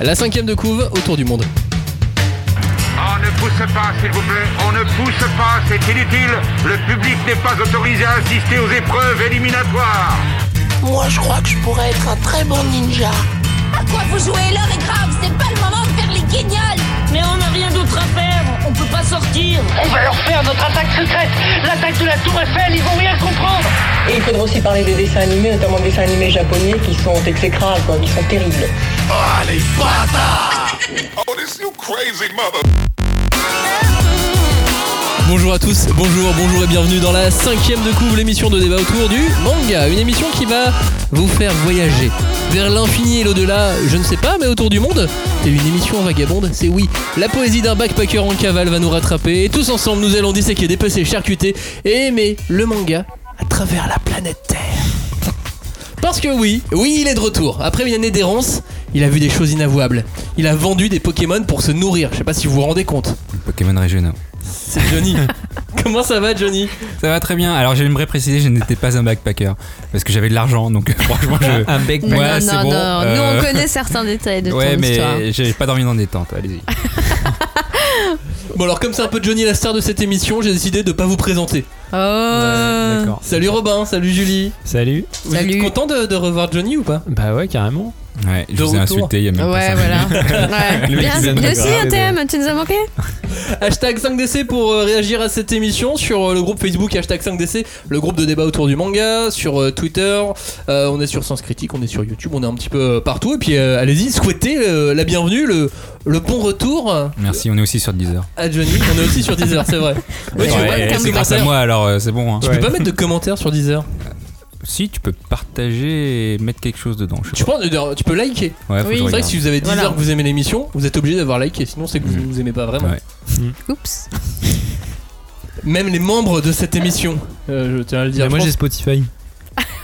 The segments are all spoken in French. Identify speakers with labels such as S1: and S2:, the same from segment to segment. S1: La cinquième de couve autour du monde.
S2: On Ah, ne pousse pas, s'il vous plaît. On ne pousse pas, c'est inutile. Le public n'est pas autorisé à assister aux épreuves éliminatoires.
S3: Moi, je crois que je pourrais être un très bon ninja.
S4: À quoi vous jouez L'heure est grave, c'est pas le moment de faire les guignols
S5: Mais on n'a rien d'autre à faire, on peut pas sortir
S6: On va leur faire notre attaque secrète L'attaque de la Tour Eiffel, ils vont rien comprendre
S7: Et il faudra aussi parler des dessins animés, notamment des dessins animés japonais qui sont exécrables, quoi, qui sont terribles.
S8: Oh, les
S9: Oh, this you crazy mother...
S1: Bonjour à tous, bonjour, bonjour et bienvenue dans la cinquième de couve, l'émission de débat autour du manga. Une émission qui va vous faire voyager vers l'infini et l'au-delà, je ne sais pas, mais autour du monde. C'est une émission vagabonde, c'est oui. La poésie d'un backpacker en cavale va nous rattraper et tous ensemble nous allons disséquer, dépasser, charcuter et aimer le manga à travers la planète Terre. Parce que oui, oui, il est de retour. Après une année d'errance, il a vu des choses inavouables. Il a vendu des Pokémon pour se nourrir. Je sais pas si vous vous rendez compte.
S10: Pokémon régionaux.
S1: C'est Johnny. Comment ça va, Johnny
S10: Ça va très bien. Alors j'aimerais préciser, je n'étais pas un backpacker parce que j'avais de l'argent, donc franchement je.
S11: Un bec
S10: Ouais,
S12: non,
S10: c'est
S12: non,
S10: bon.
S12: non. Nous,
S10: Euh,
S12: on connaît certains détails de
S10: Ouais,
S12: ton histoire.
S10: mais j'ai pas dormi dans des tentes. Allez-y.
S1: Bon alors comme c'est un peu Johnny la star de cette émission, j'ai décidé de pas vous présenter.
S12: Oh.
S10: D'accord.
S1: Salut Robin, salut Julie.
S11: Salut
S1: Vous
S12: Salut.
S1: êtes content de, de revoir Johnny ou pas
S11: Bah ouais, carrément
S10: Ouais, je
S1: De
S10: vous ai
S1: retour.
S10: insulté il y a même pas
S12: Ouais,
S10: cinq
S12: voilà.
S10: minutes.
S12: Ouais.
S11: Le Ah, euh, mec
S10: Ah,
S12: Bien,
S11: qui vient de
S12: mais aussi
S11: regarder.
S12: un thème, tu nous as manqué
S1: Hashtag 5DC pour euh, réagir à cette émission sur euh, le groupe Facebook hashtag 5DC, le groupe de débat autour du manga, sur euh, Twitter, euh, on est sur Sens Critique, on est sur YouTube, on est un petit peu euh, partout. Et puis euh, allez-y, souhaitez euh, la bienvenue, le, le bon retour à
S10: Merci, on est aussi sur Deezer.
S1: Johnny. On est aussi sur Deezer, c'est vrai. Ouais, tu peux pas mettre
S10: c'est
S1: de
S10: grâce à
S1: commentaires.
S10: moi alors euh, c'est bon. hein.
S1: Tu peux pas mettre de commentaires sur Deezer.
S10: Si tu peux partager et mettre quelque chose dedans. Je sais
S1: Tu, prends- euh, tu peux liker.
S10: pas. Bah, Ouais, faut que
S12: Oui.
S10: je
S1: C'est vrai
S10: regarde.
S1: que si vous avez 10
S12: Voilà.
S1: heures que vous aimez l'émission, vous êtes obligé d'avoir liké, sinon c'est que vous
S10: Mhm.
S1: vous aimez pas vraiment.
S10: Ouais.
S12: Oups.
S1: Même les membres de cette émission, euh, je tiens à le dire.
S11: Bah, Moi
S1: je
S11: j'ai Spotify.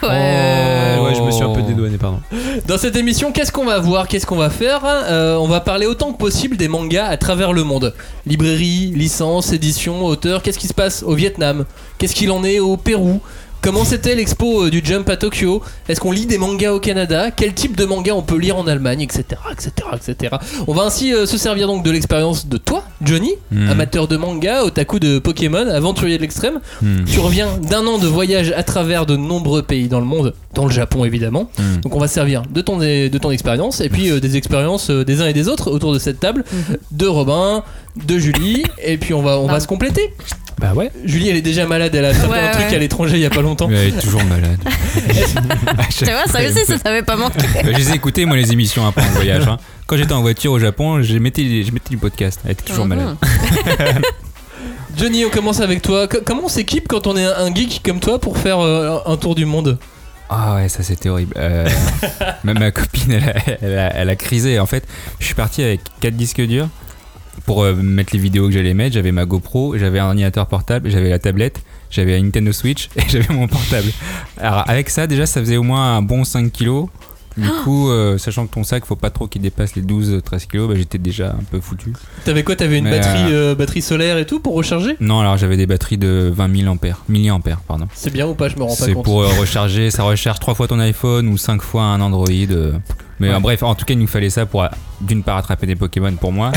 S11: Oh.
S12: Ouais. euh,
S11: ouais, je me suis un peu dédouané, pardon.
S1: pense- Dans cette émission, qu'est-ce qu'on va voir Qu'est-ce qu'on va faire Euh, On va parler autant que possible des mangas à travers le monde. Librairie, licence, édition, auteur, qu'est-ce qui se passe au Vietnam Qu'est-ce qu'il en est au Pérou Comment c'était l'expo euh, du Jump à Tokyo Est-ce qu'on lit des mangas au Canada Quel type de manga on peut lire en Allemagne Etc. etc., etc. On va ainsi euh, se servir donc de l'expérience de toi, Johnny,
S10: Mhm.
S1: amateur de manga, otaku de Pokémon, aventurier de l'extrême.
S10: Hmm.
S1: Tu reviens d'un an de voyage à travers de nombreux pays dans le monde, dans le Japon évidemment.
S10: Hmm.
S1: Donc on va se servir de ton, de ton expérience et puis euh, des expériences euh, des uns et des autres autour de cette table,
S12: Mm-hmm.
S1: de Robin, de Julie, et puis on va, on va
S12: Pardon.
S1: se compléter.
S11: Bah ouais
S1: Julie elle est déjà malade, elle a fait
S12: Ouais,
S1: un truc
S12: ouais.
S1: à l'étranger il y a pas longtemps.
S10: Mais Elle est toujours malade.
S12: Tu vois, ça aussi, ça t'avait pas manqué.
S10: Je les ai écoutées, moi, les émissions hein, pendant le voyage. hein. Quand j'étais en voiture au Japon, je mettais, je mettais du podcast. Elle était toujours
S12: Mhm.
S10: malade.
S1: Johnny on commence avec toi. Co- comment on s'équipe quand on est un un geek comme toi pour faire euh, un tour du monde
S10: Ah ouais, ça c'était horrible. Euh, même ma copine, elle a, elle a- elle a crisé. En fait, je suis parti avec 4 disques durs pour euh, mettre les vidéos que j'allais mettre. J'avais ma GoPro, j'avais un ordinateur portable, j'avais la tablette, j'avais un Nintendo Switch et j'avais mon portable. Alors avec ça, déjà, ça faisait au moins un bon 5 kilos. Du coup, euh, sachant que ton sac, faut pas trop qu'il dépasse les 12-13 kilos, bah, j'étais déjà un peu foutu.
S1: T'avais quoi T'avais une
S10: Mais,
S1: batterie, euh, batterie solaire et tout pour recharger
S10: Non, alors j'avais des batteries de 20 000 ampères, milliampères, pardon.
S1: C'est bien ou pas Je me rends pas
S10: C'est
S1: compte.
S10: pour euh, recharger, ça recharge trois fois ton iPhone ou cinq fois un Android. euh. Mais euh, bref, en tout cas, il nous fallait ça pour euh, d'une part attraper des Pokémon pour moi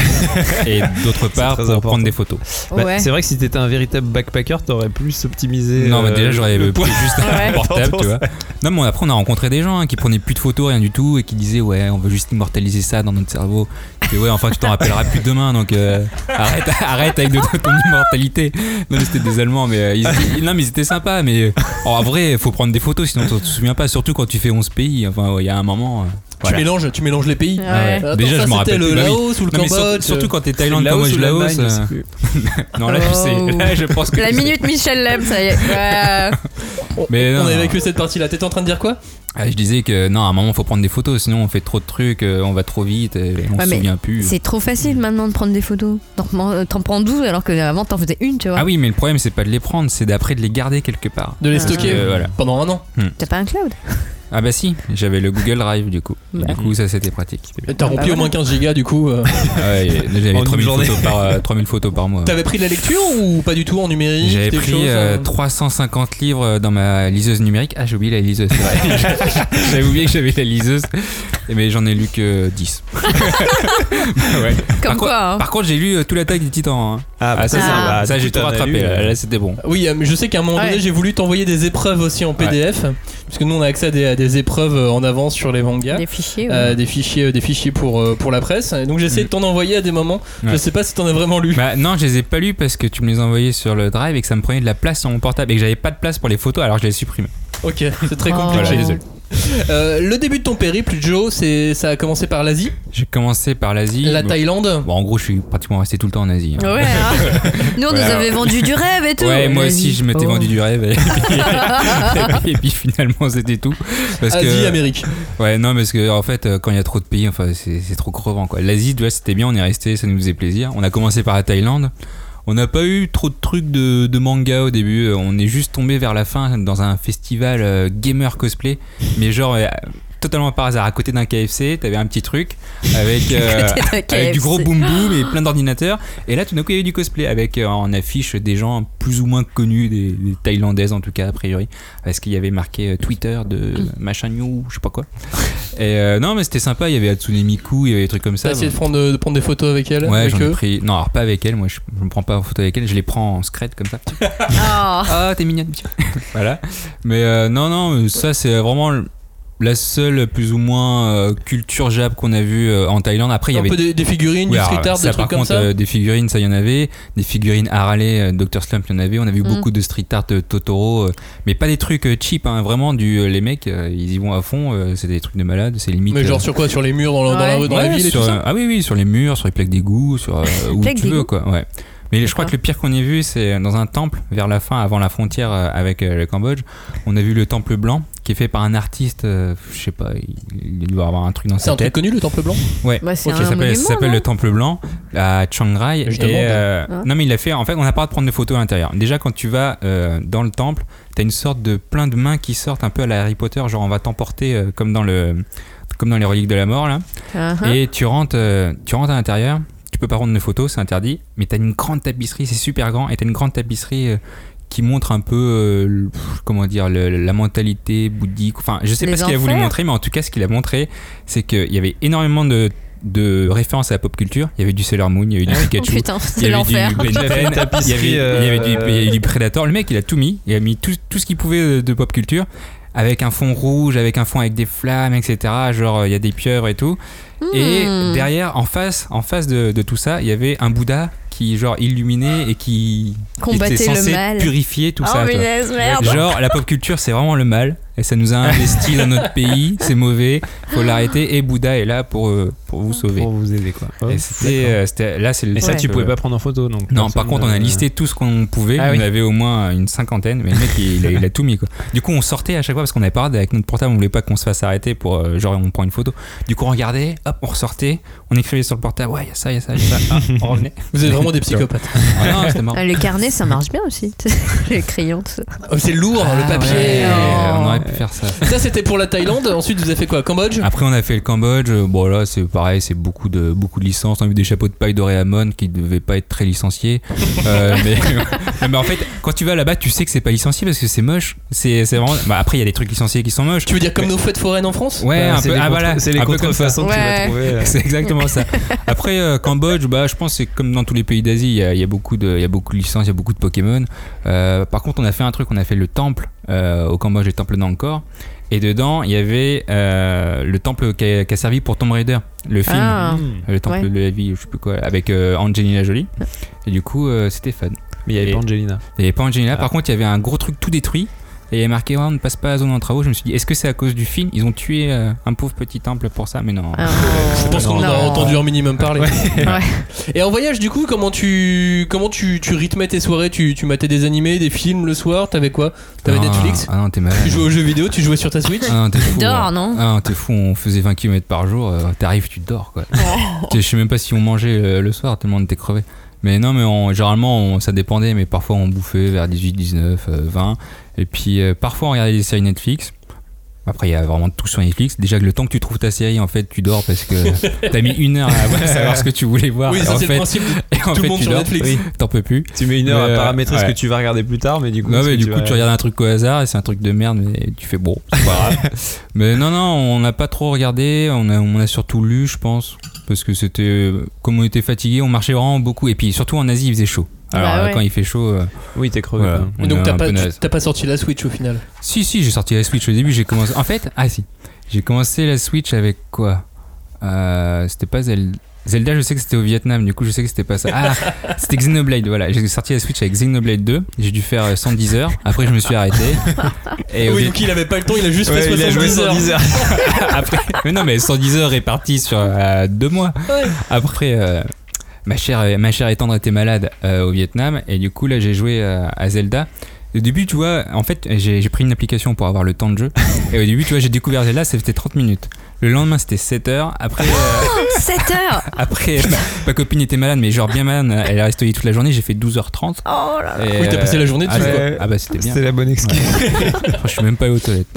S10: et d'autre part
S11: très
S10: pour
S11: important.
S10: prendre des photos.
S11: Bah,
S12: Ouais.
S11: C'est vrai que si t'étais un véritable backpacker, t'aurais plus optimisé.
S10: non, mais
S11: euh,
S10: déjà, j'aurais
S11: le
S10: pris
S11: poids.
S10: juste un
S12: Ouais.
S10: portable, tu vois. Non, mais après, on a rencontré des gens hein, qui prenaient plus de photos, rien du tout, et qui disaient ouais, on veut juste immortaliser ça dans notre cerveau. Et ouais, enfin, tu t'en rappelleras plus demain, donc euh, arrête, arrête avec de, ton immortalité. Non, mais c'était des Allemands, mais euh, ils, ils- non, mais ils étaient sympas, mais euh, en vrai, faut prendre des photos, sinon tu te souviens pas, surtout quand tu fais 11 pays. Enfin, ouais, il y a un moment. euh,
S1: Tu
S10: voilà.
S1: mélanges, tu mélanges les pays.
S12: Ouais.
S10: Ah Ouais.
S1: Attends,
S10: Déjà,
S1: ça,
S10: je m'en
S1: c'était
S10: rappelle
S1: le
S10: plus. Bah oui.
S1: Laos ou le
S10: Non, mais sur-
S1: Cambodge. euh.
S10: surtout quand t'es Thaïlande,
S11: Laos
S10: Cambodge,
S11: ou l'Allemagne,
S10: Laos.
S11: je sais
S10: euh,
S11: plus.
S10: Non, là, je
S12: Oh.
S10: sais. Là, je pense que.
S12: La
S10: je sais.
S12: minute Michel Leb, ça y est. Ouais.
S10: Mais non,
S1: On a
S10: non.
S1: évacué cette partie-là. T'étais en train de dire quoi
S10: Ah, je disais que non, à un moment, faut prendre des photos, sinon on fait trop de trucs, euh, on va trop vite, et on
S12: Ouais,
S10: se
S12: mais
S10: souvient plus.
S12: C'est trop facile maintenant de prendre des photos. T'en prends- euh, T'en prends 12 alors que avant t'en faisais une, tu vois.
S10: Ah oui, mais le problème, c'est pas de les prendre, c'est d'après de les garder quelque part.
S1: De les
S12: Parce
S1: stocker
S10: que,
S1: euh,
S10: Ah, voilà.
S1: pendant un an.
S12: T'as pas un cloud
S10: Ah bah si, j'avais le Google Drive du coup. Et
S12: Bah.
S10: Du coup, ça c'était pratique.
S1: T'as rempli au moins 15 gigas du coup. euh.
S10: Ah ouais, et j'avais
S11: En une
S10: 3000
S11: journée.
S10: photos, par, euh, 3000 photos par mois.
S1: T'avais pris de la lecture ou pas du tout en numérique
S10: J'avais
S1: quelque
S10: pris
S1: chose,
S10: euh,
S1: hein
S10: 350 livres dans ma liseuse numérique. Ah, j'ai oublié la liseuse, c'est vrai. j'avais oublié que j'avais la liseuse. mais j'en ai lu que 10. Bah ouais.
S12: quoi,
S10: par, contre-
S12: hein.
S10: par contre, j'ai lu euh, tout l'attaque des titans. hein. Ah, ça,
S12: putain,
S10: ça,
S12: ah.
S10: ça,
S11: bah,
S10: j'ai
S11: tout
S10: tout
S11: en a
S10: rattrapé.
S11: lu,
S10: là,
S11: euh.
S10: là, c'était bon.
S1: Oui, euh, mais je sais qu'à un moment
S12: Ouais.
S1: donné, j'ai voulu t'envoyer des épreuves aussi en PDF, parce que nous on a accès à des, à des épreuves euh, en avance sur les
S10: Ah.
S1: mangas.
S12: Des fichiers. ouais.
S1: euh, des fichiers, des fichiers pour, euh, pour la presse. Et donc j'essaie de t'en envoyer à des moments. Je
S10: Mm. Ouais.
S1: sais pas si t'en as vraiment lu.
S10: Bah non, je les ai pas lus parce que tu me les envoyais sur le drive et que ça me prenait de la place sur mon portable et que j'avais pas de place pour les photos alors je les supprime.
S1: Ok, c'est très
S12: Oh.
S1: compliqué.
S10: Voilà, désolé.
S1: Euh, le début de ton périple, Joe, c'est ça a commencé par l'Asie,
S10: J'ai commencé par l'Asie.
S1: la
S10: Bon,
S1: Thaïlande.
S10: Bon, en gros, je suis pratiquement resté tout le temps en Asie. hein.
S12: Ouais, hein. Nous, on nous
S10: Ouais,
S12: avait
S10: alors-
S12: vendu du rêve et tout.
S10: Ouais, moi
S12: Vas-y.
S10: aussi, je m'étais
S12: Oh.
S10: vendu du rêve. Et puis, et puis finalement, c'était tout. Parce
S1: Asie,
S10: que,
S1: Amérique.
S10: ouais, non, parce que en fait, euh, quand il y a trop de pays, enfin, c'est c'est trop crevant. quoi. L'Asie, tu vois, c'était bien, on est resté, ça nous faisait plaisir. On a commencé par la Thaïlande. On n'a pas eu trop de trucs de, de manga au début. Euh, On est juste tombé vers la fin dans un festival euh, gamer cosplay, mais genre euh, totalement par hasard. À côté d'un KFC, t'avais un petit truc avec, euh,
S12: Côté d'un
S10: avec
S12: KFC.
S10: du gros boom boom et plein d'ordinateurs. Et là, tout d'un coup, il y avait du cosplay avec euh, en affiche des gens plus ou moins connus, des, des Thaïlandaises en tout cas, a priori, parce qu'il y avait marqué euh, Twitter de
S12: Mm.
S10: machin new, je sais pas quoi. Et euh, non, mais c'était sympa. Il y avait Hatsune Miku, il y avait des trucs comme
S1: T'as
S10: ça.
S1: essayé de prendre, de prendre des photos avec elle,
S10: Ouais,
S1: avec
S10: j'en ai
S1: eux.
S10: pris. Non, alors pas avec elle, moi je, je me prends pas en photo avec elle, je les prends en secret comme ça.
S12: Ah.
S10: Ah, t'es mignonne. voilà. Mais euh, non, non, ça c'est vraiment le- la seule plus ou moins euh, culture jap qu'on a vue euh, en Thaïlande. Après, il y
S1: Un
S10: avait.
S1: peu des, des figurines,
S10: Ouais,
S1: du street
S10: alors,
S1: art,
S10: ça,
S1: des trucs
S10: par
S1: comme
S10: contre,
S1: ça.
S10: euh, des figurines, ça il y en avait. Des figurines Harley, euh, Dr. Slump, il y en avait. On a vu
S12: Mm.
S10: beaucoup de street art euh, Totoro, euh, mais pas des trucs euh, cheap, hein, vraiment. Du, euh, les mecs, euh, ils y vont à fond. euh, c'est des trucs de malade, c'est limite.
S1: Mais
S10: euh,
S1: genre sur quoi Sur les murs, dans la, dans la
S12: Ouais.
S1: rue, dans la
S10: Ouais,
S1: ville et
S10: sur,
S1: tout ça
S10: Ah oui, oui, sur les murs, sur les plaques d'égout, sur euh, où
S12: Plaques
S10: tu veux,
S12: d'égout
S10: quoi. Ouais. Mais je crois
S12: D'accord.
S10: que le pire qu'on ait vu, c'est dans un temple, vers la fin, avant la frontière euh, avec euh, le Cambodge. On a vu le temple blanc, qui est fait par un artiste, euh, je sais pas, il, il doit avoir un truc dans
S1: C'est
S10: sa
S1: un truc
S10: tête.
S1: connu, le Temple Blanc
S10: Ouais,
S12: Bah, c'est
S10: Ok,
S12: un
S10: ça s'appelle-
S12: monument,
S10: ça s'appelle
S12: non
S10: le Temple Blanc à Chiang Rai.
S1: Je
S10: Et,
S1: demande,
S10: euh,
S12: hein.
S10: Non, mais il a fait. En fait, on n'a pas le droit de prendre de photos à l'intérieur. Déjà, quand tu vas euh, dans le temple, t'as une sorte de plein de mains qui sortent un peu à la Harry Potter, genre on va t'emporter euh, comme dans le comme dans les reliques de la mort là.
S12: Ah, ah.
S10: Et tu rentres, euh, tu rentres à l'intérieur, tu peux pas prendre de photos, c'est interdit, mais t'as une grande tapisserie, c'est super grand, et t'as une grande tapisserie euh, qui montre un peu, euh, le- pff, comment dire, le- la mentalité bouddhique. Enfin, je sais
S12: Les
S10: pas ce qu'il a voulu
S12: enfers.
S10: montrer, mais en tout cas, ce qu'il a montré, c'est qu'il y avait énormément de, de références à la pop culture. Il y avait du Sailor Moon, il y avait du
S12: Oh,
S10: Pikachu,
S12: putain,
S10: il y
S12: c'est
S10: avait du
S12: l'enfer.
S10: Ben
S11: Il a fait une
S10: Ten, il y avait,
S11: tapisserie,
S10: il y avait du,
S11: euh,
S10: il y avait du Predator. Le mec, il a tout mis. Il a mis tout, tout ce qu'il pouvait de, de pop culture. Avec un fond rouge, avec un fond avec des flammes, etc. Genre, euh, il y a des pieuvres et tout. Et
S12: Hmm.
S10: derrière, en face, en face de, de tout ça, il y avait un Bouddha qui, genre, illuminait et qui
S12: Combattait
S10: était
S12: le
S10: censé
S12: mal.
S10: purifier tout
S12: oh,
S10: ça. toi.
S12: punaise, merde.
S10: Genre, la pop culture, c'est vraiment le mal. Et ça nous a investi dans notre pays. C'est mauvais. Faut l'arrêter. Et Bouddha est là pour, euh, pour vous sauver.
S11: Pour vous aider, quoi.
S10: Et c'était, euh, c'était- là, c'est le
S11: Mais ça,
S10: truc,
S11: tu pouvais
S10: euh,
S11: pas prendre en photo, donc.
S10: non,
S11: personne,
S10: par contre, on
S11: euh,
S10: a listé tout ce qu'on pouvait.
S11: Ah
S10: on
S11: oui.
S10: avait au moins une cinquantaine, mais le mec, il, il a, il a tout mis. Quoi. Du coup, on sortait à chaque fois parce qu'on avait pas regardé avec notre portable. On voulait pas qu'on se fasse arrêter pour euh, genre on prend une photo. Du coup, on regardait, hop, on ressortait, on écrivait sur le portable. Ouais, y a ça, y a ça, y a ça. Ah, on revenait.
S1: Vous êtes vraiment des psychopathes.
S10: Ah non, c'était marrant.
S12: Ah, les carnets, ça marche bien aussi. les crayons, tout ça.
S1: Oh, c'est lourd, le papier.
S10: Ah, Ouais, Oh.
S12: Non.
S10: on aurait pu faire ça.
S1: Ça, c'était pour la Thaïlande. Ensuite, vous avez fait quoi Cambodge
S10: Après, on a fait le Cambodge. Euh, Bon, là, c'est pareil, c'est beaucoup de, beaucoup de licences. On a vu des chapeaux de paille d'Oréamon qui devaient pas être très licenciés. Euh, mais, non, mais en fait, quand tu vas là-bas, tu sais que c'est pas licencié parce que c'est moche. C'est c'est vraiment. bah, après, il y a des trucs licenciés qui sont moches.
S1: Tu veux dire comme nos fêtes foraines en France
S10: Ouais,
S11: bah,
S10: un
S11: c'est
S10: peu.
S11: les
S10: Ah,
S11: contre-
S10: voilà,
S11: C'est les
S10: un peu comme ça.
S11: contrefaçons que tu
S12: Ouais.
S11: vas trouver. euh.
S10: C'est exactement ça. Après, euh, Cambodge, bah, je pense que c'est comme dans tous les pays d'Asie, il y a, il y a beaucoup de il y a beaucoup de licences, il y a beaucoup de Pokémon. Euh, par contre, on a fait un truc, on a fait le temple euh, au Cambodge, le temple d'Angkor. Et dedans, il y avait euh, le temple qui a, qui a servi pour Tomb Raider, le film.
S12: Ah.
S11: Hmm.
S10: Le temple
S12: Ouais.
S10: de la vie, je sais plus quoi, avec euh, Angelina Jolie. Et du coup, euh, c'était fun.
S11: Mais il y avait
S10: Et-
S11: pas Angelina.
S10: Il n'y avait pas Angelina,
S11: Ah.
S10: par contre, il y avait un gros truc tout détruit. Et il y avait marqué, ouais, on ne passe pas à la zone en travaux. Je me suis dit, est-ce que c'est à cause du film Ils ont tué euh, un pauvre petit temple pour ça, mais non.
S12: Ah.
S1: Je pense qu'on en a
S12: Non.
S1: entendu un minimum parler.
S12: Ouais.
S1: Et en voyage, du coup, comment tu comment tu, tu rythmais tes soirées tu, tu matais des animés, des films le soir T'avais quoi T'avais
S10: Ah,
S1: Netflix
S10: Ah non, t'es malade.
S1: Tu jouais aux jeux vidéo Tu jouais sur ta Switch
S10: Ah non, t'es fou.
S12: Dors,
S10: ouais.
S12: non
S10: Ah non, t'es fou, on faisait 20 km par jour, euh, t'arrives, tu dors quoi. Je sais même pas si on mangeait euh, le soir, tellement on était crevé. Mais non, mais on- généralement on- ça dépendait, mais parfois on bouffait vers 18, 19, euh, 20. Et puis euh, parfois on regardait des séries Netflix. Après, il y a vraiment tout sur Netflix. Déjà que le temps que tu trouves ta série, en fait, tu dors parce que t'as mis une heure à savoir ce que tu voulais voir.
S1: Oui,
S10: Et
S1: ça
S10: Ah. en
S1: c'est le
S10: fait,
S1: principe.
S10: et en
S11: Tout le
S10: fait,
S11: monde
S10: tu
S11: sur
S10: dors.
S11: Netflix.
S10: Oui, T'en peux plus.
S11: Tu mets une heure
S10: Mais,
S11: à
S10: euh,
S11: paramétrer ce
S10: ouais.
S11: que tu vas regarder plus tard, mais du coup.
S10: Non,
S11: ce
S10: mais
S11: que
S10: du
S11: tu
S10: coup,
S11: vas-
S10: tu regardes un truc au hasard et c'est un truc de merde, mais tu fais bon, c'est pas grave. mais non, non, on n'a pas trop regardé, on a, on a surtout lu, je pense, parce que c'était. euh, Comme on était fatigué, on marchait vraiment beaucoup, et puis surtout en Asie, il faisait chaud.
S12: Ah
S10: Alors
S12: bah
S10: euh,
S12: ouais.
S10: quand il fait chaud.
S11: oui, t'es crevé. quoi.
S1: Donc t'as pas, tu- t'as pas sorti la Switch au final.
S10: Si, si, j'ai sorti la Switch au début, j'ai commencé. En fait, ah si, j'ai commencé la Switch avec quoi Euh, C'était pas Zelda. Zelda, je sais que c'était au Vietnam, du coup, je sais que c'était pas ça. Ah, c'était Xenoblade, voilà. J'ai sorti la Switch avec Xenoblade 2, j'ai dû faire euh, 110 heures, après je me suis arrêté. Et au
S1: oui,
S10: Viet-
S1: donc il avait pas le temps, il a juste
S10: Ouais,
S1: fait
S10: il a
S1: 70
S10: joué
S1: heures.
S10: 110 heures. Après, mais non, mais 110 heures réparties sur euh, deux mois.
S1: Ouais.
S10: Après, euh, ma, chère, ma chère et tendre était malade euh, au Vietnam, et du coup, là, j'ai joué euh, à Zelda. Au début, tu vois, en fait, j'ai j'ai pris une application pour avoir le temps de jeu. Et au début, tu vois, j'ai découvert Zelda, c'était 30 minutes. Le lendemain, c'était 7 heures. Après, euh,
S12: 7 heures
S10: après ma, ma copine était malade, mais genre bien malade, elle est restée au lit toute la journée, j'ai fait 12h30.
S12: Oh là là.
S10: Et,
S1: Oui, t'as passé la journée
S10: ah,
S1: dessus,
S10: bah-
S11: quoi.
S10: Ah bah, c'était bien.
S11: C'est la bonne excuse.
S10: Franchement, Je suis même pas allé aux toilettes.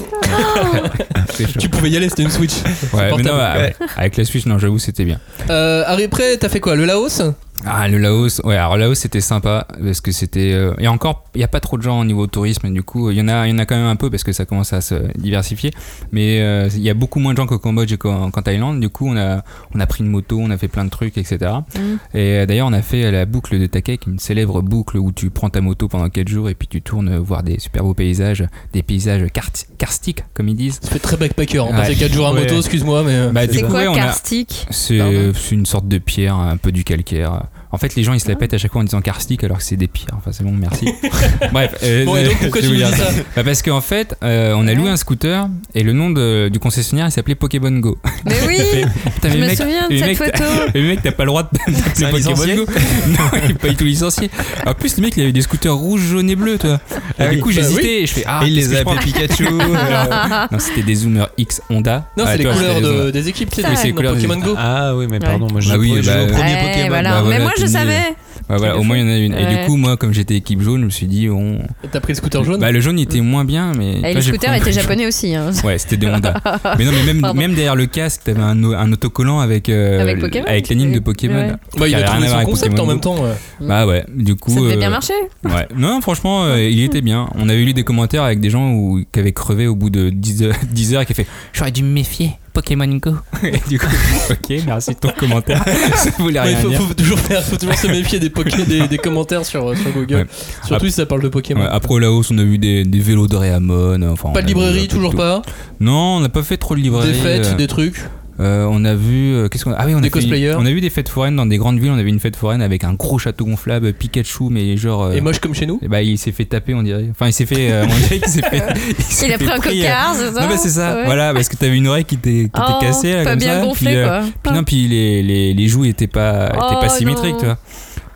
S10: C'est chaud.
S1: Tu pouvais y aller, c'était une Switch.
S10: Ouais, mais
S1: portable.
S10: non, avec, avec la Switch, non, j'avoue, c'était bien.
S1: Euh, après, t'as fait quoi Le Laos
S10: Ah, le Laos, ouais, alors le Laos, c'était sympa parce que c'était. euh, et encore, il n'y a pas trop de gens au niveau tourisme, et du coup, il y, en a- il y en a quand même un peu parce que ça commence à se diversifier. Mais euh, il y a beaucoup moins de gens qu'au Cambodge et qu'en qu'en Thaïlande. Du coup, on a, on a pris une moto, on a fait plein de trucs, etc.
S12: Mm.
S10: Et euh, d'ailleurs, on a fait la boucle de Takek, une célèbre boucle où tu prends ta moto pendant 4 jours et puis tu tournes voir des super beaux paysages, des paysages karst- karstiques, comme ils disent.
S1: Ça fait très backpacker. On
S10: Ouais.
S1: passait 4 jours à
S10: Ouais.
S1: moto, excuse-moi, mais. euh,
S10: Bah,
S12: C'est quoi
S10: ouais, on a-
S12: karstique Pardon
S10: c'est c'est une sorte de pierre, un peu du calcaire. En fait, les gens ils se la pètent à chaque fois en disant karstique alors que c'est des pierres. Enfin, c'est bon, merci. Bref. euh,
S1: Bon, et donc, pourquoi
S10: je
S1: tu
S10: vais
S1: nous
S10: vous
S1: dis
S10: dire.
S1: ça
S10: Bah, Parce qu'en fait, euh, on a loué un scooter et le nom de- du concessionnaire il s'appelait Pokémon Go.
S12: Mais oui
S10: Putain,
S12: Je
S10: mais
S12: me
S10: mec-
S12: souviens de
S10: mais
S12: cette
S10: mec, t'as-
S12: photo
S10: mais mec, t'as pas le droit de
S11: C'est un
S10: t'appeler
S11: licencié
S10: Pokémon Go. Non, il est pas du tout licencié. En plus, le mec il avait des scooters rouges, jaunes et bleus, toi. Et
S11: Ah
S10: du
S11: oui.
S10: coup,
S11: Bah
S10: j'hésitais et je fais Ah,
S11: Et il
S10: qu'est-ce
S11: les
S10: que
S11: a
S10: je prends
S11: appelés Pikachu. euh,
S10: Non, c'était des Zoomer X Honda.
S1: Non,
S10: Ah,
S1: c'est les
S10: toi,
S1: couleurs
S10: c'était
S1: de-
S10: Zoomer.
S1: des équipes, c'est
S12: Oui, c'est
S10: les couleurs des-
S1: Pokémon Go.
S11: Ah oui, mais pardon, moi je
S10: Bah oui,
S11: je joue
S10: bah,
S11: au premier
S12: Ouais,
S11: Pokémon.
S12: Eh, voilà.
S10: Bah,
S12: Mais
S10: voilà,
S12: moi je
S10: tu dis-
S12: savais
S10: Ouais, voilà, au moins il y en a une. Et
S12: Ouais.
S10: du coup, moi, comme j'étais équipe jaune, je me suis dit, on...
S1: T'as pris le scooter jaune
S10: bah, le jaune était moins bien, mais.
S12: Et les
S10: Là, j'ai
S12: scooters
S10: pris un
S12: étaient
S10: jaune.
S12: japonais aussi. hein.
S10: Ouais, c'était des Honda. mais non, mais même,
S12: Pardon.
S10: même derrière le casque, t'avais un, o- un autocollant avec, euh,
S12: Avec Pokémon,
S10: avec l'énigme de
S12: oui.
S10: Pokémon.
S12: Ouais.
S1: Bah, il
S10: Qui
S1: a
S10: avait rien
S1: trouvé
S10: à voir
S1: son
S10: avec
S1: concept en
S10: Pokémon
S1: même
S10: Go.
S1: temps. ouais.
S10: Bah ouais, du coup.
S12: Ça devait bien
S10: euh,
S12: marcher.
S10: Ouais. Non, franchement, euh, il était bien. On avait lu des commentaires avec des gens où, qui avaient crevé au bout de 10 heures, 10 heures et qui avaient fait J'aurais dû me méfier, Pokémon Go. et du coup, ok, merci de ton commentaire. Ça voulait
S1: Ouais,
S10: rien
S1: faut,
S10: dire.
S1: faut toujours faire, faut toujours se méfier des, poké- des, des commentaires sur, euh, sur Google.
S10: Ouais.
S1: Surtout si ça parle de Pokémon.
S10: Ouais, après au Laos, on a vu des, des vélos de Réamon. euh, Enfin,
S1: Pas de
S10: on a vu un
S1: librairie,
S10: peu de
S1: toujours
S10: tout.
S1: pas.
S10: Non, on n'a pas fait trop de librairie.
S1: Des
S10: euh,
S1: fêtes, des trucs.
S10: euh, on a vu. euh, Qu'est-ce qu'on a Ah oui, on
S1: Des
S10: a fait-
S1: cosplayers.
S10: On a vu des fêtes foraines dans des grandes villes. On avait une fête foraine avec un gros château gonflable, Pikachu, mais genre. euh,
S1: Et moche comme chez nous.
S10: eh bah, il s'est fait taper, on dirait. Enfin, il s'est fait. euh, on dirait qu'il s'est fait. Il, s'est
S12: Il a
S10: fait
S12: pris un
S10: euh,
S11: Ah,
S12: cocard, c'est ça
S10: Non, bah, c'est ça.
S12: Ouais.
S10: Voilà, parce que t'avais une oreille qui t'est qui
S12: Oh,
S10: t'est cassée. Là,
S12: pas
S10: comme
S12: bien
S10: ça,
S12: gonflé
S10: puis, euh,
S12: quoi.
S10: puis non, puis les, les, les joues étaient pas, étaient
S12: Oh,
S10: pas symétriques,
S12: non.
S10: tu vois.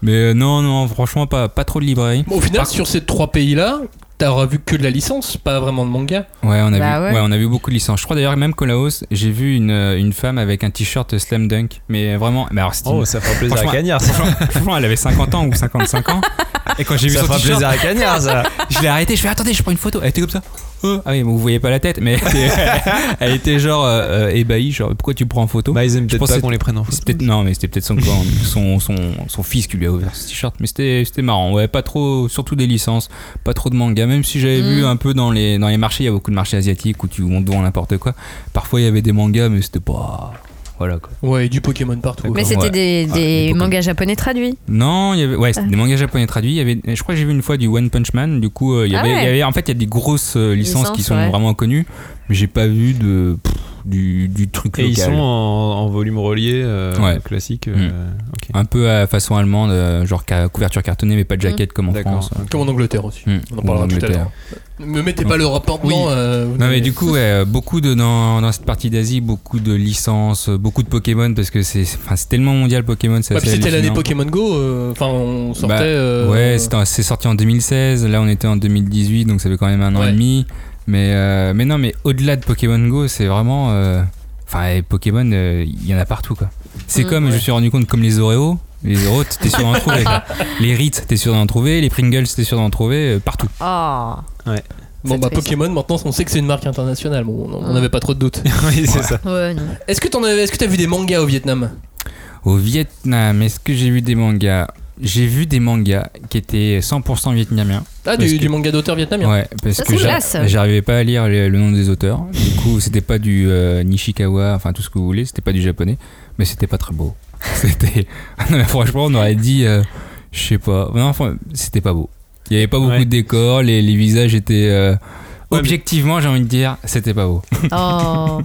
S10: Mais euh, non, non, franchement, pas, pas trop de librairie.
S1: Bon, au final,
S10: Par-
S1: sur ces trois pays-là, t'auras vu que de la licence, pas vraiment de manga.
S10: Ouais, on a
S12: Bah
S10: vu.
S12: ouais.
S10: Ouais. on a vu beaucoup de licences. Je crois d'ailleurs même qu'au Laos, j'ai vu une, euh, une femme avec un t-shirt slam dunk, mais vraiment. Mais alors, c'était une-
S11: Oh, ça fera plaisir à
S10: Franchement-
S11: Cagnard. ça.
S10: franchement, elle avait 50 ans ou 55 ans. Et quand j'ai vu
S11: Ça
S10: son
S11: fera
S10: t-shirt,
S11: plaisir à Cagnard, ça.
S10: je l'ai arrêté. Je fais attendez, je prends une photo. Elle était comme ça. Euh, ah oui, mais vous voyez pas la tête, mais elle était, elle était genre euh, euh, ébahie, genre pourquoi tu prends en photo
S11: Bah, ils aiment
S10: Je
S11: peut-être
S10: pense
S11: pas
S10: que-
S11: qu'on les prenne en photo.
S10: C'est peut-être- non, mais c'était peut-être son, son, son, son fils qui lui a ouvert ce t-shirt. Mais c'était c'était marrant. Ouais, pas trop, surtout des licences, pas trop de manga. Même si j'avais
S12: Mm.
S10: vu un peu dans les, dans les marchés, il y a beaucoup de marchés asiatiques où tu, où on te vend n'importe quoi. Parfois, il y avait des mangas, mais c'était pas. Voilà quoi.
S1: Ouais, et du Pokémon partout.
S12: Mais
S10: Ouais. Ah,
S12: c'était des, des
S10: des Pokémon.
S12: mangas japonais traduits.
S10: Non, il y avait, ouais, c'était des mangas japonais traduits. Il y avait, je crois que j'ai vu une fois du One Punch Man. Du coup, euh, il y
S12: Ah
S10: avait,
S12: ouais.
S10: il y avait- en fait, il y a des grosses euh, licences qui
S12: Licences,
S10: sont
S12: ouais.
S10: vraiment connues, mais j'ai pas vu de, pff, du, du truc
S11: Et ils
S10: local.
S11: sont en, en volume relié euh,
S10: Ouais.
S11: classique. euh, ok.
S10: Un peu à façon allemande, euh, genre ca- couverture cartonnée, mais pas de jaquette comme en
S11: D'accord.
S10: France.
S1: Comme en Angleterre aussi.
S10: Hmm.
S1: On en parlera
S10: Ou en
S1: tout à
S10: Angleterre.
S1: l'heure. Ne mettez pas l'Europe en
S10: Oui.
S1: dedans, euh, vous
S10: Non mais
S1: n'avez-
S10: du coup ouais, euh, beaucoup de dans, dans cette partie d'Asie beaucoup de licences euh, beaucoup de Pokémon parce que c'est c'est- enfin, c'est tellement mondial Pokémon c'est
S1: Ouais,
S10: assez
S1: Ah, puis c'était l'année
S10: hallucinant.
S1: Pokémon Go. euh, Enfin, on sortait.
S10: Bah,
S1: euh,
S10: ouais c'était en- c'est sorti en 2016 là on était en 2018 donc ça fait quand même un an
S1: Ouais.
S10: et demi mais euh, mais non mais au-delà de Pokémon Go c'est vraiment euh, enfin et Pokémon euh, il y en a partout quoi c'est
S12: Mm,
S10: comme je me suis rendu compte comme les Oreos les Oreos t'es sûr d'en trouver quoi. les Ritz t'es sûr d'en trouver les Pringles t'es sûr d'en trouver euh, partout
S12: Oh
S1: Bon,
S12: c'est
S1: bah,
S12: triste.
S1: Pokémon, maintenant, on sait que c'est une marque internationale. Bon, on- on
S11: Ah.
S12: Hmm.
S1: n'avait pas trop de doutes.
S11: oui, c'est ça.
S12: Ouais, non.
S1: Est-ce que t'en avais, est-ce que t'as vu des mangas au Vietnam
S10: Au Vietnam, est-ce que j'ai vu des mangas J'ai vu des mangas qui étaient 100% vietnamiens.
S1: Ah,
S10: Parce
S1: du,
S10: que-
S1: du manga d'auteur vietnamien.
S10: Ouais, parce
S1: Ça,
S10: que
S1: c'est
S10: j'a-
S1: classe.
S10: j'arrivais pas à lire le, le nom des auteurs. Du coup, c'était pas du euh, Nishikawa, enfin tout ce que vous voulez, c'était pas du japonais, mais c'était pas très beau. C'était franchement, on aurait dit, euh, je sais pas, non, enfin, c'était pas beau. Il y avait pas beaucoup de décors, les, les visages étaient. euh, objectivement, j'ai envie de dire, c'était pas beau.
S12: Oh.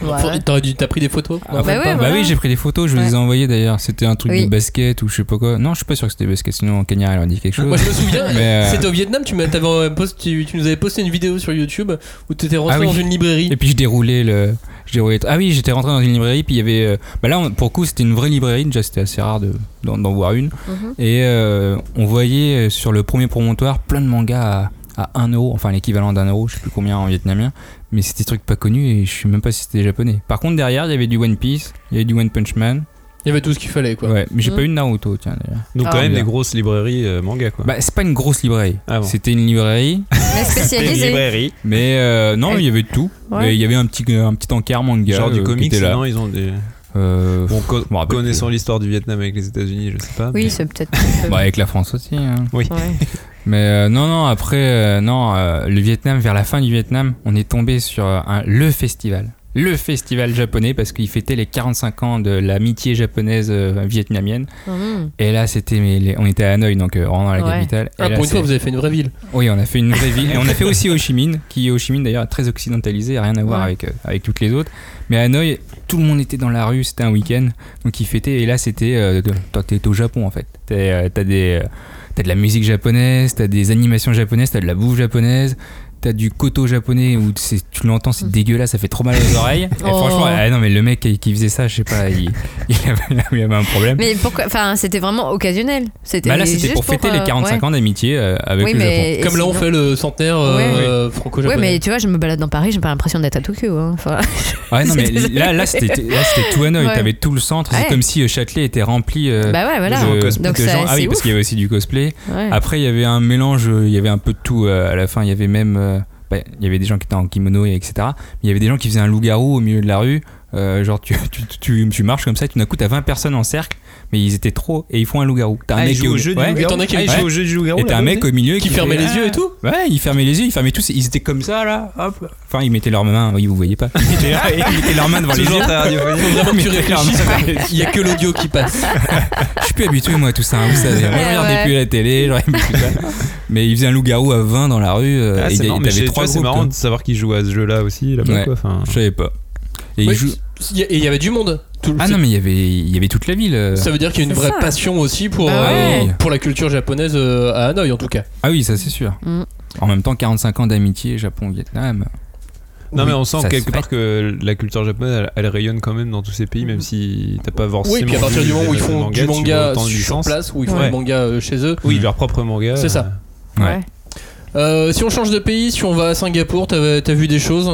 S1: Faut- t'aurais dû- T'as pris des photos
S10: Ah, bah, bah oui, j'ai pris des photos, je vous
S1: Ouais.
S10: les ai envoyées d'ailleurs. C'était un truc
S1: Oui.
S10: de basket ou je sais pas quoi. Non, je suis pas sûr que c'était basket, sinon Kenya elle aurait dit quelque chose.
S1: Moi je me souviens,
S10: Mais, euh,
S1: c'était au Vietnam, tu, m'as- t'avais, euh, post- tu, tu nous avais posté une vidéo sur YouTube où t'étais rentré
S10: Ah oui.
S1: dans une librairie.
S10: Et puis je déroulais le. Je déroulais... Ah oui, j'étais rentré dans une librairie, puis il y avait. euh, Bah là, on- pour le coup, c'était une vraie librairie, déjà c'était assez rare de- d'en d'en voir une.
S11: Mhm.
S10: Et euh, on voyait euh, sur le premier promontoire plein de mangas à, à 1 euro, enfin l'équivalent d'un euro, je sais plus combien en vietnamien, mais c'était des trucs pas connus et je sais même pas si c'était japonais. Par contre, derrière, il y avait du One Piece, il y avait du One Punch Man.
S1: Il y avait tout ce qu'il fallait quoi.
S10: Ouais, mais j'ai
S1: Mhm.
S10: pas eu de Naruto, tiens d'ailleurs.
S11: Donc, quand même, des
S10: Bizarre.
S11: grosses librairies euh, manga, quoi.
S10: Bah, c'est pas une grosse librairie.
S11: Ah
S10: C'était une librairie.
S12: Mais spécialisé.
S11: C'était une librairie.
S10: Mais euh, non, il y avait de tout.
S12: Ouais.
S10: Mais Il y avait un petit, un petit encart manga.
S11: Genre du
S10: euh, qui
S11: comics,
S10: était là.
S11: non, ils ont des.
S10: Euh,
S11: Bon, co-
S10: je me rappelle
S11: connaissant l'histoire du Vietnam avec les États-Unis, je sais pas.
S12: Oui,
S11: mais-
S12: c'est peut-être.
S10: Bah, avec la France aussi. hein.
S11: Oui.
S10: Mais euh, non, non, après, euh, non, euh, le Vietnam, vers la fin du Vietnam, on est tombé sur euh, un- le festival. Le festival japonais, parce qu'il fêtait les 45 ans de l'amitié japonaise euh, vietnamienne.
S1: Mhm.
S10: Et là, c'était, mais les- on était à Hanoï, donc euh, vraiment dans la
S1: Ouais.
S10: capitale.
S1: Ah,
S10: Et là,
S1: pour une fois,
S10: c'est-
S1: vous avez fait une vraie ville.
S10: Oui, on a fait une vraie ville. Et on a fait aussi Ho Chi Minh, qui Ho Chi Minh d'ailleurs est très occidentalisé, rien à voir
S1: Ouais.
S10: avec, euh, avec toutes les autres. Mais à Hanoï, tout le monde était dans la rue, c'était un week-end, donc ils fêtaient. Et là, c'était. euh, de- toi, T'es au Japon en fait. T'es, euh, T'as des, euh, t'as de la musique japonaise, t'as des animations japonaises, t'as de la bouffe japonaise. T'as du koto japonais où c'est- tu l'entends, c'est dégueulasse, ça fait trop mal aux oreilles. Et
S12: Mm. Oh.
S10: franchement, ah non, mais le mec qui, qui faisait ça, je sais pas, il, il avait, il avait un problème.
S12: Mais pourquoi Enfin, c'était vraiment occasionnel. C'était
S10: Bah là, c'était
S12: juste
S10: pour fêter
S12: euh,
S10: les 45
S12: ouais.
S10: ans d'amitié euh, avec
S12: Oui,
S10: le
S12: mais-
S10: Japon.
S12: Comme là, on sinon- fait
S1: le centenaire euh,
S12: Ouais,
S1: franco-japonais.
S12: mais tu vois, je me balade dans Paris, j'ai pas l'impression d'être à Tokyo. hein. Enfin,
S10: Ouais, non, mais
S12: c'est-
S10: là, là c'était là, c'était tout Hanoï.
S12: Ouais.
S10: T'avais tout le centre.
S12: Ouais.
S10: C'est comme si euh, Châtelet était rempli euh,
S12: Bah ouais, voilà.
S10: de,
S12: Donc
S10: de
S12: ça,
S10: gens. Ah
S12: c'est
S10: oui, parce Ah,
S12: ouf.
S10: qu'il y avait aussi du cosplay.
S12: Ouais.
S10: Après, il y avait un mélange. euh, Il y avait un peu de tout euh, à la fin. Il y avait même. euh, bah, Il y avait des gens qui étaient en kimono, et etc. Mais il y avait des gens qui faisaient un loup-garou au milieu de la rue. Euh, genre, tu, tu, tu, tu marches comme ça, et tout d'un coup, t'as 20 personnes en cercle, mais ils étaient trop, et ils font un loup-garou. T'as un
S11: Ah, ils
S10: mec
S11: jouent au jeu du
S10: ouais.
S11: loup-garou.
S10: T'en as qui-
S11: Ah, ils
S10: ouais.
S11: jouent au jeu du loup-garou,
S10: Et t'as un
S11: là-bas,
S10: mec
S11: oui.
S10: au milieu
S11: Qui fermait les
S10: Ah.
S11: yeux et tout.
S10: Ouais, ils fermaient les yeux, ils fermaient tous, ils étaient comme ça, là, hop. Enfin, ils mettaient leurs mains, oui, vous voyez pas. Ils mettaient, ils mettaient leurs mains devant les
S1: Toujours
S10: yeux.
S1: très radiophonique. Faut vraiment que tu
S10: Ils mettaient leurs
S1: réfléchisses,
S10: mains
S1: quoi.
S10: devant les
S1: Il y a
S10: yeux.
S1: que l'audio qui passe.
S10: Je suis plus habitué, moi, à tout ça, hein, vous
S11: Eh
S10: savez. Moi, je
S1: Ouais,
S10: regardais
S1: ouais.
S10: plus la télé, je regardais plus ça. Mais ils faisaient un loup-garou à 20 dans la rue, euh,
S11: Ah,
S10: et il
S11: c'est
S10: y a-
S11: marrant,
S10: t'avais
S11: mais chez
S10: trois
S11: toi, c'est
S10: groupes,
S11: marrant
S10: toi.
S11: de savoir qu'ils jouent à ce jeu-là aussi, là-bas,
S10: Ouais.
S11: quoi. Enfin,
S10: Je savais pas. Et
S1: Ouais,
S10: ils jouent.
S1: Il y a- Et il y avait du monde. Tout-
S10: Ah non, mais il y avait, il y avait toute la ville. euh.
S1: Ça veut dire qu'il y a une
S10: C'est
S1: vraie
S10: ça.
S1: passion aussi pour,
S10: Bah
S1: euh,
S10: ouais.
S1: pour la culture japonaise euh, à Hanoï en tout cas.
S10: Ah oui, ça c'est sûr.
S12: Mm.
S10: En même temps, 45 ans d'amitié Japon-Vietnam.
S11: Non,
S10: Oui,
S11: mais on sent
S10: ça
S11: quelque
S10: se
S11: part que la culture japonaise, elle, elle rayonne quand même dans tous ces pays, même si t'as pas forcément.
S1: Oui, puis à partir
S11: vu
S1: du moment où
S11: de-
S1: ils
S11: de
S1: font du
S11: tu vois
S1: manga
S11: autant de
S1: sur
S11: licences.
S1: place, où ils font
S11: Ouais.
S1: du manga euh, chez eux.
S11: Oui, leur propre manga.
S1: C'est ça.
S10: Ouais.
S1: Euh, si on change de pays, si on va à Singapour, t'as t'as vu des choses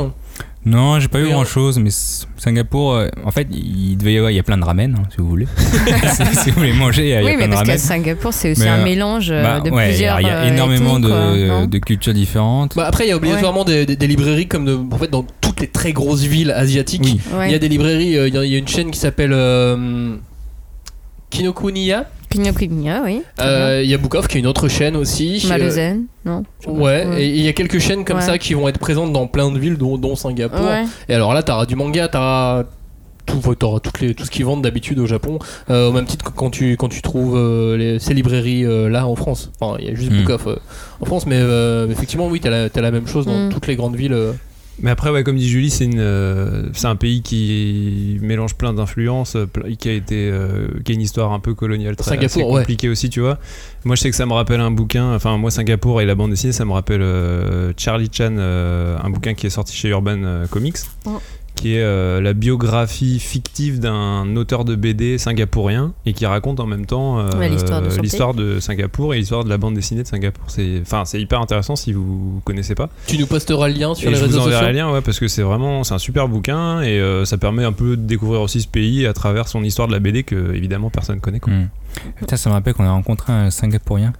S10: Non, j'ai pas
S1: Oui,
S10: vu
S1: hein.
S10: grand chose, mais S- Singapour, euh, en fait, il devait y avoir, il y a plein de ramen, hein, si vous voulez. si, si vous voulez manger, il y
S12: oui,
S10: a plein
S12: mais
S10: de
S12: parce
S10: ramen.
S12: qu'à Singapour, c'est aussi
S10: Mais,
S12: un
S10: euh,
S12: mélange euh,
S10: bah,
S12: de
S10: ouais,
S12: plusieurs.
S10: alors, Il y a
S12: euh,
S10: énormément
S12: ethnies, quoi,
S10: de,
S12: non
S10: de cultures différentes.
S1: Bah après, il y a obligatoirement des, des- des librairies comme de- en fait, dans toutes les très grosses villes asiatiques. Il y
S12: Ouais.
S1: a des librairies, euh, il y, a- il y a une chaîne qui s'appelle euh, Kinokuniya.
S12: Kinokuniya, oui.
S10: Ah
S12: très bien.
S1: Euh, Il y a Book Off qui est une autre chaîne aussi. Euh,
S12: Malaisen, non
S1: Ouais, et il y a quelques chaînes comme
S12: Ouais.
S1: ça qui vont être présentes dans plein de villes, dont, dont Singapour.
S12: Ouais.
S1: Et alors là, t'auras du manga, t'auras tout, ouais, t'auras toutes les, tout ce qu'ils vendent d'habitude au Japon, euh, au même titre que quand tu, quand tu trouves euh, les- ces librairies euh, là en France. Enfin, il y a juste
S11: Mm.
S1: Book Off euh, en France, mais euh, effectivement, oui, t'as la, t'as la même chose dans
S11: Mm.
S12: Hmm.
S1: toutes les grandes villes. euh.
S11: Mais après, ouais, comme dit Julie, c'est une, euh, c'est un pays qui mélange plein d'influences, euh, plein- qui a été, euh, qui a une histoire un peu coloniale très
S1: Singapour,
S11: assez
S1: ouais.
S11: compliquée aussi, tu vois. Moi, je sais que ça me rappelle un bouquin. Enfin, moi, Singapour et la bande dessinée, ça me rappelle euh, Charlie Chan, euh, un bouquin qui est sorti chez Urban euh, Comics,
S12: Oh.
S11: qui est euh, la biographie fictive d'un auteur de BD singapourien et qui raconte en même temps euh,
S12: Ouais, l'histoire de son
S11: l'histoire de Singapour et l'histoire de la bande dessinée de Singapour. C'est, enfin, c'est hyper intéressant si vous connaissez pas.
S1: Tu nous posteras le lien sur
S11: Et
S1: les
S11: je
S1: réseaux
S11: vous enverrai
S1: sociaux.
S11: le lien, ouais, parce que c'est vraiment c'est un super bouquin et euh, ça permet un peu de découvrir aussi ce pays à travers
S10: Hmm.
S11: son histoire de la BD que évidemment personne connaît. Quoi.
S10: Putain, ça me rappelle qu'on a rencontré un Singapourien,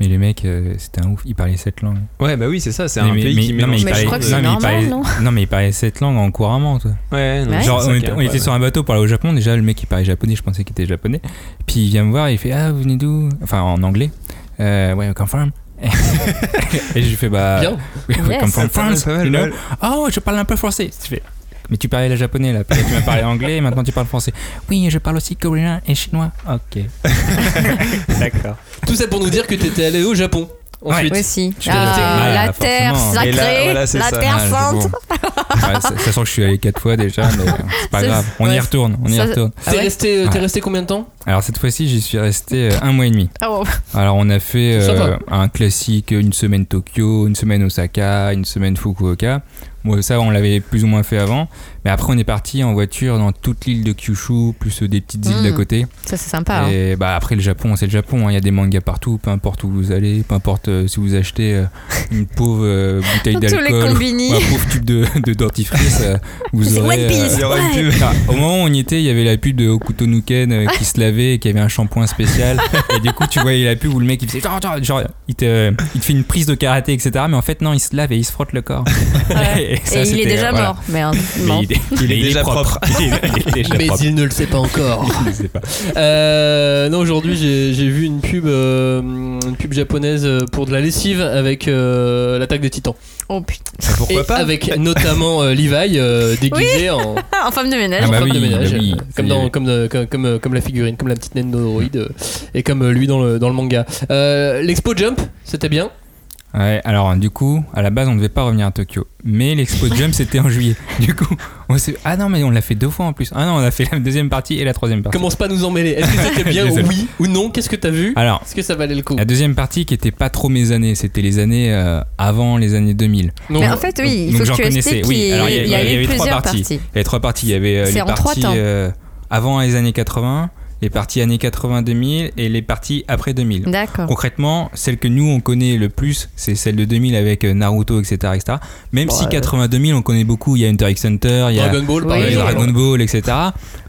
S10: Mais les mecs, euh, c'était un ouf, ils parlaient sept langues.
S11: Ouais, bah oui, c'est ça, c'est
S10: Mais-
S11: un
S10: mais-
S11: pays
S10: mais-
S11: qui
S10: non, mais
S11: mélange
S10: ils parlaient- non, mais ils parlaient- non, mais ils parlaient sept langues en couramment, toi.
S11: Ouais, non,
S12: Ouais.
S10: Genre,
S11: c'est
S10: on était,
S11: ça qui est
S10: on était
S11: incroyable.
S10: sur un bateau pour aller au Japon. Déjà, le mec, il parlait japonais, je pensais qu'il était japonais. Puis il vient me voir, il fait Ah, vous venez d'où Enfin, en anglais. Euh, where you come from Et je lui fais Bah,
S1: Bien.
S10: where you
S12: Yes.
S10: come from
S11: Pas mal,
S10: France.
S11: pas mal,
S10: you know
S11: pas mal.
S10: Oh, je parle un peu français. Tu fais, mais tu parlais la japonais là, Après, tu m'as parlé anglais et maintenant tu parles français. Oui, je parle aussi coréen et chinois. Ok. D'accord.
S1: Tout ça pour nous dire que t'étais allé au Japon. Ensuite.
S12: Oui, si.
S10: Je suis resté-
S12: Ah,
S10: voilà,
S12: la terre
S10: forcément.
S12: sacrée,
S11: Et là, voilà, c'est
S12: la
S11: ça.
S12: terre
S10: Ah,
S12: sainte.
S10: c'est bon. Ouais, ça- Sachant que je suis allé quatre fois déjà, mais c'est pas
S12: C'est-
S10: grave. On y
S12: ouais.
S10: retourne, on y
S12: Ça-
S10: retourne.
S12: Ah
S1: T'es
S12: ouais
S1: resté, t'es
S10: Ouais.
S1: resté combien de temps
S10: Alors cette fois-ci, j'y suis resté euh, un mois et demi.
S12: Ah bon.
S10: Alors on a fait
S1: C'est
S10: euh,
S1: sympa.
S10: un classique, une semaine Tokyo, une semaine Osaka, une semaine Fukuoka. Bon, ça on l'avait plus ou moins fait avant, mais après on est parti en voiture dans toute l'île de Kyushu, plus euh, des petites îles
S12: Mm.
S10: d'à côté.
S12: Ça, c'est sympa. hein.
S10: Et bah après le Japon, c'est le Japon, hein. il y a des mangas partout, peu importe où vous allez, peu importe euh, si vous achetez euh, une pauvre euh, bouteille
S12: Dans tous les
S10: d'alcool
S12: combini.
S10: ou un pauvre tube de, de dentifrice, euh, vous
S12: C'est One
S10: aurez...
S12: Piece,
S10: il y aura une pub. Enfin, au moment où on y était, il y avait la pub de Hokuto Nuken euh, qui se lavait et qui avait un shampoing spécial. et du coup, tu voyais la pub où le mec il faisait... Genre, genre, genre, il, te, il te fait une prise de karaté, etc. Mais en fait, non, il se lave et il se frotte le corps.
S12: Ouais.
S10: Et ça,
S12: Et il est
S10: c'était-
S12: déjà
S10: voilà.
S12: mort. Merde.
S10: Mais
S12: Non.
S10: il, est- mais il est
S11: déjà propre.
S10: il est déjà propre.
S1: il ne le sait pas encore.
S10: Je sais pas.
S1: Euh, non, aujourd'hui j'ai j'ai vu une pub, euh, une pub japonaise euh, pour de la lessive avec euh, l'attaque des titans.
S12: Oh putain.
S1: Et avec notamment euh, Levi euh, déguisé en, en
S12: En femme de ménage.
S10: Ah bah
S1: femme
S10: oui,
S1: de ménage.
S10: bah oui,
S1: euh, comme,
S10: ça y
S1: dans-
S10: est.
S1: comme, euh, comme, comme, euh, comme la figurine, comme la petite naine d'Odoroid euh, et comme euh, lui dans le, dans le manga. Euh, L'expo Jump, c'était bien.
S10: Ouais, alors du coup, à la base, on ne devait pas revenir à Tokyo. Mais l'expo de Jump, c'était en juillet. Du coup, on s'est. Ah non, mais on l'a fait deux fois en plus. Ah non, on a fait la deuxième partie et la troisième partie.
S1: Commence pas à nous emmêler. Est-ce que c'était bien
S10: Désolé.
S1: oui ou non Qu'est-ce que t'as vu
S10: Alors,
S1: Est-ce que ça valait le coup
S10: la deuxième partie qui était pas trop mes années, c'était les années euh, avant les années 2000.
S1: Non,
S12: Mais en fait, oui, il
S10: Donc,
S12: faut que
S10: j'en
S12: tu
S10: connaissais,
S12: expliques
S10: oui.
S12: qu'il y
S10: Alors, il y
S12: a-
S10: a-
S12: il y
S10: il y
S12: a
S10: avait
S12: eu
S10: trois
S12: plusieurs
S10: parties.
S12: parties.
S10: Il y avait trois parties. Il y avait euh,
S12: C'est
S10: les
S12: en trois
S10: parties
S12: temps.
S10: euh, avant les années 80, les parties années 80-2000 et les parties après 2000.
S12: D'accord.
S10: Concrètement, celle que nous on connaît le plus, c'est celle de 2000 avec euh, Naruto, etc. etc. Même si 80-2000 on connaît beaucoup, il y a Hunter x Hunter, il y a
S1: Dragon Ball,
S12: Oui.
S10: il y a
S1: pareil.
S10: Dragon Ball, etc.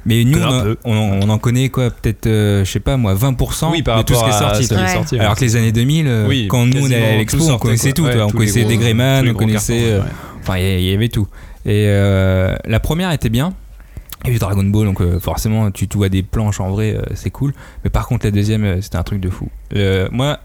S10: Mais nous
S11: Que un
S10: on,
S11: peu.
S10: on- on en connaît quoi, peut-être, euh, je sais pas moi, 20%
S11: Oui, par
S10: de tout ce
S11: rapport
S10: qui est
S11: à
S10: sorti.
S11: ce qui est
S12: Ouais.
S11: sorti, ouais.
S10: Alors que les années 2000, euh,
S11: Oui,
S10: quand nous on est
S11: quasiment
S10: à
S11: tout
S10: l'expo, on
S11: sortait,
S10: connaissait
S11: quoi.
S10: tout.
S11: Ouais,
S10: toi. on
S11: tous les
S10: connaissait
S11: gros-
S10: des Greyman,
S11: tous les
S10: on
S11: gros
S10: connaissait.
S11: cartons,
S10: euh,
S11: ouais.
S10: Enfin, il y, il y avait tout. Et euh, la première était bien. Il y a eu Dragon Ball, donc euh, forcément, tu, tu vois des planches en vrai, euh, c'est cool. Mais par contre, la deuxième, euh, c'était un truc de fou. Euh, moi,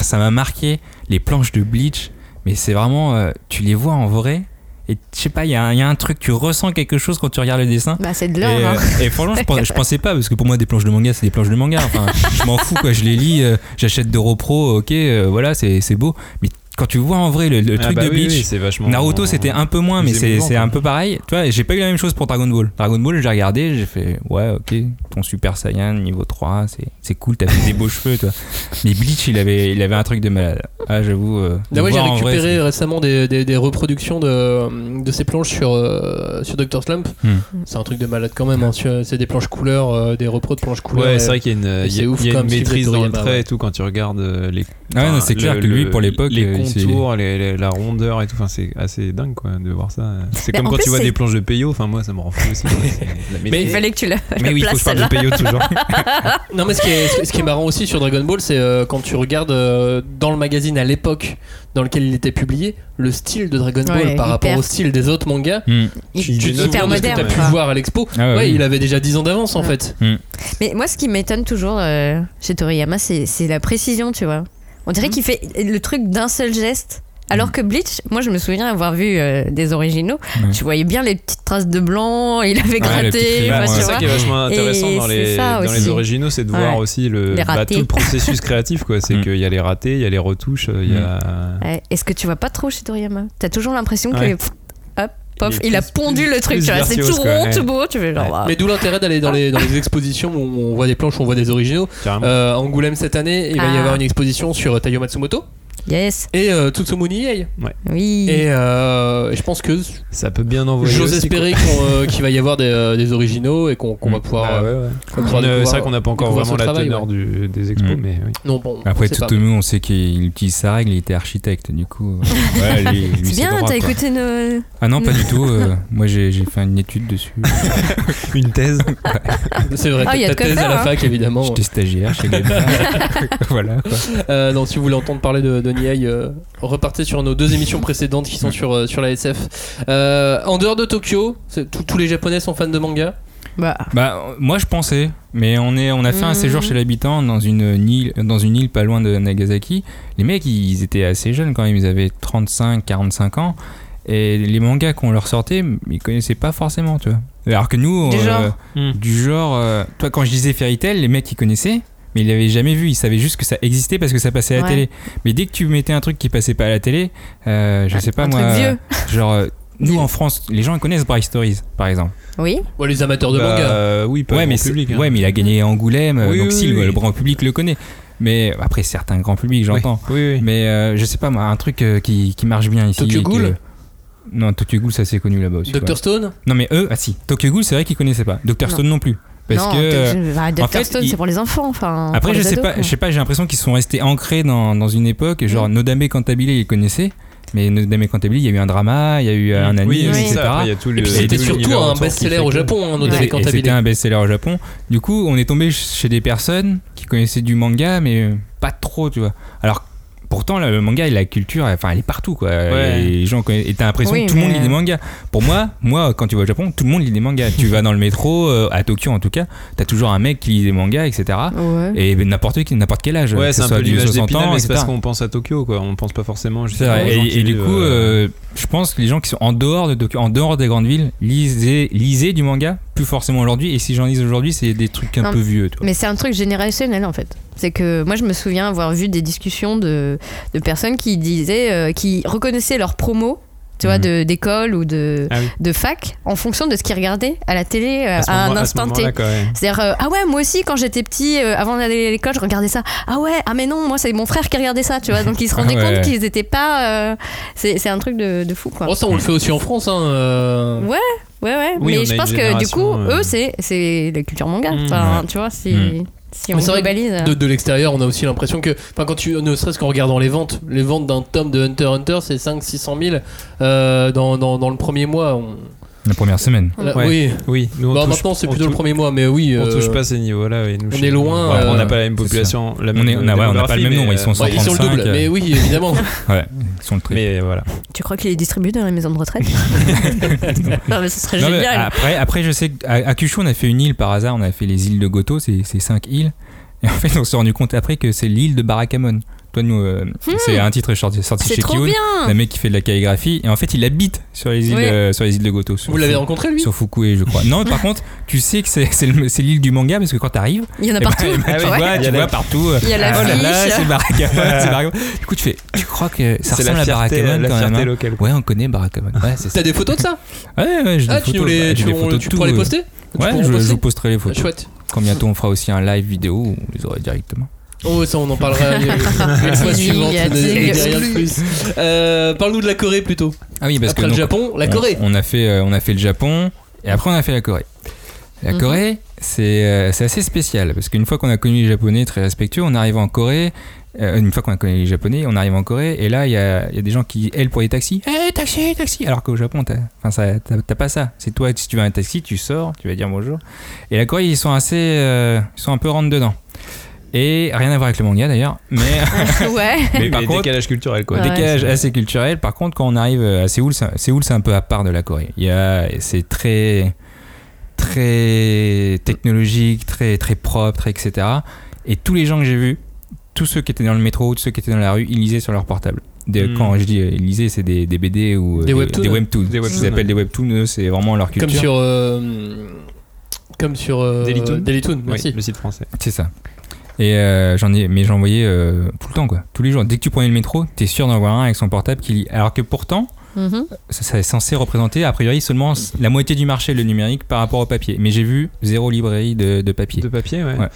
S10: ça m'a marqué les planches de Bleach, mais c'est vraiment, euh, tu les vois en vrai. Et je sais pas, il y, a un- il y a un truc, tu ressens quelque chose quand tu regardes le dessin.
S12: Bah, c'est de
S10: Et,
S12: l'or. hein.
S10: euh, et franchement, je pens- je pensais, pas, parce que pour moi, des planches de manga, c'est des planches de manga. Enfin, je m'en fous, quoi. Je les lis, euh, j'achète de repro, ok, euh, voilà, c'est c'est beau. Mais quand tu vois en vrai le, le
S11: Ah
S10: truc
S11: bah
S10: de
S11: oui,
S10: Bleach,
S11: oui, c'est vachement.
S10: Naruto, c'était un peu moins, mais
S11: C'est
S10: c'est
S11: émouvant,
S10: c'est un
S11: quoi.
S10: peu pareil. Tu vois, et j'ai pas eu la même chose pour Dragon Ball. Dragon Ball, j'ai regardé, j'ai fait, ouais, ok, ton Super Saiyan niveau 3, c'est- c'est cool, t'as fait des beaux cheveux, toi. Mais Bleach, il avait, il avait un truc de malade. Ah, j'avoue. euh,
S1: Ah ouais,
S10: le
S1: j'ai
S10: voir en vrai,
S1: récupéré récemment des, des- des reproductions de, de ces planches sur, euh, sur Dr. Slump.
S10: Hmm.
S1: C'est un truc de malade quand même. hein. Sur- C'est des planches couleurs, euh, des repros de planches couleurs.
S11: Ouais,
S1: Et-
S11: c'est vrai qu'il y a une, il y
S1: c'est
S11: a-
S1: ouf
S11: il y a
S1: comme
S11: une
S1: style de
S11: maîtrise dans le
S1: Toriyama, ouais.
S11: trait et tout quand tu regardes euh, les.
S10: Ah ouais, non,
S11: enfin,
S10: c'est
S11: le-
S10: clair que lui,
S11: le-
S10: pour l'époque,
S11: Les
S10: euh, c'est-
S11: contours, les- les- la rondeur et tout, enfin, c'est assez dingue quoi de voir ça. C'est
S12: Mais
S11: comme
S12: en
S11: quand
S12: plus,
S11: tu vois
S12: c'est-
S11: des planches de Peyo, enfin moi ça me rend fou aussi. quoi. C'est la
S12: Il
S10: Hmm.
S11: maîtrise.
S12: fallait que tu la
S10: Mais
S12: la
S10: oui, il faut que
S12: places
S10: je parle de
S12: là.
S11: Peyo toujours.
S1: Non, mais ce qui, est, ce qui est marrant aussi sur Dragon Ball, c'est euh, quand tu regardes euh, dans le magazine à l'époque dans lequel il était publié, le style de Dragon Ball
S12: Ouais,
S1: par rapport
S12: hyper.
S1: au style des autres mangas.
S10: Hmm.
S11: Il
S1: Tu
S11: est
S1: te
S11: noté,
S1: souviens de ce que
S12: moderne,
S1: t'as pu
S12: quoi. Ah.
S1: voir à l'expo
S10: Ah ouais,
S1: Ouais,
S10: oui.
S1: il avait déjà 10 ans d'avance en fait.
S12: Mais moi, ce qui m'étonne toujours euh, chez Toriyama, c'est c'est la précision, tu vois. On
S10: Mhm.
S12: dirait qu'il fait le truc d'un seul geste. Alors que Bleach, moi je me souviens avoir vu euh, des originaux,
S10: Ouais.
S12: tu voyais bien les petites traces de blanc, il avait
S10: Ah, les petites
S12: gratté,
S10: flammes,
S12: enfin,
S10: ouais.
S12: tu
S11: C'est
S12: vois.
S11: ça qui est vachement
S12: Et
S11: intéressant dans
S12: c'est
S11: les,
S12: ça
S11: dans
S12: aussi.
S11: les originaux, c'est de voir
S12: Ouais.
S11: aussi le,
S12: Les
S11: bah,
S12: ratés.
S11: tout le processus créatif. quoi. C'est
S10: Mm.
S11: qu'il y a les ratés, il y a les retouches, il y a.
S12: Ouais, Est-ce que tu vois pas trop chez Toriyama T'as toujours l'impression que.
S11: Ouais.
S12: pff, Hop, pof,
S11: Il est
S12: il, a
S11: plus-
S12: pondu le truc,
S11: plus
S12: tu vois. C'est tout
S11: virtuose, quoi,
S12: rond,
S11: ouais.
S12: tout beau, tu veux genre.
S11: Ouais.
S12: waouh.
S1: Mais d'où l'intérêt d'aller dans les, dans les expositions où on
S10: Ah
S1: voit des planches, où on voit des originaux.
S11: Carrément.
S1: Euh, Angoulême cette année, il va y
S12: Ah.
S1: avoir une exposition sur Taiyo Matsumoto.
S12: Yes.
S1: Et euh, Tsutsumuni Yei.
S12: Oui.
S1: Et euh, je pense que
S11: ça peut bien envoyer.
S1: J'ose
S11: aussi,
S1: espérer
S11: quoi.
S1: qu'on, euh, qu'il va y avoir des, euh, des originaux et qu'on qu'on va pouvoir.
S11: Ah ouais,
S1: euh,
S11: ouais.
S1: qu'on va pouvoir
S11: On, euh,
S1: découvrir-
S11: C'est vrai qu'on n'a pas encore
S1: découvrir
S11: vraiment
S1: ce
S11: la
S1: travail,
S11: teneur
S1: ouais.
S11: du- des expos,
S10: Mm.
S11: mais oui.
S1: Non, bon.
S10: Après,
S1: on sait pas.
S10: Tutumu, on sait qu'il utilise sa règle, il était architecte, du coup. euh, ouais, lui- lui,
S12: C'est bien,
S10: droit,
S12: t'as
S10: quoi.
S12: écouté nos.
S10: Ah non, pas du tout. euh, moi, j'ai j'ai fait une étude dessus.
S11: Une thèse
S1: C'est vrai,
S12: Ah, il y a
S1: ta
S12: de quoi
S1: thèse à
S12: faire,
S1: la
S12: hein.
S1: fac, évidemment.
S10: J'étais stagiaire chez Gamma. voilà, quoi.
S1: Euh, non, si vous voulez entendre parler de, de Nihei, euh, repartez sur nos deux émissions précédentes qui sont sur, euh, sur la SF. Euh, en dehors de Tokyo, c'est- tous- tous les Japonais sont fans de manga.
S12: Bah,
S10: Bah, moi, je pensais, mais on, est, on a fait
S12: Mmh.
S10: un séjour chez l'habitant dans une, euh, île, dans une île pas loin de Nagasaki. Les mecs, ils étaient assez jeunes quand même, ils avaient 35, 45 ans. Et les mangas qu'on leur sortait, ils connaissaient pas forcément, tu vois. Alors que nous,
S12: Du
S10: euh,
S12: genre.
S11: Mm.
S10: du genre, euh, toi, quand je disais Fairy Tail, les mecs, ils connaissaient. Mais ils l'avaient jamais vu, ils savaient juste que ça existait parce que ça passait à la
S12: Ouais.
S10: télé. Mais dès que tu mettais un truc qui passait pas à la télé, euh, je sais pas
S12: Ah, un
S10: moi.
S12: truc vieux.
S10: Genre, euh, nous en France, les gens ils connaissent Bright Stories par exemple.
S12: Oui.
S1: Ouais, les amateurs de
S11: Bah,
S1: manga.
S11: euh, oui, pas
S10: Ouais
S11: le
S10: mais,
S11: grand public.
S10: c'est-
S11: hein.
S10: ouais, mais il a gagné à Angoulême, euh,
S11: Oui,
S10: donc
S11: oui,
S10: si le-
S11: oui.
S10: le grand public le connaît. Mais après, certains grands publics, j'entends.
S11: Oui, oui.
S10: Mais euh, je sais pas, moi, un truc euh, qui, qui marche bien ici.
S1: Tokyo
S10: et que-
S1: Ghoul
S10: Non, Tokyo Ghoul, ça c'est connu là-bas aussi. quoi.
S1: Dr Stone
S10: Non, mais eux, ah si, Tokyo Ghoul, c'est vrai qu'ils connaissaient pas. Dr
S12: Non.
S10: Stone non plus. Parce
S12: non,
S10: que. euh,
S12: Dr. Bah, Dr.
S10: en fait,
S12: Stone,
S10: il-
S12: c'est pour les enfants, enfin. pour
S10: Après, je
S12: les
S10: sais
S12: ados,
S10: pas,
S12: quoi. Mm.
S10: je sais pas, j'ai l'impression qu'ils sont restés ancrés dans, dans une époque. Genre, Nodame Cantabile, ils connaissaient. Mais Nodame Cantabile, il y a eu un drama, il y a eu euh, un anime,
S11: oui,
S12: oui.
S11: c'est
S10: etc.
S11: ça. Après, il y a tout le-
S1: Et puis
S11: il y a
S1: c'était
S11: tout
S1: surtout
S11: l'univers
S1: un
S11: autour qui
S1: best-seller
S11: fait
S1: au
S11: que-
S1: Japon, hein, nos
S12: Ouais.
S1: amis
S10: Et
S1: comptables.
S10: C'était un best-seller au Japon. Du coup, on est tombé ch- chez des personnes qui connaissaient du manga, mais euh, pas trop, tu vois. Alors, pourtant, là, le manga et la culture, enfin, elle est partout, quoi.
S11: Ouais.
S10: Et Les gens connaissent. Et t'as l'impression
S12: Oui,
S10: que tout le monde
S12: mais- euh,
S10: lit des mangas. Pour moi, moi, quand tu vas au Japon, tout le monde lit des mangas. tu vas dans le métro, euh, à Tokyo en tout cas, t'as toujours un mec qui lit des mangas, etc.
S12: Ouais.
S10: Et n'importe qui, n'importe quel âge. que
S11: Ouais, c'est
S10: ce
S11: un
S10: soit
S11: peu
S10: du
S11: l'image
S10: 60
S11: d'Épinal,
S10: ans,
S11: mais c'est
S10: etc.
S11: parce qu'on pense à Tokyo, quoi. On pense pas forcément
S10: C'est
S11: justement
S10: vrai.
S11: aux gens
S10: Et,
S11: qui
S10: et du
S11: vivent,
S10: coup,
S11: euh,
S10: euh, je pense que les gens qui sont en dehors de Tokyo, en dehors des grandes villes, lisez, lisez du manga, plus forcément aujourd'hui. Et si j'en lis aujourd'hui, c'est des trucs un
S12: Non,
S10: peu vieux. tu vois.
S12: Mais c'est un truc générationnel en fait. C'est que moi je me souviens avoir vu des discussions de, de personnes qui disaient, euh, qui reconnaissaient leurs promos, tu vois,
S10: Mhm.
S12: de- d'école ou de,
S11: Ah oui.
S12: de fac en fonction de ce qu'ils regardaient à la télé euh,
S11: à ce
S12: à, un
S11: moment- à ce
S12: instant T.
S11: moment-là, quoi, ouais.
S12: C'est-à-dire, euh, ah ouais, moi aussi, quand j'étais petit, euh, avant d'aller à l'école, je regardais ça. Ah ouais, ah mais non, moi, c'est mon frère qui regardait ça, tu vois. Donc, ils se rendaient
S10: Ah ouais.
S12: compte qu'ils étaient pas. euh, c'est c'est un truc de, de fou, quoi.
S1: Oh, ça, on le fait aussi en France. Hein, euh.
S12: Ouais, ouais, ouais.
S11: Oui, on a
S12: mais je
S11: une
S12: pense que du coup,
S11: génération, euh,
S12: eux, c'est c'est la culture manga.
S11: Mm.
S12: Enfin, tu vois, si,
S10: Mm.
S12: si on
S1: Mais c'est vrai que
S12: globalise. euh,
S1: De, de l'extérieur, on a aussi l'impression que, enfin, quand tu, ne serait-ce qu'en regardant les ventes, les ventes d'un tome de Hunter x Hunter, c'est 500-600 000 euh, dans, dans, dans le premier mois. on-
S10: La première semaine.
S1: Là,
S11: Ouais.
S1: Oui,
S11: Oui, nous on
S1: Bah,
S11: touche-
S1: maintenant c'est
S11: on
S1: plutôt le
S11: touche-
S1: premier mois, mais oui.
S11: On
S1: euh,
S11: touche pas ces niveaux-là. oui, nous,
S1: on
S11: chez
S1: est
S11: nous.
S1: loin,
S11: Ouais,
S1: euh,
S11: on n'a pas la même
S10: c'est
S11: population. la
S10: On
S11: même
S10: est- on a- ouais, on n'a pas le
S11: démographie,
S10: même nombre,
S11: mais,
S10: ils sont
S11: euh,
S1: bah, ils sont le
S10: 135,
S1: double,
S10: euh.
S1: mais oui, évidemment.
S10: Ouais, ils sont le truc.
S11: Mais voilà.
S12: Tu crois qu'il est distribué dans les maisons de retraite Non, mais ce serait
S10: Non, mais
S12: génial.
S11: ah,
S10: après, après, je sais qu'à à Kyushu, on a fait une île par hasard. On a fait les îles de Goto, c'est c'est cinq îles. Et en fait, on s'est rendu compte après que c'est l'île de Barakamon. Toi, nous, euh, c'est un titre sorti, sorti
S12: Hmm. c'est
S10: chez
S12: trop
S10: Kiyun.
S12: bien.
S10: Un mec qui fait de la calligraphie. Et en fait, il habite sur les îles,
S12: Oui.
S10: euh, sur les îles de Goto.
S1: Vous l'avez rencontré lui
S10: Sur Fukue, je crois. Non, par contre, tu sais que c'est c'est le- c'est l'île du manga parce que quand t'arrives,
S12: Il y en a
S10: eh ben,
S12: partout.
S10: eh ben, tu
S12: Ouais.
S10: vois, tu vois partout. euh,
S12: Il y a
S11: Ah,
S12: la
S10: oh là là,
S12: fiche.
S10: c'est Barakamon, c'est Barakamon. Du coup, tu fais, tu crois que ça
S11: C'est la
S10: ressemble à
S11: fierté, la-
S10: Barakamon
S11: la
S10: quand même
S11: fierté
S10: hein
S11: locale.
S10: Ouais, on connaît Barakamon. Ouais, c'est ça.
S1: T'as des photos de ça
S10: Ouais, ouais, j'ai
S1: Ah,
S10: des
S1: tu
S10: photos.
S1: nous les,
S10: ouais, j'ai
S1: tu,
S10: des
S1: on-
S10: photos de
S1: tu
S10: tout,
S1: pourras les
S10: euh.
S1: poster Tu
S10: Ouais,
S1: pourras
S10: je, je
S1: poster
S10: vous posterai les photos.
S1: Chouette.
S10: Quand bientôt on fera aussi un live vidéo, où vous les aurez directement.
S1: Oh, ça, on en parlera une fois
S12: Teasing,
S1: suivante. Ne- ne
S12: teasing.
S1: dis rien de plus. Euh, Parle-nous de la Corée plutôt.
S10: Ah oui, parce
S1: Après
S10: que
S1: le
S10: donc,
S1: Japon, la
S10: on-
S1: Corée.
S10: On, a fait, euh, on a fait le Japon et après on a fait la Corée. La
S12: Mhm.
S10: Corée, c'est euh, c'est assez spécial parce qu'une fois qu'on a connu les Japonais très respectueux, on arrive en Corée. euh, une fois qu'on a connu les Japonais, on arrive en Corée et là il y a, il y a des gens qui aiment pour les taxis. Hé taxi, taxi Alors qu'au Japon, t'as enfin, ça- t'as- t'as pas ça. C'est toi, si tu veux un taxi, tu sors, tu vas dire bonjour. Et la Corée, ils sont assez. euh, ils sont un peu rentre dedans. Et rien à voir avec le manga d'ailleurs, mais.
S12: Ouais.
S10: Mais par
S11: les
S10: contre-
S11: décalages culturels, quoi.
S12: Ouais.
S10: décalage assez culturel. Par contre, quand on arrive euh, à Séoul, c'est- Séoul c'est un peu à part de la Corée. Il y a, c'est très, très technologique, très, très propre, très etc. Et tous les gens que j'ai vus, tous ceux qui étaient dans le métro, tous ceux qui étaient dans la rue, ils lisaient sur leur portable. Des-
S11: Hmm.
S10: Quand je dis euh, ils lisaient, c'est des, des BD ou euh,
S1: Des webtoons.
S10: Des webtoons.
S11: Des
S10: Ce qu'ils
S11: webtoons,
S10: appellent des webtoons, eux, c'est vraiment leur culture.
S1: Comme sur. euh, Comme sur. euh,
S11: Dailytoon
S1: Dailytoon,
S11: Oui,
S1: merci.
S11: le site français.
S10: C'est ça. Et euh, j'en ai, mais j'en voyais euh, tout le temps quoi, tous les jours. Dès que tu prenais le métro, t'es sûr d'en voir un avec son portable qui lit. Alors que pourtant,
S11: Ah
S12: Mhm.
S10: ça, ça est censé représenter a priori seulement s- la moitié du marché le numérique par rapport au papier. Mais j'ai vu zéro librairie de, de papier.
S11: De papier, ouais.
S10: Ouais.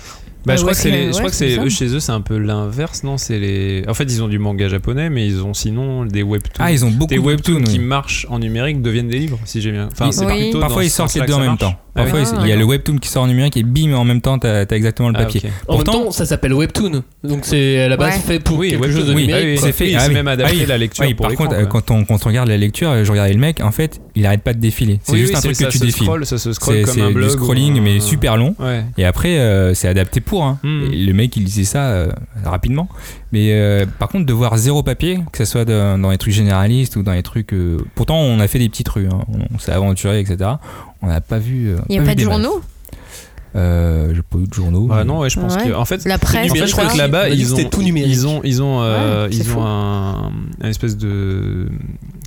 S11: Bah, je crois
S12: Ouais,
S11: que c'est
S12: ouais,
S11: les- je crois
S12: ouais,
S11: que c'est
S12: ça.
S11: eux chez eux c'est un peu l'inverse non c'est les en fait ils ont du manga japonais mais ils ont sinon des webtoons
S10: Ah, ils ont beaucoup
S11: des
S10: de
S11: webtoons,
S10: webtoons,
S11: qui
S10: oui.
S11: marchent en numérique deviennent des livres si j'ai bien enfin c'est
S10: Oui.
S11: plutôt dans
S10: Parfois, ils
S11: ce
S10: sortent les
S11: sens-là
S10: deux en
S11: que ça
S10: même
S11: marche.
S10: temps.
S11: Ah oui.
S10: Parfois, ils- il y a le webtoon qui sort en numérique et bim, en même temps, t'as t'as exactement le
S11: Ah,
S10: papier.
S11: ok.
S1: En
S10: Pourtant-
S1: même temps, ça s'appelle webtoon. Donc c'est à la base
S11: Ouais.
S1: fait pour
S11: Oui,
S1: quelque
S11: webtoon.
S1: chose de
S11: Oui,
S1: numérique.
S11: oui, oui,
S1: quoi.
S11: c'est fait.
S1: Oui,
S11: Ah
S1: c'est
S11: oui.
S1: même adapté
S11: Ah oui.
S1: la lecture
S10: Oui,
S1: pour
S10: par
S1: l'écran,
S10: contre, euh,
S1: ouais.
S10: quand on, quand on se regarde la lecture, euh, je regardais le mec, en fait, il arrête pas de défiler. C'est
S11: Oui,
S10: juste
S11: oui,
S10: un
S11: c'est-
S10: truc que
S11: ça
S10: tu
S11: se
S10: défiles.
S11: scrolle, ça se scrolle
S10: C'est-
S11: comme
S10: c'est
S11: un
S10: du
S11: blog ou
S10: scrolling,
S11: un-
S10: mais super long.
S11: Ouais.
S10: Et après, euh, c'est adapté pour. hein.
S11: Hmm.
S10: Et le mec, il lisait ça euh, rapidement. Mais euh, par contre, de voir zéro papier, que ce soit dans dans les trucs généralistes ou dans les trucs. euh, Pourtant, on a fait des petites rues, hein. on, on s'est aventuré, etc. On n'a pas vu. euh,
S12: Il y a
S10: vu
S12: pas de
S10: des masses.
S12: journaux
S10: Euh, J'ai pas eu de journaux.
S11: Bah
S10: mais-
S11: non, ouais, je pense
S12: Ouais.
S11: que en fait,
S12: La presse,
S11: numérique,
S12: tout
S11: je crois
S12: ça.
S11: que
S1: On
S11: là-bas
S1: a dit
S11: ils
S1: que
S11: ont,
S1: c'était tout numérique.
S11: ils ont, ils ont, euh,
S12: Ouais, c'est
S11: ils
S12: fou.
S11: ont un, un espèce de,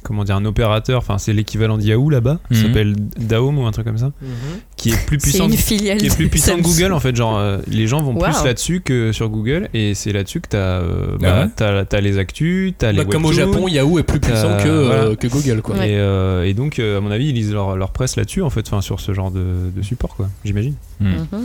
S11: comment dire, un opérateur. Enfin, c'est l'équivalent de Yahoo là-bas. Ça
S10: Mhm.
S11: s'appelle Daom ou un truc comme ça,
S1: Mhm.
S11: qui est plus
S12: C'est
S11: puissant,
S12: une
S11: que-
S12: filiale
S11: qui est plus
S12: de
S11: puissant que
S12: Samsung.
S11: Google en fait. Genre, euh, les gens vont plus
S12: Waouh.
S11: là-dessus que sur Google, et c'est là-dessus que t'as, euh, bah,
S1: ouais
S11: t'as, t'as les actus, t'as Ah, les
S1: Bah, comme au
S11: webtoons,
S1: Japon, Yahoo est plus
S11: t'as-
S1: puissant que, euh,
S11: voilà.
S1: que Google. Quoi.
S11: Et, euh, et donc, euh, à mon avis, ils lisent leur, leur presse là-dessus, en fait, enfin, sur ce genre de, de support, quoi. J'imagine.
S10: hmm.
S12: Hmm. Mm-hmm.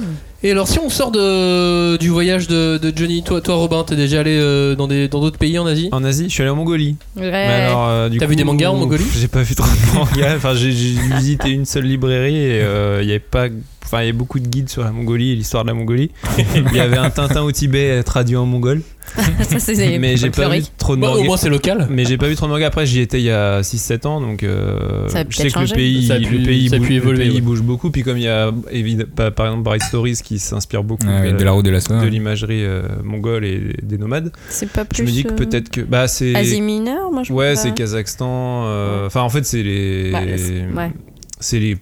S1: Et alors, si on sort de, du voyage de, de Johnny, toi, toi Robin, t'es déjà allé euh, dans des- dans d'autres pays en Asie
S11: En Asie, je suis allé en Mongolie.
S12: Ouais.
S11: Mais alors, euh, du
S1: T'as
S11: coup,
S1: vu des mangas en Mongolie
S11: pff, J'ai pas vu trop de mangas. Enfin, j'ai j'ai visité une seule librairie et euh, il y avait pas. Enfin, il y avait beaucoup de guides sur la Mongolie et l'histoire de la Mongolie. Il y avait un Tintin au Tibet euh, traduit en mongol.
S12: Ça, c'est
S11: mais j'ai pas vu
S12: folklorique.
S11: trop de
S1: Bah,
S11: mangas.
S1: au moins, c'est local.
S11: Mais j'ai pas vu trop de mangas. Après, j'y étais il y a 6-7 ans, donc euh,
S12: Ça a
S11: je sais
S12: peut-être
S11: que le
S12: changé.
S11: pays,
S1: Ça a pu-
S11: le pays,
S1: ça a
S11: bouge,
S1: pu
S11: le
S1: évoluer,
S11: pays
S1: ouais.
S11: bouge beaucoup. Puis comme il y a évid- bah, par par exemple Bright Stories qui s'inspire beaucoup
S10: Ah ouais, de la route de la soie.
S11: de l'imagerie euh, mongole et des nomades,
S12: C'est pas plus.
S11: je me dis que
S12: euh,
S11: peut-être que bah c'est
S12: Asie mineure, moi je
S11: Ouais,
S12: crois.
S11: c'est Kazakhstan. euh, Enfin, en fait, c'est les.
S12: Bah, c'est- ouais.
S11: C'est les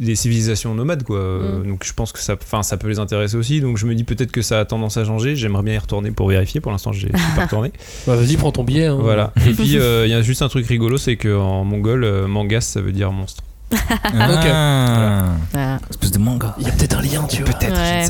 S11: les civilisations nomades quoi Euh,
S12: Mm.
S11: donc je pense que ça enfin ça peut les intéresser aussi donc je me dis peut-être que ça a tendance à changer j'aimerais bien y retourner pour vérifier pour l'instant j'ai je suis pas retourné
S1: Bah, vas-y, prends ton billet. hein.
S11: voilà et puis euh, il y a juste un truc rigolo c'est que en mongol euh, mangas ça veut dire monstre
S10: Ah,
S12: Ah.
S10: Espèce de manga.
S1: Il y a peut-être un lien, tu vois.
S12: Ouais.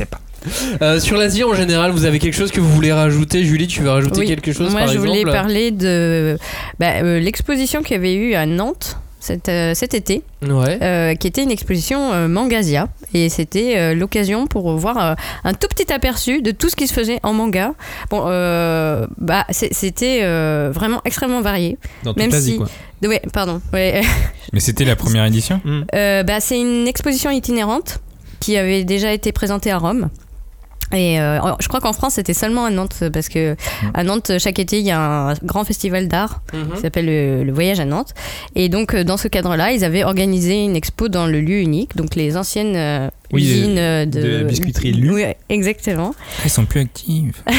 S1: Euh, sur l'Asie en général, vous avez quelque chose que vous voulez rajouter Julie, tu veux rajouter
S12: Oui.
S1: quelque chose
S12: Moi,
S1: par
S12: je
S1: exemple
S12: voulais parler de bah, euh, l'exposition qu'il y avait eu à Nantes cet, euh, cet été,
S1: Ouais.
S12: euh, qui était une exposition euh, Mangasia. Et c'était euh, l'occasion pour voir euh, un tout petit aperçu de tout ce qui se faisait en manga. Bon, euh, bah, c'est- c'était euh, vraiment extrêmement varié.
S11: dans toute
S12: Même
S11: l'Asie
S12: si-
S11: quoi
S12: Ouais, pardon. Ouais.
S10: Mais c'était la première édition
S12: Euh, bah, C'est une exposition itinérante qui avait déjà été présentée à Rome. Et euh, alors, je crois qu'en France, c'était seulement à Nantes, parce
S11: Mmh.
S12: que à Nantes, chaque été, il y a un grand festival d'art
S11: Mmh.
S12: qui s'appelle le, le Voyage à Nantes. Et donc, euh, dans ce cadre-là, ils avaient organisé une expo dans le lieu unique, donc les anciennes euh,
S11: Oui,
S12: usines euh,
S11: de
S12: de,
S11: la biscuiterie Lu.
S12: Oui, exactement.
S10: Ah, Ils sont plus actifs.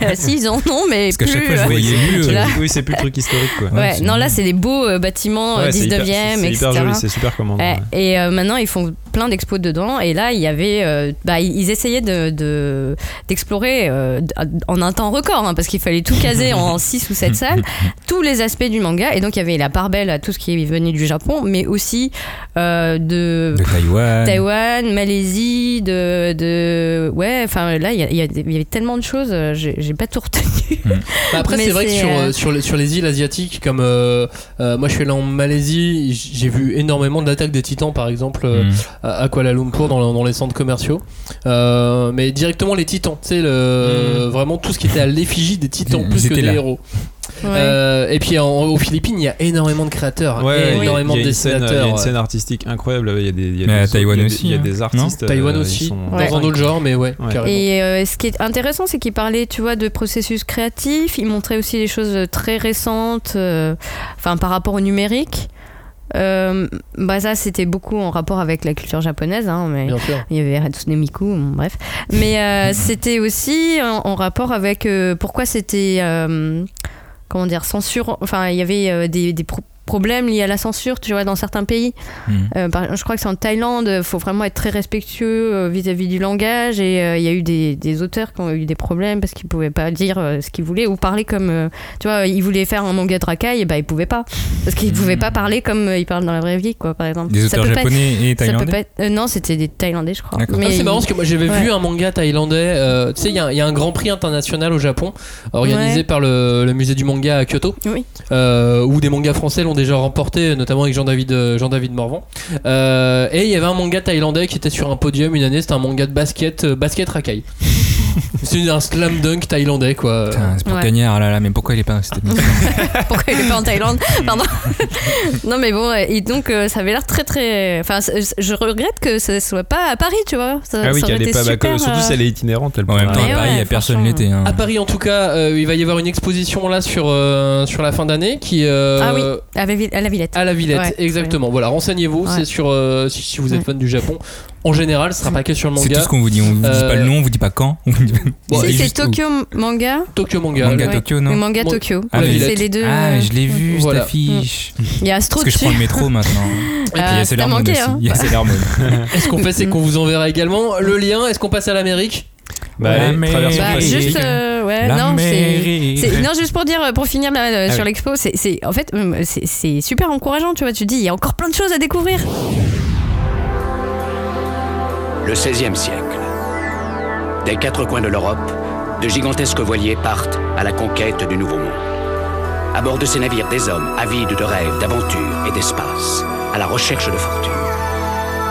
S12: Bah, si, ils en ont, mais
S10: Parce qu'à
S12: plus. euh,
S10: chaque fois, je voyais
S11: oui,
S10: mieux.
S11: c'est-
S12: Là.
S11: euh, oui c'est plus le truc historique quoi
S10: Ouais,
S12: Ouais,
S10: c'est
S12: non,
S10: bien.
S12: là, c'est des beaux euh, bâtiments euh,
S11: euh, Ouais, c'est
S12: 19e,
S11: hyper- c'est
S12: etc.
S11: hyper joli c'est super comment
S12: Ouais, Et euh, maintenant, ils font plein d'expos dedans. Et là, il y avait, euh, bah, ils ils essayaient de- de- d'explorer euh, d- en un temps record, hein, parce qu'il fallait tout caser en 6 ou 7 salles, tous les aspects du manga. Et donc, il y avait la part belle à tout ce qui venait du Japon, mais aussi euh, de
S10: De Taïwan.
S12: Taïwan, Malaisie, de, de... ouais, enfin là, il y, a- il y a- il y avait tellement de choses, euh, j'ai j'ai pas tout retenu.
S1: Bah, après,
S12: Mais
S1: c'est vrai que
S12: c'est,
S1: sur,
S12: euh,
S1: euh, sur, les, sur les îles asiatiques, comme euh, euh, moi je suis allé en Malaisie, j- j'ai vu énormément d'attaques des titans par exemple euh,
S10: Mm.
S1: à à Kuala Lumpur dans, dans les centres commerciaux. Euh, mais directement les titans, tu sais,
S11: Mm.
S1: le, vraiment tout ce qui était à l'effigie des titans
S10: Ils
S1: plus que
S10: étaient
S1: des
S10: là.
S1: héros.
S12: Ouais.
S1: Euh, et puis en- aux Philippines, il y a énormément de créateurs,
S11: Ouais, il y a-
S1: énormément
S11: il y a
S1: de
S11: une scène- euh,
S1: dessinateurs. euh,
S11: Il y a une scène artistique incroyable. Il y a des, il y a
S10: Mais à
S11: des-
S10: Taïwan
S11: il y a des-
S10: aussi,
S11: Il y a
S10: hein.
S11: des artistes.
S1: Taïwan
S11: euh, ils
S1: aussi,
S11: sont-
S1: dans
S12: Ouais.
S1: un autre genre, mais ouais,
S11: Ouais.
S1: carrément.
S12: Et euh, ce qui est intéressant, c'est qu'il parlait, tu vois, de processus créatif. Il montrait aussi des choses euh, très récentes, euh, enfin par rapport au numérique. Euh, bah ça, c'était beaucoup en rapport avec la culture japonaise, hein, mais
S1: Bien sûr.
S12: il y avait Hatsune Miku, bon, bref. Mais euh, c'était aussi en, en rapport avec euh, pourquoi c'était, euh, comment dire, censure. Enfin, il y avait euh, des, des pro- problèmes liés à la censure, tu vois, dans certains pays.
S10: Mhm.
S12: Euh, par- je crois que c'est en Thaïlande, il faut vraiment être très respectueux euh, vis-à-vis du langage. Et euh, il y a eu des, des auteurs qui ont eu des problèmes parce qu'ils pouvaient pas dire euh, ce qu'ils voulaient ou parler comme. euh, tu vois, ils voulaient faire un manga de racaille, et bah ils pouvaient pas. Parce qu'ils pouvaient pas parler comme euh, ils parlent dans la vraie vie, quoi, par exemple.
S10: Mm. Des
S12: Ça
S10: auteurs
S12: peut pas-
S10: japonais et
S12: ça peut
S10: thaïlandais.
S12: pas être- euh, non, c'était des Thaïlandais, je crois.
S10: D'accord.
S1: Ah,
S12: Mais
S1: c'est marrant parce que moi j'avais
S12: Ouais.
S1: vu un manga thaïlandais. euh, tu sais, il y, a un- il y a un grand prix international au Japon organisé
S12: Ouais.
S1: par le, le musée du manga à Kyoto.
S12: Oui.
S1: euh, où des mangas français l'ont déjà remporté, notamment avec Jean-David Jean -David Morvan. Euh, et il y avait un manga thaïlandais qui était sur un podium une année. C'était un manga de euh, basket, euh, basket racaille. C'est un slam dunk thaïlandais, quoi.
S10: c'est pour Cagnard, ah là là, mais pourquoi il est pas dans cette émission
S12: Pourquoi il est pas en Thaïlande Pardon. non, mais bon, et donc euh, ça avait l'air très très. Enfin, c'est- je regrette que ça soit pas à Paris, tu vois. Ça,
S11: Ah oui,
S12: ça aurait
S11: qu'elle est
S12: été
S11: pas à
S12: super,
S11: Bacolo, surtout
S12: euh,
S11: si elle est itinérante. Elle
S10: En même temps,
S12: Mais
S10: à Paris, il
S12: ouais,
S10: n'y a personne l'été. hein.
S1: À Paris, en tout cas, euh, il va y avoir une exposition là sur, euh, sur la fin d'année qui. euh,
S12: Ah oui, à la, Ville- à la Villette.
S1: À la Villette,
S12: Ouais,
S1: exactement. Voilà, renseignez-vous,
S12: Ouais.
S1: c'est sur euh, si, si vous êtes
S12: Ouais.
S1: fan du Japon. En général, ce sera pas que sur le manga.
S10: C'est tout ce qu'on vous dit. On vous dit pas
S1: Euh,
S10: le nom, on vous dit pas quand. on vous dit pas-
S1: bon,
S12: Si,
S1: et
S12: c'est
S1: juste-
S12: Tokyo Manga.
S1: Tokyo Manga.
S10: Manga
S1: le-
S12: Ouais.
S10: Tokyo, Euh, non
S12: Le Manga
S1: Mon-
S12: Tokyo.
S1: Ah,
S10: mais-
S1: la
S12: c'est
S1: Villette.
S12: les deux. Mm.
S10: Ah,
S12: euh,
S10: je l'ai vu,
S1: Voilà.
S10: cette affiche.
S12: Il y a Astro
S10: Parce que je prends le
S12: dessus.
S10: métro maintenant. Et puis il y
S12: Ah,
S10: a
S12: t'as
S10: Sailor Moon
S12: manqué,
S10: aussi.
S12: hein.
S10: Il y a Sailor Moon.
S1: Et ce qu'on fait, c'est qu'on vous enverra également le lien. Est-ce qu'on passe à l'Amérique
S11: Bah, allez,
S10: Ouais,
S11: traversons
S10: mais-
S11: le
S12: Bah,
S11: Pacifique.
S12: juste, euh, ouais,
S10: La
S12: non, c'est,
S10: mairie.
S12: c'est- non, juste pour dire, euh, pour finir là, euh,
S10: Ah
S12: sur
S10: oui.
S12: l'expo, c'est, c'est- en fait, euh, c'est, c'est super encourageant, tu vois. Tu te dis, il y a encore plein de choses à découvrir.
S8: Le XVIe siècle. Des quatre coins de l'Europe, de gigantesques voiliers partent à la conquête du Nouveau Monde. À bord de ces navires, des hommes avides de rêves, d'aventures et d'espace, à la recherche de fortune.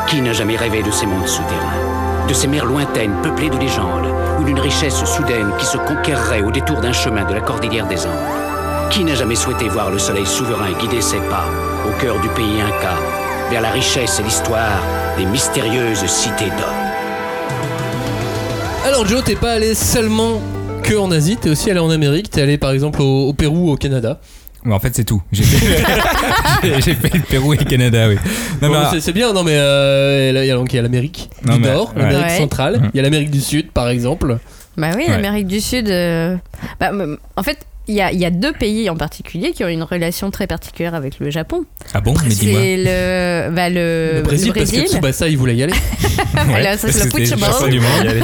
S8: Qui n'a jamais rêvé de ces mondes souterrains, de ces mers lointaines peuplées de légendes, ou d'une richesse soudaine qui se conquerrait au détour d'un chemin de la cordillère des Andes Qui n'a jamais souhaité voir le soleil souverain guider ses pas au cœur du pays Inca, vers la richesse et l'histoire des mystérieuses cités d'or
S1: Alors, Joe, t'es pas allé seulement que en Asie, t'es aussi allé en Amérique. T'es allé par exemple au, au Pérou, au Canada.
S10: Mais en fait, c'est tout. J'ai fait... j'ai fait le Pérou et le Canada, oui. Non,
S1: Bon,
S10: mais-
S1: c'est- c'est bien, non mais euh, là, il y a donc il y a l'Amérique
S10: Ah, bah. Non,
S1: du
S10: mais-
S1: Nord,
S10: ouais. Hum.
S1: l'Amérique
S12: Ouais.
S1: centrale, il y a l'Amérique du Sud par exemple.
S12: Bah oui,
S10: Ouais.
S12: l'Amérique du Sud. euh, bah, m- en fait, il y a, il y a deux pays en particulier qui ont une relation très particulière avec le Japon.
S10: Ah bon Mais dis-moi.
S12: C'est le, bah, le,
S1: Le Brésil, parce que Tsubasa il voulait y aller.
S12: Là, hein, ça,
S10: parce
S12: c'est la foutre,
S10: que c'était
S12: je sais
S10: champion
S12: pas.
S10: du monde.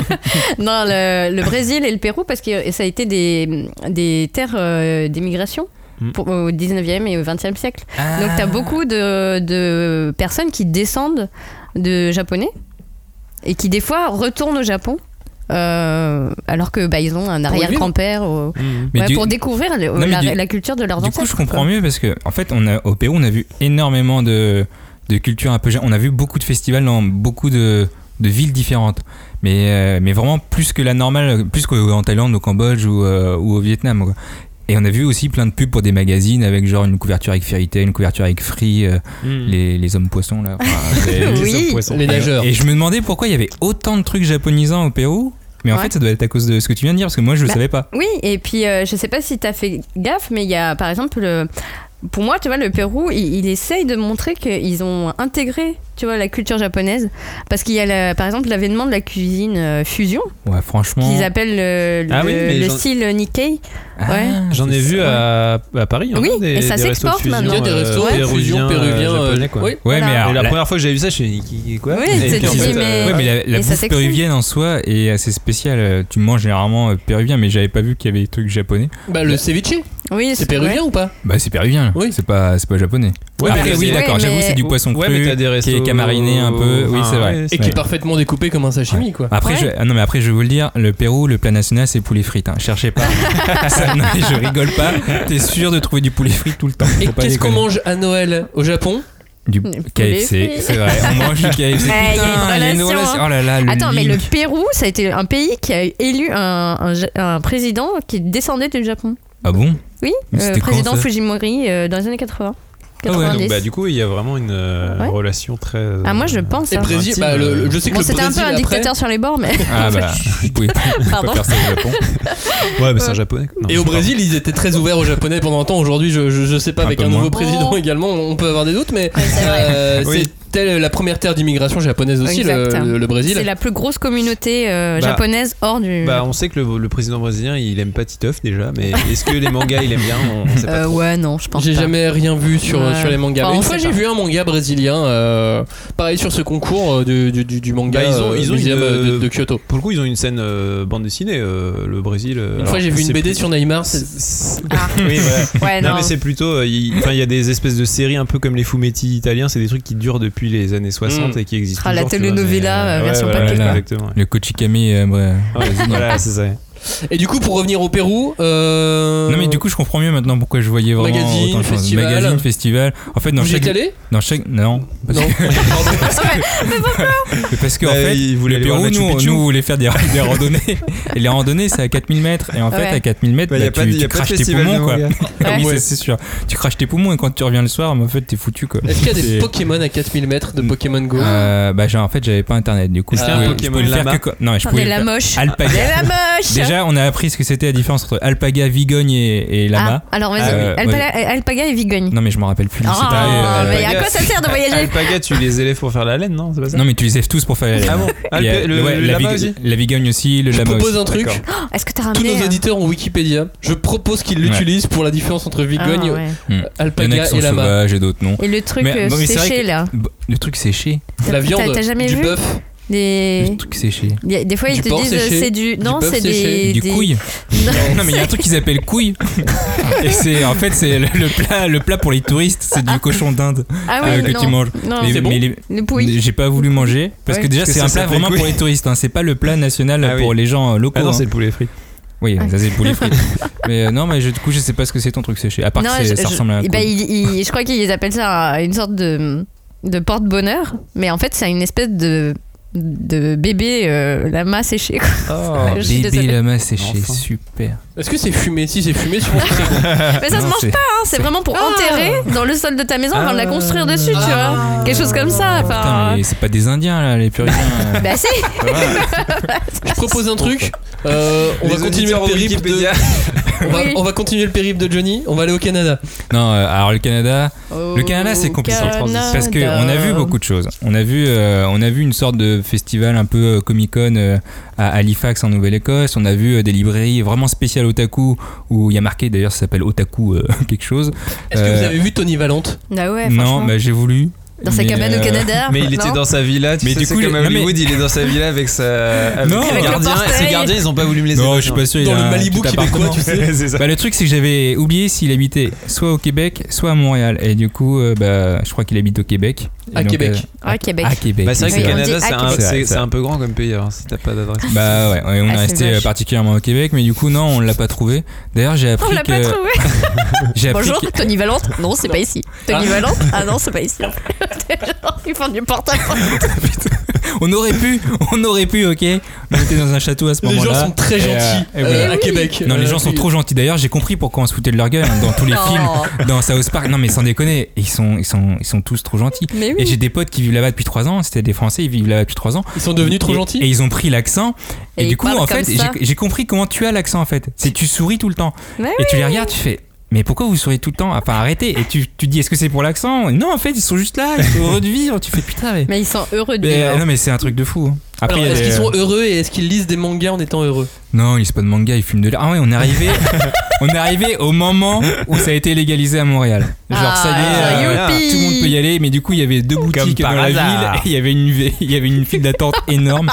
S12: non, le, le Brésil et le Pérou, parce que ça a été des, des terres euh, d'émigration.
S1: Hmm.
S11: Mm.
S12: pour- au 19e et au 20e siècle.
S10: Ah.
S12: Donc, tu as beaucoup de, de personnes qui descendent de japonais et qui, des fois, retournent au Japon. euh, alors que bah, ils ont un
S1: vivre.
S12: arrière-grand-père ou-
S10: Mais
S12: Ouais,
S10: du-
S12: pour découvrir le-
S10: Non, mais
S12: la,
S10: du-
S12: la culture de leurs
S10: Du
S12: ancêtres.
S10: coup, je comprends
S12: quoi.
S10: mieux parce que, en fait, on a, au Pérou, on a vu énormément de, de cultures un peu. On a vu beaucoup de festivals dans beaucoup de, de villes différentes. Mais, euh, mais vraiment plus que la normale, plus qu'en Thaïlande, au Cambodge ou, euh, ou au Vietnam. quoi. Et on a vu aussi plein de pubs pour des magazines avec genre une couverture avec Fairytale, une couverture avec Free, euh, les, les hommes poissons là. Enfin, c'est-
S12: Oui.
S1: Les nageurs.
S10: Et je me demandais pourquoi il y avait autant de trucs japonisants au Pérou. Mais en
S12: Ouais.
S10: fait, ça doit être à cause de ce que tu viens de dire, parce que moi, je le
S12: Bah,
S10: savais pas.
S12: Oui, et puis euh, je sais pas si t'as fait gaffe, mais il y a par exemple, le- pour moi, tu vois, le Pérou, il, il essaye de montrer qu'ils ont intégré, tu vois, la culture japonaise, parce qu'il y a, la- par exemple, l'avènement de la cuisine euh, fusion,
S10: Ouais, franchement.
S12: qu'ils appellent le,
S11: Ah oui,
S12: le-
S11: mais
S12: le
S11: j'en-
S12: style Nikkei.
S10: Ah,
S12: ouais.
S11: J'en ai
S10: c'est
S11: vu
S10: ça.
S11: à, à Paris. hein,
S12: Oui,
S11: des,
S12: et ça
S11: des restos de
S12: s'exporte
S11: fusion,
S12: maintenant.
S1: Il y a des
S11: euh,
S1: restos
S11: péruviens,
S1: fusion
S11: euh,
S1: péruvien. euh,
S11: japonais, quoi.
S1: oui.
S10: Ouais,
S12: Voilà.
S10: mais alors,
S11: Et la
S10: la-
S11: première fois que j'avais vu ça, je me suis dit, quoi
S12: Oui,
S11: Et
S12: c'est-
S11: puis, en
S12: tu
S11: fait,
S12: dis, mais-
S11: euh,
S10: Ouais, mais la, la
S12: Et ça
S10: bouffe
S12: s'exprime.
S10: péruvienne en soi est assez spéciale. Euh, Tu manges généralement euh, péruvien, mais j'avais pas vu qu'il y avait des trucs japonais.
S1: Bah le ceviche,
S12: Oui,
S1: c'est péruvien
S12: ouais.
S1: ou pas
S10: Bah, c'est péruvien,
S1: Oui.
S10: c'est pas, c'est pas japonais.
S11: Ouais,
S10: Après,
S11: mais
S10: oui,
S11: c'est-
S10: d'accord,
S12: ouais,
S10: j'avoue,
S12: mais-
S10: c'est du poisson
S11: Ouais, mais
S10: cru
S11: t'as des restos.
S10: qui est camariné un peu. Oui,
S11: Enfin,
S10: c'est vrai.
S11: ouais,
S1: Et
S10: Ouais.
S1: qui est parfaitement découpé comme un sashimi quoi.
S10: Après,
S12: Ouais.
S10: je, ah non, mais après, je vais vous le dire, le Pérou, le plat national, c'est poulet frites. hein. Cherchez pas. Ça, non, mais je rigole pas. T'es sûr de trouver du poulet frit tout le temps.
S1: Et
S10: Faut pas
S1: qu'est-ce qu'on
S10: déconner.
S1: mange à Noël au Japon
S10: Du
S12: Poulet
S10: KFC,
S12: frit.
S10: c'est vrai. On mange du
S12: Ouais, il
S10: KFC.
S12: y a une
S10: Putain, il y a une
S12: relation,
S10: relation.
S12: hein.
S10: Oh là là, le
S12: Attends, mais le
S10: link.
S12: Pérou, ça a été un pays qui a élu un, un ja- un président qui descendait du Japon.
S10: Ah bon
S12: Oui,
S10: Mais
S12: euh,
S10: c'était quand,
S12: président
S10: ça
S12: Fujimori euh, dans les années 80.
S10: Ah ouais, donc,
S12: 90.
S11: Donc, bah, du coup, il y a vraiment une euh,
S12: Ouais.
S11: relation très. euh,
S12: Ah, moi
S10: euh,
S12: je pense.
S1: Et
S12: hein.
S1: Brésil,
S11: Intime,
S1: bah, le- le- je sais que
S12: Bon,
S1: le
S12: c'était
S1: Brésil
S12: un peu un
S1: après-
S12: dictateur sur les bords, mais.
S10: Ah bah, vous pouvez pas, vous pouvez pas
S12: Pardon.
S10: faire ça au Japon.
S11: Ouais, mais c'est un japonais. quoi. Non,
S1: Et au
S11: c'est pas
S1: Brésil, ils étaient très ouverts aux Japonais pendant un temps. Aujourd'hui, je, je, je sais pas,
S10: Un
S1: avec
S10: peu
S1: un nouveau
S10: moins.
S1: président
S12: Oh.
S1: également, on peut avoir des doutes, mais
S12: c'est vrai.
S1: euh,
S11: Oui.
S1: c'était la première terre d'immigration japonaise aussi, le,
S12: Exact.
S1: le- le
S12: C'est
S1: Brésil.
S12: la plus grosse communauté euh,
S11: Bah,
S12: japonaise hors du.
S11: Bah, on sait que le, le président brésilien il aime pas Titeuf déjà, mais est-ce que les mangas il aime bien On on sait pas.
S12: Euh,
S11: trop.
S12: ouais, non, je pense
S1: J'ai
S12: pas.
S1: jamais rien vu sur,
S12: Ouais.
S1: sur les mangas.
S12: Enfin,
S1: Mais
S12: on
S1: une fois,
S12: sait
S1: j'ai
S12: pas.
S1: vu un manga brésilien, euh, pareil sur ce concours euh, du, du, du- du manga
S11: Bah, ils ont-
S1: euh,
S11: ils ont
S1: muséum,
S11: une,
S1: euh, de,
S11: euh,
S1: de Kyoto.
S11: Pour le coup, ils ont une scène euh, bande dessinée, euh, le Brésil. euh,
S1: Une
S11: alors,
S1: fois, j'ai vu une
S11: c'est
S1: BD
S11: plus-
S1: sur Neymar. c'est-
S11: c'est- c'est-
S12: Ah.
S11: Oui, voilà.
S12: Ouais,
S11: non,
S12: non.
S11: mais c'est plutôt. euh, il enfin, il y a des espèces de séries un peu comme les fumetti italiens, c'est des trucs qui durent depuis les années 60
S10: Mm.
S11: et qui existent.
S12: Ah, la
S11: toujours, tu vois,
S12: telenovela,
S11: mais,
S12: euh, version
S11: ouais,
S10: papier,
S11: voilà,
S10: quoi.
S11: Exactement. ouais.
S10: Le Kochikame, euh, ouais.
S11: Ouais, voilà, c'est ça.
S1: Et du coup, pour revenir au Pérou. euh,
S10: Non mais du coup je comprends mieux maintenant pourquoi je voyais vraiment
S1: Magazine,
S10: autant de choses.
S1: festival.
S10: Magazine, festival. En fait dans
S1: Vous y
S10: chaque
S1: êtes allé
S10: dans chaque non parce
S1: Non.
S10: que Mais parce que en fait
S11: Bah, il voulait
S10: le
S11: aller voir
S10: Pérou
S11: Machu
S10: nous,
S11: Picchu.
S10: nous on voulait faire des, des randonnées et les randonnées c'est à 4000 mètres et en fait
S11: Ouais.
S10: à 4000 mètres
S11: Bah, y
S10: bah,
S11: a pas de-
S10: tu,
S11: y
S10: tu
S11: a pas de
S10: craches tes
S11: festival de
S10: poumons quoi. Ah
S11: manga.
S10: oui
S11: Ouais.
S10: c'est- c'est sûr. Tu craches tes poumons et quand tu reviens le soir mais en fait t'es foutu quoi.
S1: Est-ce qu'il y a des
S10: C'est-
S1: Pokémon à 4000 mètres de Pokémon Go
S12: Ah,
S10: Euh, bah genre, en fait j'avais pas internet du coup
S1: Est-ce
S10: je
S1: qu'il y a un
S10: pouvais, je
S1: Pokémon
S10: pouvais le faire
S1: lama
S10: que quoi- non je
S12: Oh,
S10: pouvais
S12: des
S10: le faire-
S12: lamoches.
S10: alpaga
S12: Des lamoches.
S10: déjà on a appris ce que c'était la différence entre alpaga vigogne et, et lama
S12: Ah, alors vas-y,
S10: Euh,
S12: Alpaga,
S10: ouais.
S12: Alpaga et Vigogne.
S10: non mais je m'en rappelle plus
S12: Ah,
S10: c'est pareil, euh,
S12: mais à quoi ça sert de voyager
S11: Alpaga, tu les élèves pour faire la laine, non C'est pas ça
S10: non mais tu les lèves tous pour faire
S11: Ah bon
S10: Il y a-
S11: Alpa- le-
S10: ouais,
S11: le
S10: la,
S11: lama
S10: vig-
S11: aussi
S10: la vigogne aussi le
S1: Je
S10: lama
S1: propose
S10: aussi.
S1: un truc.
S10: D'accord.
S12: Oh, Est-ce que t'as
S1: Tous
S12: ramené
S1: nos
S12: euh,
S1: auditeurs ont Wikipédia. Je propose qu'ils l'utilisent pour la différence entre Vigogne,
S12: Ah, ouais.
S10: Hmm. Il y en a
S1: Alpaga
S10: qui sont
S1: et Lama.
S10: sauvages et d'autres non
S12: Et le truc
S10: Mais-
S12: euh,
S10: bon, mais c'est vrai
S12: séché
S10: que-
S12: là
S10: Bah, le truc séché
S1: La viande,
S12: T'as- T'as jamais
S1: du
S12: vu
S1: bœuf,
S12: Des...
S10: le truc séché
S12: Il y a- Des fois, ils
S1: Du
S12: te
S1: porc
S12: disent euh,
S1: séché,
S12: c'est du.
S1: du
S12: Non,
S1: bœuf
S12: c'est
S1: séché,
S12: des.
S10: du
S12: des-
S10: couille non mais il y a un truc qu'ils appellent couille et c'est en fait c'est le, le plat le plat pour les touristes c'est du cochon d'Inde
S12: Ah oui,
S10: euh, que
S12: non.
S10: tu manges
S12: Non.
S10: Mais-
S12: C'est bon
S10: mais les-
S12: Les pouilles.
S10: j'ai pas voulu manger parce
S12: Ouais.
S10: que déjà
S11: Parce que
S10: c'est
S11: ça
S10: un plat
S11: s'appelle
S10: vraiment pour
S11: couille.
S10: les touristes hein, c'est pas le plat national
S11: Ah oui.
S10: pour les gens euh, locaux
S11: Ah non,
S10: hein.
S11: c'est le poulet frit.
S10: oui ça c'est le poulet frit mais euh, non mais je- du coup je sais pas ce que c'est ton truc séché à part
S12: Non,
S10: que c'est-
S12: je-
S10: ça
S12: je-
S10: ressemble à un
S12: eh
S10: couille.
S12: ben, il- il- Je crois qu'ils appellent ça euh, une sorte de, de porte-bonheur, mais en fait, c'est une espèce de, de bébé euh, lama séché. quoi.
S11: Ah.
S10: Oh,
S12: Je suis
S10: bébé
S12: désolée.
S10: lama séché super
S1: Est-ce que c'est fumé Si c'est fumé, je pense que c'est bon.
S12: Mais ça
S10: Ah, Non,
S12: se mange
S10: c'est- Ah.
S12: pas, hein, c'est vraiment pour enterrer dans le sol de ta maison avant de la construire dessus, tu vois. Quelque chose comme ça.
S10: Ah. Putain,
S12: Enfin,
S10: mais c'est pas des indiens là les puritains là.
S12: bah si
S1: Je propose un truc. Euh, on,
S11: Les
S1: va continuer
S11: auditeurs
S1: le
S11: ont
S1: périple de...
S11: Wikipédia.
S1: on, va,
S12: Oui.
S1: on va continuer le périple de Johnny. On va aller au Canada.
S10: Non, euh, alors le Canada, le Canada c'est compliqué
S12: Canada.
S10: parce que on a vu beaucoup de choses. On a vu, euh, on a vu une sorte de festival un peu euh, Comic Con à Halifax en Nouvelle-Écosse. On a vu euh, des librairies vraiment spéciales otaku où il y a marqué d'ailleurs ça s'appelle otaku euh, quelque chose.
S1: Est-ce que
S10: Euh,
S1: vous avez vu Tony Valente
S12: Bah ouais,
S10: Non,
S12: franchement.
S10: bah j'ai voulu.
S12: Dans sa
S10: mais,
S12: cabane au
S10: euh,
S12: Canada.
S11: Mais il était
S12: non
S11: dans sa villa, tu
S10: Mais
S11: sais,
S10: du
S11: c'est
S10: coup,
S11: comme à
S10: non, mais-
S11: Hollywood, il est dans sa villa avec sa avec
S10: Non,
S11: ses
S10: avec le
S11: gardiens et ses
S12: portail.
S11: gardiens, ils ont pas voulu me les
S10: Non,
S11: avoir,
S10: je suis pas sûr. il
S1: Dans
S10: a
S1: le
S10: un
S1: Malibu
S10: petit
S1: québécois,
S10: appartement.
S1: tu sais.
S11: C'est ça.
S10: Bah, le truc, c'est que j'avais oublié s'il habitait soit au Québec, soit à Montréal. Et du coup, euh, bah, je crois qu'il habite au Québec. Et
S1: À
S10: donc,
S1: Québec.
S10: euh,
S12: Ah, Québec.
S10: à Québec.
S11: Bah, c'est vrai que
S12: Oui,
S11: le
S12: on
S11: Canada,
S12: dit
S11: c'est
S12: à
S11: un-
S12: Québec.
S11: c'est-
S10: C'est
S11: c'est
S10: vrai.
S11: un peu grand comme pays, alors si t'as pas d'adresse.
S10: Bah ouais, ouais, on
S12: Ah,
S10: est
S12: c'est
S10: resté euh,
S12: vache.
S10: particulièrement au Québec, mais du coup, non, on l'a pas trouvé. D'ailleurs, j'ai appris
S12: On l'a
S10: que.
S12: pas trouvé.
S10: J'ai appris
S12: Bonjour,
S10: que-
S12: Tony Valente. Non, c'est pas ici. Tony Valente. Ah non, c'est pas ici. Ils font du portable.
S10: On aurait pu, on aurait pu, ok. On était dans un château à ce
S1: Les
S10: moment-là.
S1: gens sont très
S10: Et, euh,
S1: gentils
S10: et
S12: Eh
S1: euh,
S10: voilà.
S1: à Québec.
S10: Non, les
S1: Euh,
S10: gens sont
S1: puis-
S10: trop gentils. D'ailleurs, j'ai compris pourquoi on se foutait de leur gueule hein, dans tous les
S12: Oh.
S10: films, dans South Park. Non, mais sans déconner, ils sont, ils sont, ils sont tous trop gentils.
S12: Mais oui.
S10: Et j'ai des potes qui vivent là-bas depuis 3 ans. C'était des Français, ils vivent là-bas depuis 3 ans.
S1: Ils sont devenus trop
S10: Et-
S1: gentils.
S10: Et ils ont pris l'accent.
S12: Et
S10: Et,
S12: ils
S10: du coup,
S12: parlent
S10: en
S12: comme
S10: fait, j'ai
S12: ça.
S10: j'ai compris comment tu as l'accent en fait. C'est tu souris tout le temps.
S12: Mais
S10: Et tu les regardes, tu fais. Mais pourquoi vous souriez tout le temps Enfin, arrêtez. Et tu, tu te dis, est-ce que c'est pour l'accent Non, en fait, ils sont juste là, ils sont heureux de vivre. Tu fais putain, mais.
S12: Mais ils sont heureux de
S10: Mais, euh,
S12: vivre.
S10: non, mais c'est un truc de fou. Après, euh,
S1: Alors,
S10: il y a
S1: est-ce
S10: des-
S1: qu'ils sont heureux et est-ce qu'ils lisent des mangas en étant heureux
S10: Non, ils lisent pas de manga, ils fument de l'air. Ah ouais, on est arrivé, on est arrivé au moment où ça a été légalisé à Montréal. Genre, ça y est, euh,
S12: Ah, youpi.
S10: tout le monde peut y aller, mais du coup, il y avait deux boutiques dans
S11: par
S10: la
S11: hasard.
S10: ville et il y avait une, vé- il y avait une file d'attente énorme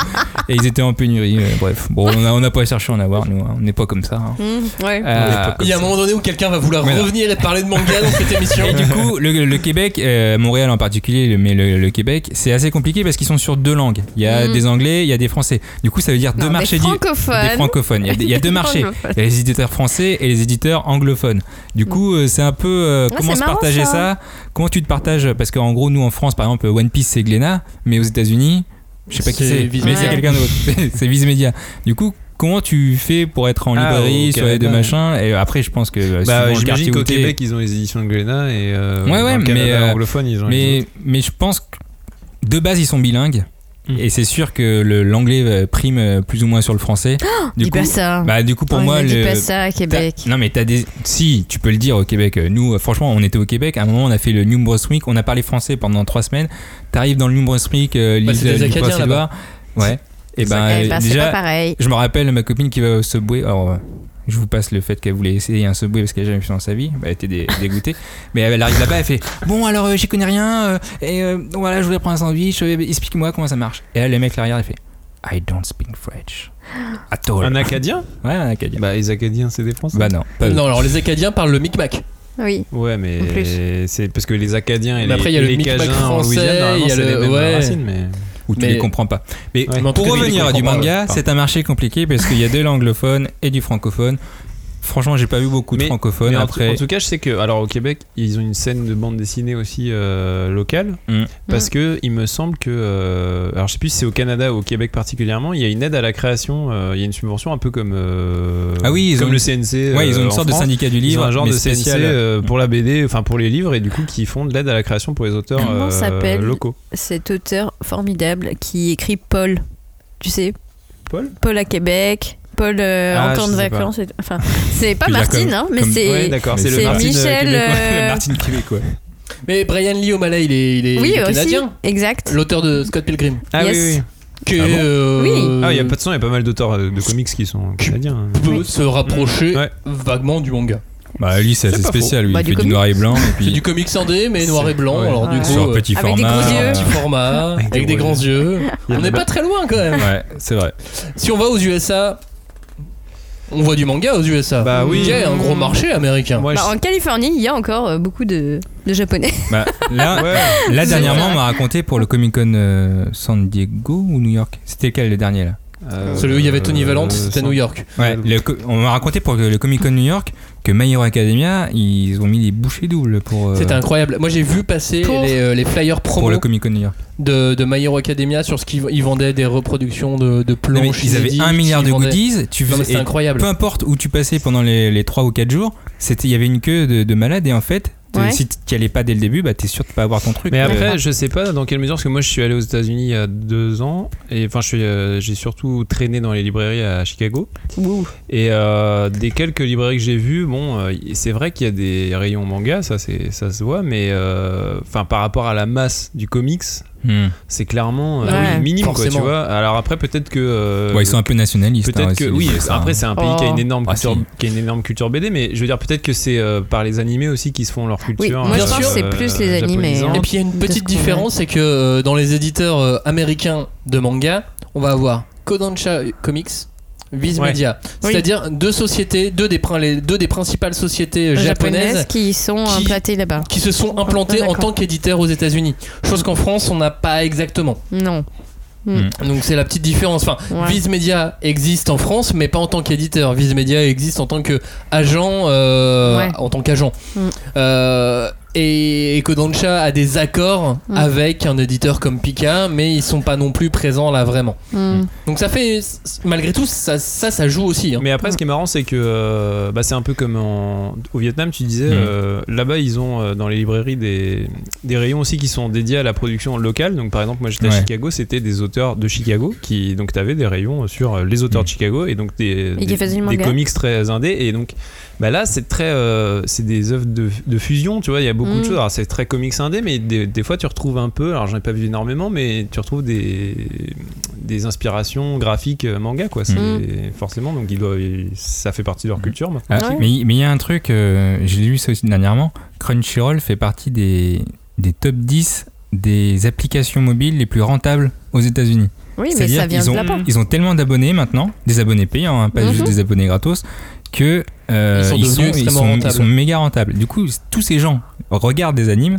S10: et ils étaient en pénurie. euh, bref, bon, on a- on n'a pas cherché à en avoir, nous, hein. on n'est pas comme ça. hein.
S12: Mmh, ouais.
S10: Euh,
S1: Il y a un moment donné où quelqu'un va vouloir
S10: Voilà.
S1: revenir et parler de manga dans cette émission.
S10: Et du coup, le, le Québec, euh, Montréal en particulier, le- mais le, le Québec, c'est assez compliqué parce qu'ils sont sur deux langues. Il y a
S12: Mm.
S10: des Anglais, il y a des Français. Du coup, ça veut dire
S12: Non,
S10: deux
S12: des
S10: marchés di-
S12: francophones.
S10: Des francophones. Il y a, des- il y a deux
S12: Des
S10: marchés.
S12: francophones.
S10: Il y a les éditeurs français et les éditeurs anglophones. Du coup, euh, c'est un peu euh,
S12: Mm. Ouais,
S10: comment
S12: c'est
S10: se
S12: marrant,
S10: partager
S12: ça. hein.
S10: ça. Comment tu te partages Parce qu'en gros, nous en France, par exemple, One Piece c'est Glénat, mais aux États-Unis, je sais pas qui
S1: C'est
S10: c'est,
S1: Viz
S10: mais
S12: Media.
S10: c'est quelqu'un d'autre. C'est- c'est Viz Media. Du coup. Comment tu fais pour être en
S11: Ah,
S10: librairie
S11: au
S10: sur les deux
S11: Canada.
S10: machins Et après, je pense que euh, suivant
S11: Bah,
S10: le
S11: j'imagine
S10: quartier
S11: qu'au
S10: où t'es-
S11: Québec, ils ont les éditions de Glénat et euh,
S10: Ouais,
S11: dans
S10: ouais,
S11: le Canada
S10: mais, euh,
S11: anglophone, ils ont les
S10: mais,
S11: autres.
S10: mais je pense que de base, ils sont bilingues.
S11: Mm.
S10: Et c'est sûr que le- l'anglais euh, prime euh, plus ou moins sur le français.
S12: Dis pas ça.
S10: Bah, du coup, pour
S12: Oh,
S10: moi,
S12: ne dis
S10: le-
S12: pas ça à
S10: t'as-
S12: Québec.
S10: Non, mais t'as des. Si, tu peux le dire au Québec. Euh, Nous, euh, franchement, on était au Québec. À un moment, on a fait le New Brunswick. On a parlé français pendant trois semaines. T'arrives dans le New Brunswick, euh,
S1: Bah,
S10: l'île
S1: c'est des
S10: du
S1: Acadiens,
S10: Prince-Édouard. Ouais. Et ben,
S12: Eh
S10: euh,
S12: ben, c'est pas
S10: déjà,
S12: pareil.
S10: je me rappelle ma copine qui va au Subway. Alors, euh, je vous passe le fait qu'elle voulait essayer un Subway parce qu'elle n'a jamais fait dans sa vie. Bah, elle était dé- dégoûtée. Mais elle arrive là-bas, elle fait Bon, alors euh, j'y connais rien. euh, et euh, voilà, je voulais prendre un sandwich. euh, Explique-moi comment ça marche. Et là, les mecs la regardent et fait I don't speak French. At all.
S11: Un Acadien
S10: Ouais, un Acadien.
S11: Bah, les Acadiens, c'est des Français.
S10: Bah non. pas eux.
S1: Non, alors les Acadiens parlent le Micmac.
S12: Oui.
S11: Ouais,
S12: En plus.
S11: mais c'est parce que les Acadiens et
S1: Mais
S11: les,
S1: après, il y a
S11: et
S1: le
S11: les
S1: Micmac
S11: Cajuns en
S1: français,
S11: Louisiane, normalement,
S1: il y a
S11: c'est
S1: le-
S11: les mêmes
S1: ouais.
S11: racines, mais
S10: où tu
S11: Mais-
S10: les comprends pas. Mais
S11: Ouais. Mais en tout
S10: pour
S11: cas, oui,
S10: revenir
S11: tu
S10: à du
S11: comprends pas, ouais.
S10: manga,
S11: Pardon.
S10: c'est un marché compliqué parce qu'il y a de l'anglophone et du francophone. Franchement, j'ai pas vu beaucoup de francophones
S11: Mais en,
S10: après.
S11: en tout cas, je sais que, alors au Québec, ils ont une scène de bande dessinée aussi euh, locale,
S10: Hmm.
S12: Mm.
S11: parce que il me semble que, euh, alors je sais plus si c'est au Canada ou au Québec particulièrement, il y a une aide à la création, euh, il y a une subvention un peu comme, euh,
S10: Ah oui, ils ont
S11: comme le
S10: une-
S11: CNC.
S10: Ouais, ils ont
S11: euh,
S10: une
S11: en
S10: sorte de
S11: France.
S10: syndicat du
S11: Ils ont
S10: livre,
S11: un genre
S10: mais
S11: de CNC
S10: spécial.
S11: euh, pour la BD, enfin pour les livres, et du coup qui font de l'aide à la création pour les auteurs
S12: Comment
S11: euh,
S12: s'appelle
S11: locaux.
S12: cet auteur formidable qui écrit Paul Tu sais
S11: Paul
S12: Paul à Québec. Paul euh,
S11: Ah,
S12: en temps
S11: je
S12: de
S11: sais pas.
S12: vacances. et- Enfin, c'est pas
S10: Je veux dire,
S12: Martine,
S10: comme-
S12: hein, mais
S10: comme-
S12: c'est
S10: Ouais, d'accord, c'est le
S12: c'est
S10: Martine, euh,
S12: Michel.
S10: québécois.
S12: euh,
S10: Le Martine québécois.
S1: Mais Brian Lee O'Malley, il est, il est,
S12: Oui,
S1: il est
S12: aussi,
S1: canadien.
S12: Exact.
S1: L'auteur de Scott Pilgrim.
S11: Ah oui, Yes. oui.
S1: Que,
S11: Ah bon
S1: euh,
S11: Ah, il y a pas de son, il y a pas mal d'auteurs euh, de comics qui sont canadiens. hein.
S1: peut se rapprocher vaguement du manga.
S10: Bah, lui, c'est assez
S1: pas
S10: spécial.
S1: faux.
S10: Lui,
S1: Bah,
S10: il
S1: du
S10: fait
S1: comics.
S10: du noir et blanc. Et puis...
S1: C'est du comics indé, mais noir et blanc.
S10: Ouais.
S1: Alors, du
S10: Ouais.
S1: coup,
S10: Sur un
S1: euh,
S10: petit
S1: avec
S10: format.
S1: des gros yeux.
S10: Avec
S1: petit
S10: des
S1: format,
S10: gros
S1: avec, des
S10: yeux.
S1: grands yeux.
S10: Il y a
S1: On
S10: de
S1: n'est
S10: la-
S1: pas très loin quand même.
S10: Ouais, c'est vrai.
S1: Si on va aux USA, on voit du manga aux USA. Bah
S10: oui.
S1: Il y a un gros marché américain.
S12: bah, En Californie, il y a encore euh, beaucoup de, de Japonais.
S10: Bah, là, là,
S12: C'est
S10: dernièrement,
S12: vrai.
S10: on m'a raconté pour le Comic Con euh, San Diego ou New York. C'était lequel le dernier là
S11: Euh,
S1: Celui où il y avait
S10: Euh,
S1: Tony Valente, c'était à New York.
S10: Ouais, le co- on m'a raconté pour le Comic Con New York que My Hero Academia, ils ont mis des bouchées doubles pour. euh,
S1: C'était incroyable. Moi, j'ai vu passer
S10: Pour-
S1: les, euh, les flyers promo
S10: Pour le Comic Con New York.
S1: de, de My Hero Academia sur ce qu'ils ils vendaient des reproductions de, de
S10: Non,
S1: planches.
S10: mais ils avaient
S1: inédites,
S10: un milliard
S1: ils
S10: de
S1: vendaient-
S10: goodies. Tu
S1: Non, mais
S10: faisais-
S1: c'était
S10: et
S1: incroyable.
S10: Peu importe où tu passais pendant les, les 3 ou 4 jours, c'était il y avait une queue de, de malades et en fait, t'es-
S11: Ouais.
S10: si tu allais pas dès le début, bah t'es sûr de pas avoir ton truc.
S11: Mais
S10: Euh,
S11: après, je sais pas dans quelle mesure, parce que moi je suis allé aux États-Unis il y a deux ans, et enfin je suis, euh, j'ai surtout traîné dans les librairies à Chicago. Et euh, des quelques librairies que j'ai vues, bon, euh, y- c'est vrai qu'il y a des rayons manga, ça c'est ça se voit, mais euh, enfin par rapport à la masse du comics,
S10: Hmm.
S11: c'est clairement euh,
S10: Ouais.
S11: minime quoi, tu
S10: Forcément.
S11: vois. Alors après peut-être que euh,
S10: Bah, Ouais, ils sont un peu nationalistes.
S11: Peut-être
S10: hein,
S11: que
S10: c'est-
S11: oui.
S10: c'est ça,
S11: Après,
S10: hein.
S11: c'est un Oh. pays qui a une énorme
S10: Ah,
S11: culture,
S10: si.
S11: qui a une énorme culture BD, mais je veux dire peut-être que c'est euh, par les animés aussi qui se font leur culture. hein, euh,
S12: Oui, moi, je pense que c'est plus les animés,
S11: japonisante.
S12: hein.
S1: Et puis il y a une
S12: De
S1: petite
S12: ce qu'on
S1: différence, c'est que euh, dans les éditeurs euh, américains de manga, on va avoir Kodansha Comics, Viz
S12: Ouais.
S1: Media,
S12: Oui.
S1: c'est-à-dire deux sociétés, deux des, prin- les- deux des principales sociétés
S12: Euh,
S1: euh,
S12: Japonaises Ah,
S1: japonaises
S12: qui sont implantés là-bas.
S1: qui se sont implantées en tant qu'éditeurs aux États-Unis. Chose qu'en France, on n'a pas exactement.
S12: Non. Mm.
S1: Donc c'est la petite différence. Enfin,
S12: Ouais.
S1: Viz Media existe en France, mais pas en tant qu'éditeur. Viz Media existe en tant que agent, euh,
S12: Ouais.
S1: en tant qu'agent.
S12: Mm.
S1: Euh, et, et Kodansha a des accords
S12: Mm.
S1: avec un éditeur comme Pika, mais ils sont pas non plus présents là vraiment.
S12: Hmm.
S1: Donc ça fait, malgré tout, ça, ça, ça joue aussi. hein.
S11: Mais après, ce qui est marrant, c'est que euh, bah, c'est un peu comme en- au Vietnam, tu disais,
S1: Mhm.
S11: euh, là-bas, ils ont euh, dans les librairies des, des rayons aussi qui sont dédiés à la production locale. Donc, par exemple, moi j'étais à
S10: Ouais.
S11: Chicago, c'était des auteurs de Chicago qui, donc, tu avais des rayons sur euh, les auteurs de Chicago et donc des,
S12: Et qui
S11: des,
S12: faisaient du
S11: des
S12: manga.
S11: comics très indés. Et donc, bah, là, c'est très, euh, c'est des œuvres de, de fusion, tu vois, il y a beaucoup
S12: Mhm.
S11: de choses. Alors, c'est très comics indé, mais des, des fois, tu retrouves un peu, alors j'en ai pas vu énormément, mais tu retrouves des, des inspirations graphiques euh, manga, quoi. C'est-
S10: Mhm.
S11: et forcément, donc ils doivent- ils- ça fait partie de leur culture maintenant.
S10: Ah, Mais il mais il y a un truc, euh, j'ai lu ça aussi dernièrement, Crunchyroll fait partie des, des top 10 des applications mobiles les plus rentables aux États-Unis.
S12: Oui, mais
S10: C'est-à-dire
S12: ça vient
S10: qu'ils
S12: de
S10: ont-
S12: là-bas.
S10: Ils ont tellement d'abonnés maintenant, des abonnés payants, hein, pas
S12: Mhm.
S10: juste des abonnés gratos, que euh,
S1: Ils sont
S10: ils,
S1: devenus
S10: sont, ils
S1: extrêmement
S10: sont- ils
S1: rentables.
S10: sont méga rentables. Du coup, tous ces gens regardent des animes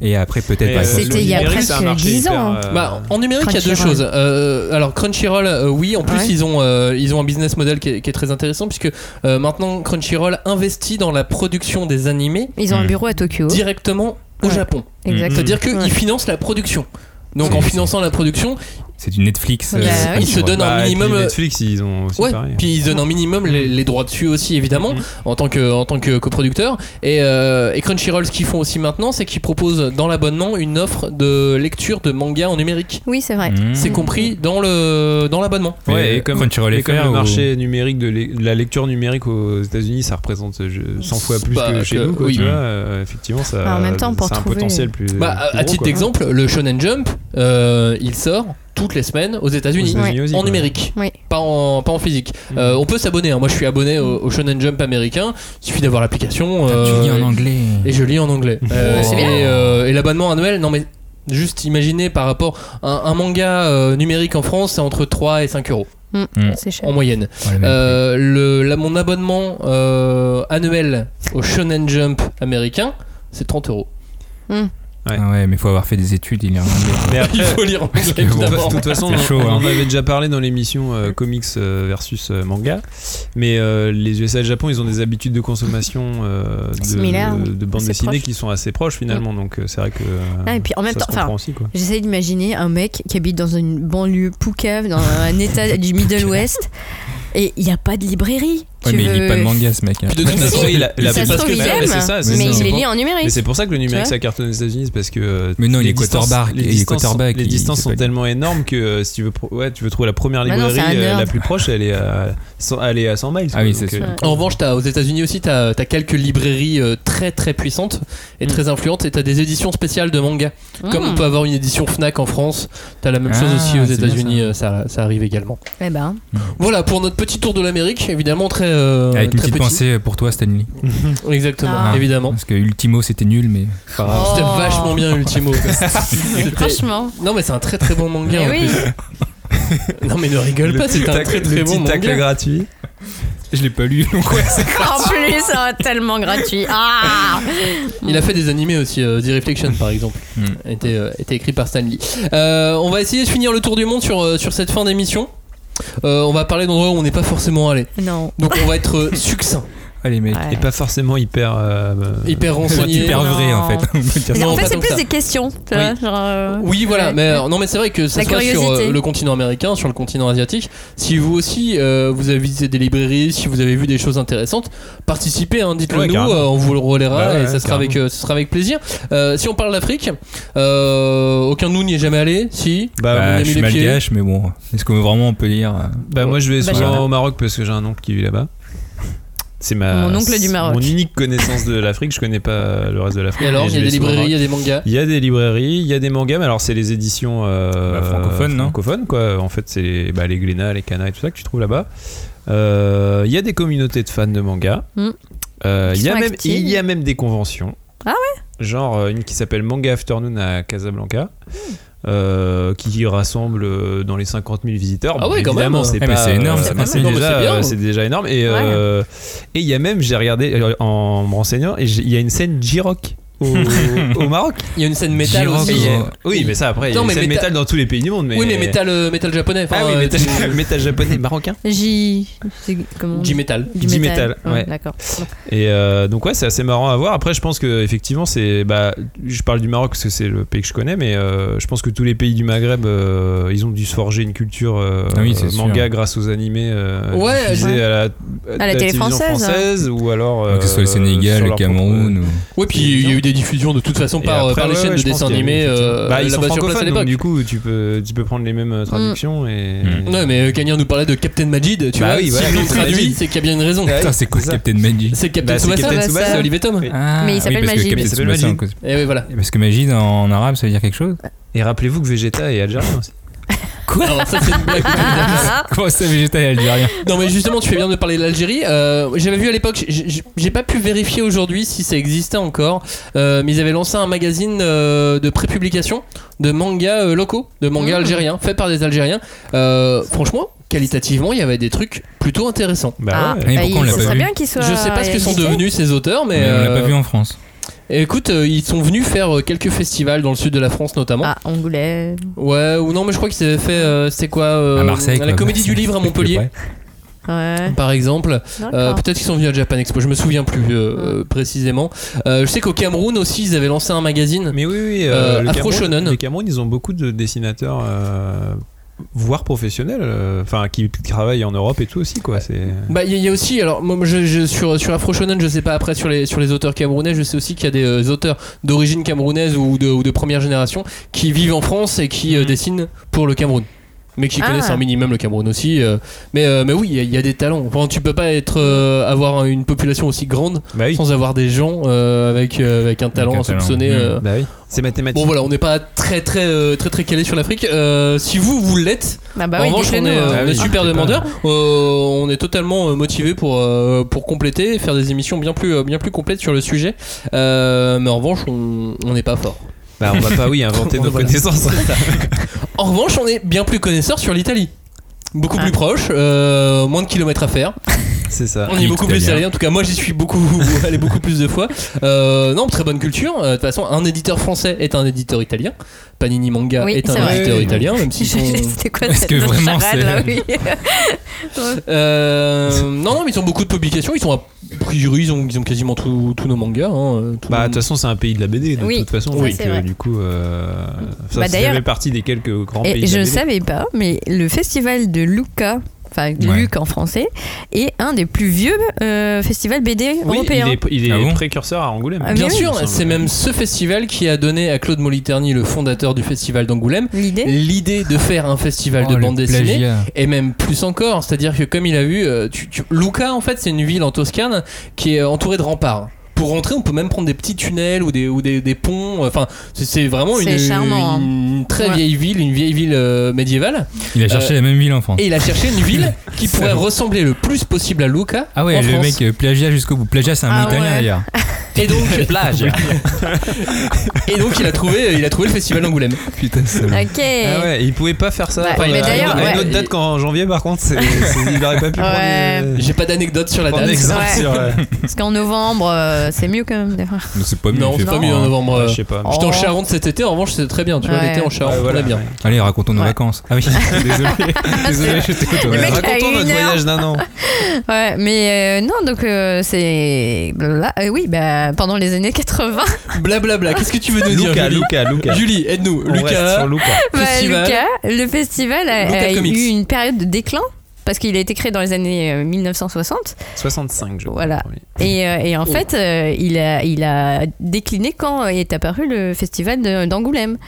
S10: et après peut-être bah,
S11: Mais,
S10: par
S11: euh,
S10: exemple,
S11: C'était il y a le numérique, ça a presque marché 10 hyper, ans. euh,
S1: Bah, en numérique, il y a deux
S11: Crunchyroll.
S1: choses. Euh, alors Crunchyroll, euh, oui, en plus
S11: Ouais.
S1: ils ont euh, ils ont un business model qui est, qui est très intéressant puisque euh, maintenant Crunchyroll investit dans la production des animés.
S12: Ils ont un bureau à Tokyo.
S1: directement au
S12: Oh. Ouais.
S1: Japon.
S12: Exact.
S1: C'est-à-dire qu'ils
S12: Ouais.
S1: financent la production. Donc
S10: C'est-
S1: en finançant la production,
S10: c'est du Netflix.
S1: Bah oui. Ils se donnent un
S11: et puis
S1: minimum, euh,
S11: Netflix, ils ont aussi
S1: ouais,
S11: pareil. hein. Mm.
S1: puis ils donnent un minimum les, les droits dessus aussi évidemment en tant que en tant que coproducteur et, euh, et Crunchyroll ce qu'ils font aussi maintenant c'est qu'ils proposent dans l'abonnement une offre de lecture de manga en numérique.
S12: Oui, c'est vrai.
S11: Mm.
S1: Hmm.
S12: Hmm.
S1: C'est compris dans le dans l'abonnement.
S11: Ouais, et comme,
S10: Crunchyroll
S11: et
S10: est
S11: comme
S10: fair
S11: le
S10: ou-
S11: marché numérique de, l'é- de la lecture numérique aux États-Unis, ça représente euh, je- 100 fois plus
S1: Bah,
S11: que chez
S1: que-
S11: nous, quoi,
S1: oui.
S11: tu vois, euh, effectivement, ça,
S12: Ah, en même temps, pour
S11: c'est un
S12: trouver-
S11: potentiel plus.
S1: Bah, à-
S11: plus
S1: à
S11: gros,
S1: titre
S11: quoi.
S1: d'exemple, le Shonen Jump, euh, il sort toutes les semaines aux
S11: Aux
S1: États-Unis
S11: États-Unis Mm. aussi,
S1: en
S11: quoi.
S1: numérique, pas, en, pas en physique. Euh, on peut s'abonner. hein. Moi, je suis abonné au, au Shonen Jump américain. Il suffit d'avoir l'application.
S11: Ah,
S1: euh,
S10: Ah, Tu lis en anglais.
S1: Et je lis en anglais. Euh,
S10: c'est bien.
S1: et euh, et l'abonnement annuel, non mais juste imaginez par rapport un, un manga euh, numérique en France, c'est entre 3 et 5 euros.
S12: Mm,
S10: Mm.
S12: C'est cher.
S1: En moyenne.
S10: le même
S1: Euh, le- là, mon abonnement euh, annuel au Shonen Jump américain, c'est 30 euros.
S12: Mm.
S10: Ouais. mais faut avoir fait des études, il est
S11: Mais
S10: irlandais.
S11: après- Parce que bon,
S1: bah,
S11: De toute façon,
S10: c'est chaud.
S11: on
S10: hein.
S11: en avait déjà parlé dans l'émission euh, comics euh, versus euh, manga. Mais euh, les USA et le Japon, ils ont des habitudes de consommation euh,
S12: Similaires,
S11: de, de bandes
S12: assez
S11: dessinées
S12: proches. Mm.
S11: qui sont assez proches finalement. Donc euh, c'est vrai que. euh,
S12: Ah, et puis en même
S11: ça
S12: temps,
S11: se comprend
S12: enfin,
S11: aussi, quoi.
S12: j'essaye d'imaginer un mec qui habite dans une banlieue poucave, dans un état du Middle West, et il n'y a pas de librairie.
S10: Ouais,
S12: Tu
S10: mais il lit
S12: veux-
S10: pas de manga, ce mec. hein.
S12: Puis de toute façon,
S11: il a- il a-
S12: Ça se
S11: parce
S12: trouve,
S11: que-
S12: il
S11: bah,
S12: aime,
S11: c'est ça, c'est
S12: mais
S11: ça.
S12: il les lit en numérique.
S11: Mais c'est pour ça que le numérique
S12: Tu vois
S11: ça cartonne aux États-Unis, c'est parce que. euh,
S10: Mais non, il
S11: les
S10: est
S11: distances-
S10: Quarterback,
S11: Les
S10: il est
S11: distances,
S10: Quarterback,
S11: les
S10: il-
S11: distances
S10: il
S11: sont
S10: fait pas-
S11: tellement énormes que euh, si tu veux, pro- ouais, tu veux trouver la première
S1: Bah non,
S11: librairie
S1: c'est un
S11: euh,
S1: nerd.
S11: la plus proche, elle est à, cent- elle est à 100
S10: Ah
S11: miles. quoi. Donc, euh,
S1: En revanche, t'as- aux États-Unis aussi, tu as, quelques librairies euh, très très puissantes
S10: Mm.
S1: et très influentes et tu as des éditions spéciales de manga.
S12: Mm.
S1: Comme on peut avoir une édition Fnac en France, tu as la même chose
S10: Ah,
S1: aussi aux
S10: c'est bien
S1: États-Unis, euh, ça. ça arrive également.
S12: Eh ben.
S1: Voilà pour notre petit tour de l'Amérique, évidemment très, euh,
S10: Avec une
S1: très
S10: petite
S1: petit.
S10: pensée pour toi, Stanley.
S1: Exactement,
S11: Ah.
S1: évidemment.
S10: Parce que Ultimo, c'était nul, mais.
S1: Oh, C'était vachement bien Ultimo. C'était-
S12: Franchement.
S1: Non mais c'est un très très bon manga
S12: Mais
S1: en
S12: oui.
S1: plus. Non mais ne rigole
S11: Le
S1: pas,
S11: petit
S1: c'est un
S11: tacle-
S1: très
S11: le
S1: très
S11: petit
S1: bon
S11: tacle
S1: manga.
S11: gratuit.
S10: Je l'ai pas lu, donc ouais, c'est
S12: En plus, ça tellement gratuit. Ah
S1: Il a fait des animés aussi, euh, The Reflection par exemple,
S11: Mm.
S1: était, euh, était écrit par Stanley. Euh, on va essayer de finir le tour du monde sur, euh, sur cette fin d'émission. Euh, on va parler d'endroits où on n'est pas forcément allé.
S12: Non.
S1: Donc on va être euh, succinct.
S10: Allez, mec.
S11: Et pas forcément hyper. euh,
S1: Hyper renseigné.
S10: Hyper vrai, en fait. On peut dire
S12: Mais
S10: ça.
S12: en
S1: Non,
S12: fait,
S1: pas
S12: c'est
S1: tant
S12: plus
S1: que ça.
S12: des questions. tu vois,
S1: Oui.
S12: genre, euh,
S1: Oui, voilà, mais euh, non, mais c'est vrai que ça
S12: La
S1: soit sur
S12: curiosité.
S1: euh, le continent américain, sur le continent asiatique. Si vous aussi euh, vous avez visité des librairies, si vous avez vu des choses intéressantes, participez, hein, dites-le
S11: Ouais,
S1: nous,
S11: carrément.
S1: euh, on vous le relaiera
S11: Bah ouais,
S1: et ça sera
S11: carrément.
S1: avec, euh, ce sera avec plaisir. Euh, si on parle d'Afrique, euh, aucun de nous n'y est jamais allé, si.
S10: Bah,
S1: on y a
S10: je
S1: mis
S10: suis
S1: les pieds.
S10: malgache, mais bon. Est-ce que vraiment on peut lire euh,
S11: Bah moi je vais
S10: Bah,
S11: souvent
S10: j'ai-
S11: au Maroc parce que j'ai un oncle qui vit là-bas. C'est ma
S12: Mon oncle du
S11: c'est
S12: Maroc.
S11: Mon unique connaissance de l'Afrique, je connais pas le reste de l'Afrique.
S1: Et alors,
S11: mais
S1: il y a
S11: je
S1: des
S11: vais souvent au
S1: librairies, il y a
S11: Maroc.
S1: des
S12: hein.
S1: mangas.
S11: Il y a des librairies, il y a des mangas, mais alors c'est les éditions euh,
S10: Bah, francophones, non
S11: francophones, quoi. En fait, c'est les- bah, les Glénat, les Cana et tout ça que tu trouves là-bas. Euh, Il y a des communautés de fans de manga.
S12: Mm.
S11: Euh,
S12: Qui
S11: il y a
S12: sont
S11: même-
S12: actives.
S11: il y a même des conventions.
S12: Ah ouais Mm.
S11: Genre euh, une qui s'appelle Manga Afternoon à Casablanca. euh, qui rassemble euh, dans les 50 000 visiteurs.
S1: Ah ouais, quand
S11: Évidemment,
S1: même.
S11: C'est
S1: Eh, mais
S11: pas,
S1: c'est énorme,
S11: euh,
S1: c'est pas
S11: c'est
S1: mal. Non, mais
S11: déjà,
S1: c'est bien.
S11: euh, c'est déjà énorme. Et
S1: Ouais.
S11: euh, et il y a même, j'ai regardé euh, en me renseignant, et j'ai- il y a une scène J-Rock au, au Maroc.
S1: Il y a une scène métal
S11: J-Rock,
S1: aussi.
S11: il y a- Oui, mais ça après, il y a
S1: Non,
S11: une
S1: mais
S11: scène
S1: métal-
S11: métal dans tous les pays du monde. Mais...
S1: Oui, mais métal, euh, métal japonais. enfin,
S11: Ah oui,
S1: euh,
S11: métal,
S1: du-
S11: métal japonais, marocain.
S12: J. c'est Comment on dit
S1: J-Metal.
S12: Du
S11: J-Metal,
S12: métal.
S11: ouais.
S12: D'accord.
S1: Ah
S11: Et euh, donc ouais, c'est assez marrant à voir. Après, je pense que effectivement, c'est bah, je parle du Maroc parce que c'est le pays que je connais, mais euh, je pense que tous les pays du Maghreb, euh, ils ont dû se forger une culture euh,
S10: Ah oui, c'est sûr.
S11: manga grâce aux animés euh,
S1: Ouais,
S11: diffusés
S1: ouais.
S11: à la,
S12: À la télé française, hein.
S11: ou alors
S10: Que ce soit le
S11: euh,
S10: Sénégal,
S11: sur
S10: le
S11: leur
S10: Cameroun ou.
S1: Oui, puis il y a eu des diffusions de toute façon
S11: Et
S1: par, euh,
S11: après,
S1: par les
S11: ouais,
S1: chaînes
S11: ouais,
S1: de
S11: je pense
S1: dessins
S11: qu'il y a-
S1: animés euh,
S11: bah, ils sont
S1: là-bas sur place à
S11: francophones,
S1: l'époque.
S11: donc du coup, tu peux, tu peux prendre les mêmes
S12: Mm.
S11: euh, traductions et.
S10: Mm.
S1: Non, mais euh, Cagnard nous parlait de Captain Majid, tu
S11: Bah
S1: vois.
S11: oui, voilà,
S1: si on
S11: Captain
S1: traduit,
S11: Majid.
S1: c'est qu'il y a bien une raison.
S11: Ah oui,
S10: Putain, c'est quoi
S11: c'est
S10: ce
S11: ça.
S10: Captain Magic
S1: C'est Captain
S11: Bah, c'est
S1: Tsubasa,
S11: Captain
S1: c'est
S11: Tsubasa.
S1: Olivier Tom.
S11: Oui.
S10: Ah,
S12: Mais il
S10: oui,
S12: s'appelle
S10: parce que
S12: Majid.
S10: Captain
S11: Il s'appelle
S10: Tsubasa,
S11: Majid.
S10: en-
S1: Et oui, voilà.
S10: Parce que Majid en arabe, ça veut dire quelque chose
S11: Et rappelez-vous que Vegeta est algérien aussi.
S1: Alors, ça, c'est une blague.
S12: Ah.
S10: Comment ça, végétal algérien
S1: Non mais justement tu fais bien de parler de l'Algérie. Euh, J'avais vu à l'époque, j'ai- j'ai j'ai pas pu vérifier aujourd'hui si ça existait encore, euh, mais ils avaient lancé un magazine euh, de prépublication de mangas euh, locaux, de
S11: Mmh.
S1: mangas algériens, fait par des Algériens. Euh, franchement, qualitativement, il y avait des trucs plutôt intéressants.
S12: Ah.
S11: Bah ouais.
S10: Et pourquoi on l'a
S12: ça
S10: pas
S12: serait
S10: vu
S12: bien qu'il soit.
S1: Je sais pas ce que sont
S12: édité.
S1: devenus ces auteurs, mais
S10: Mais On l'a
S1: euh,
S10: pas vu en France.
S1: écoute, euh, ils sont venus faire euh, quelques festivals dans le sud de la France notamment.
S12: Ah, Angoulême.
S1: Ouais ou non, mais je crois qu'ils avaient fait, euh, c'était quoi, euh,
S10: À Marseille.
S1: la
S10: quoi.
S1: Comédie du Livre à Montpellier.
S12: Ouais.
S1: par exemple.
S12: D'accord. Ah.
S1: Euh, Peut-être qu'ils sont venus à Japan Expo, je me souviens plus euh, euh, précisément. Euh, je sais qu'au Cameroun aussi, ils avaient lancé un magazine.
S11: Mais oui, oui.
S1: Euh,
S11: le
S1: Afro
S11: Cameroun-
S1: Shonen.
S11: Le Cameroun, ils ont beaucoup de dessinateurs, euh, voire professionnels, euh, enfin, qui travaillent en Europe et tout aussi, quoi. C'est.
S1: Bah, il y, a- il y a aussi, alors, moi, je, je- sur, sur Afro Shonen, je sais pas après sur les, sur les auteurs camerounais, je sais aussi qu'il y a des euh, auteurs d'origine camerounaise ou de, ou de première génération qui vivent en France et qui euh, dessinent pour le Cameroun. Mais qui
S12: Ah.
S1: connaissent un minimum le Cameroun aussi. euh, mais, euh, mais oui, il y a- il y, a des talents. Enfin, tu peux pas être, euh, avoir une population aussi grande
S11: Bah oui.
S1: sans avoir des gens euh, avec, euh, avec un talent
S10: un talent.
S1: insoupçonné.
S10: Mmh.
S1: euh,
S11: Bah oui. C'est mathématique.
S1: Bon voilà, on n'est pas très très euh, très très calé sur l'Afrique. Euh, si vous vous l'êtes,
S12: Ah bah
S1: en
S12: oui,
S1: revanche on
S12: dites-le
S1: est,
S12: nous,
S1: euh,
S12: hein.
S11: Ah
S1: on est
S11: oui,
S1: super
S11: je sais pas.
S1: demandeur. on est totalement euh, motivé pour euh, pour compléter, et faire des émissions bien plus euh, bien plus complètes sur le sujet. Euh, mais en revanche, on on n'est pas fort.
S11: Bah, on va pas, oui, inventer nos
S1: Voilà.
S11: connaissances.
S1: En revanche,
S12: Ah.
S1: on est bien plus connaisseur sur l'Italie. Beaucoup plus proche, euh, moins de kilomètres à faire.
S11: C'est ça.
S1: On y est beaucoup plus allé. En tout cas, moi, j'y suis beaucoup allé beaucoup plus de fois. Euh, non, très bonne culture. Euh, De toute façon, un éditeur français est un éditeur italien. Panini Manga
S12: Oui,
S1: est un
S12: c'est vrai.
S1: éditeur
S12: Oui.
S1: italien, même si
S12: C'était quoi cette charade là oui.
S1: Euh, non, non, mais ils ont beaucoup de publications. Ils sont a priori, ils ont, ils ont quasiment tous tous nos mangas. hein, euh, tout le
S11: Bah, de
S1: monde.
S11: toute façon, c'est un pays de la BD, de
S12: Oui,
S11: toute façon.
S12: oui.
S11: donc,
S12: C'est
S11: euh,
S12: vrai.
S11: du coup, euh, ça,
S12: Bah,
S11: ça
S12: d'ailleurs-
S11: fait partie des quelques grands pays.
S12: Et
S11: de
S12: je
S11: la
S12: ne
S11: BD.
S12: savais pas, mais le festival de Lucca, enfin
S11: Ouais.
S12: Luc en français, est un des plus vieux euh, festivals BD
S11: Oui,
S12: européens.
S11: il est, il est
S10: Ah bon
S11: précurseur à Angoulême.
S12: Ah, mais
S1: Bien
S12: oui.
S1: sûr,
S12: Il me semble.
S11: euh,
S1: c'est même ce festival qui a donné à Claude Moliterni, le fondateur du festival d'Angoulême,
S12: l'idée
S1: de faire un festival
S10: Oh,
S1: de
S10: le
S1: bande dessinée,
S10: plagiat.
S1: et même plus encore. C'est-à-dire que comme il a vu, euh, tu- tu- Lucca en fait c'est une ville en Toscane qui est entourée de remparts. Pour rentrer, on peut même prendre des petits tunnels ou des, ou des, des ponts. Enfin, c'est- c'est vraiment une,
S12: C'est charmant, hein.
S1: une très
S12: Ouais.
S1: vieille ville, une vieille ville euh, médiévale.
S10: Il a cherché
S1: Euh,
S10: la même ville en France.
S1: Et il a cherché une ville qui pourrait ressembler le plus possible à Lucca.
S10: Ah ouais,
S1: en
S10: le
S1: France.
S10: mec euh, plagia jusqu'au bout. Plagia, c'est un
S1: Ah
S10: mot italien
S1: ouais.
S10: d'ailleurs.
S1: Et donc,
S10: Plagia.
S1: et donc il a trouvé, il a trouvé le festival d'Angoulême.
S11: Putain, ça.
S12: Ok.
S11: Ah ouais, il pouvait pas faire ça.
S12: Bah,
S1: Ah
S11: Enfin,
S12: mais
S11: il y a
S12: d'ailleurs,
S11: il y a une
S12: ouais.
S11: autre date qu'en janvier, par contre, c'est- c'est- il aurait pas pu prendre.
S12: Ouais.
S11: euh,
S1: J'ai pas d'anecdote sur la
S11: prendre
S1: date.
S11: l'exemple
S12: Ouais.
S11: sur, euh,
S12: Parce qu'en novembre, euh, c'est mieux quand même. d'ailleurs.
S10: c'est pas mieux.
S1: Non,
S10: il fait
S1: c'est pas
S10: froid,
S1: mieux en
S10: hein.
S1: novembre.
S11: je sais pas.
S1: euh, J'étais en Charente cet été, en revanche, c'est très bien. Tu vois,
S12: Oh. Ouais.
S1: l'été en Charente,
S11: Ouais, voilà,
S1: on est bien.
S11: ouais.
S10: Allez, racontons nos vacances. Ah oui, désolé. désolé, j'étais au
S12: Le mec a
S11: Racontons
S12: une
S11: notre
S12: heure.
S11: voyage d'un an.
S12: Ouais, mais euh, non, donc euh, c'est. blablabla. Euh, oui, bah, pendant les années 80.
S1: Blablabla, qu'est-ce que tu veux nous dire
S11: Luca,
S1: Julie
S11: Luca, Luca.
S1: Julie, aide-nous.
S11: On reste
S1: Lucas,
S11: sur Luca.
S12: Bah,
S1: festival.
S12: Lucas, le festival a,
S1: Lucas
S12: a
S1: Comics.
S12: eu une période de déclin parce qu'il a été créé dans les années euh, 1960
S11: 65, je crois.
S12: Voilà.
S11: oui.
S12: et, euh,
S1: Oh.
S12: et en fait euh, il, a, il a décliné quand est apparu le festival de- d'Angoulême.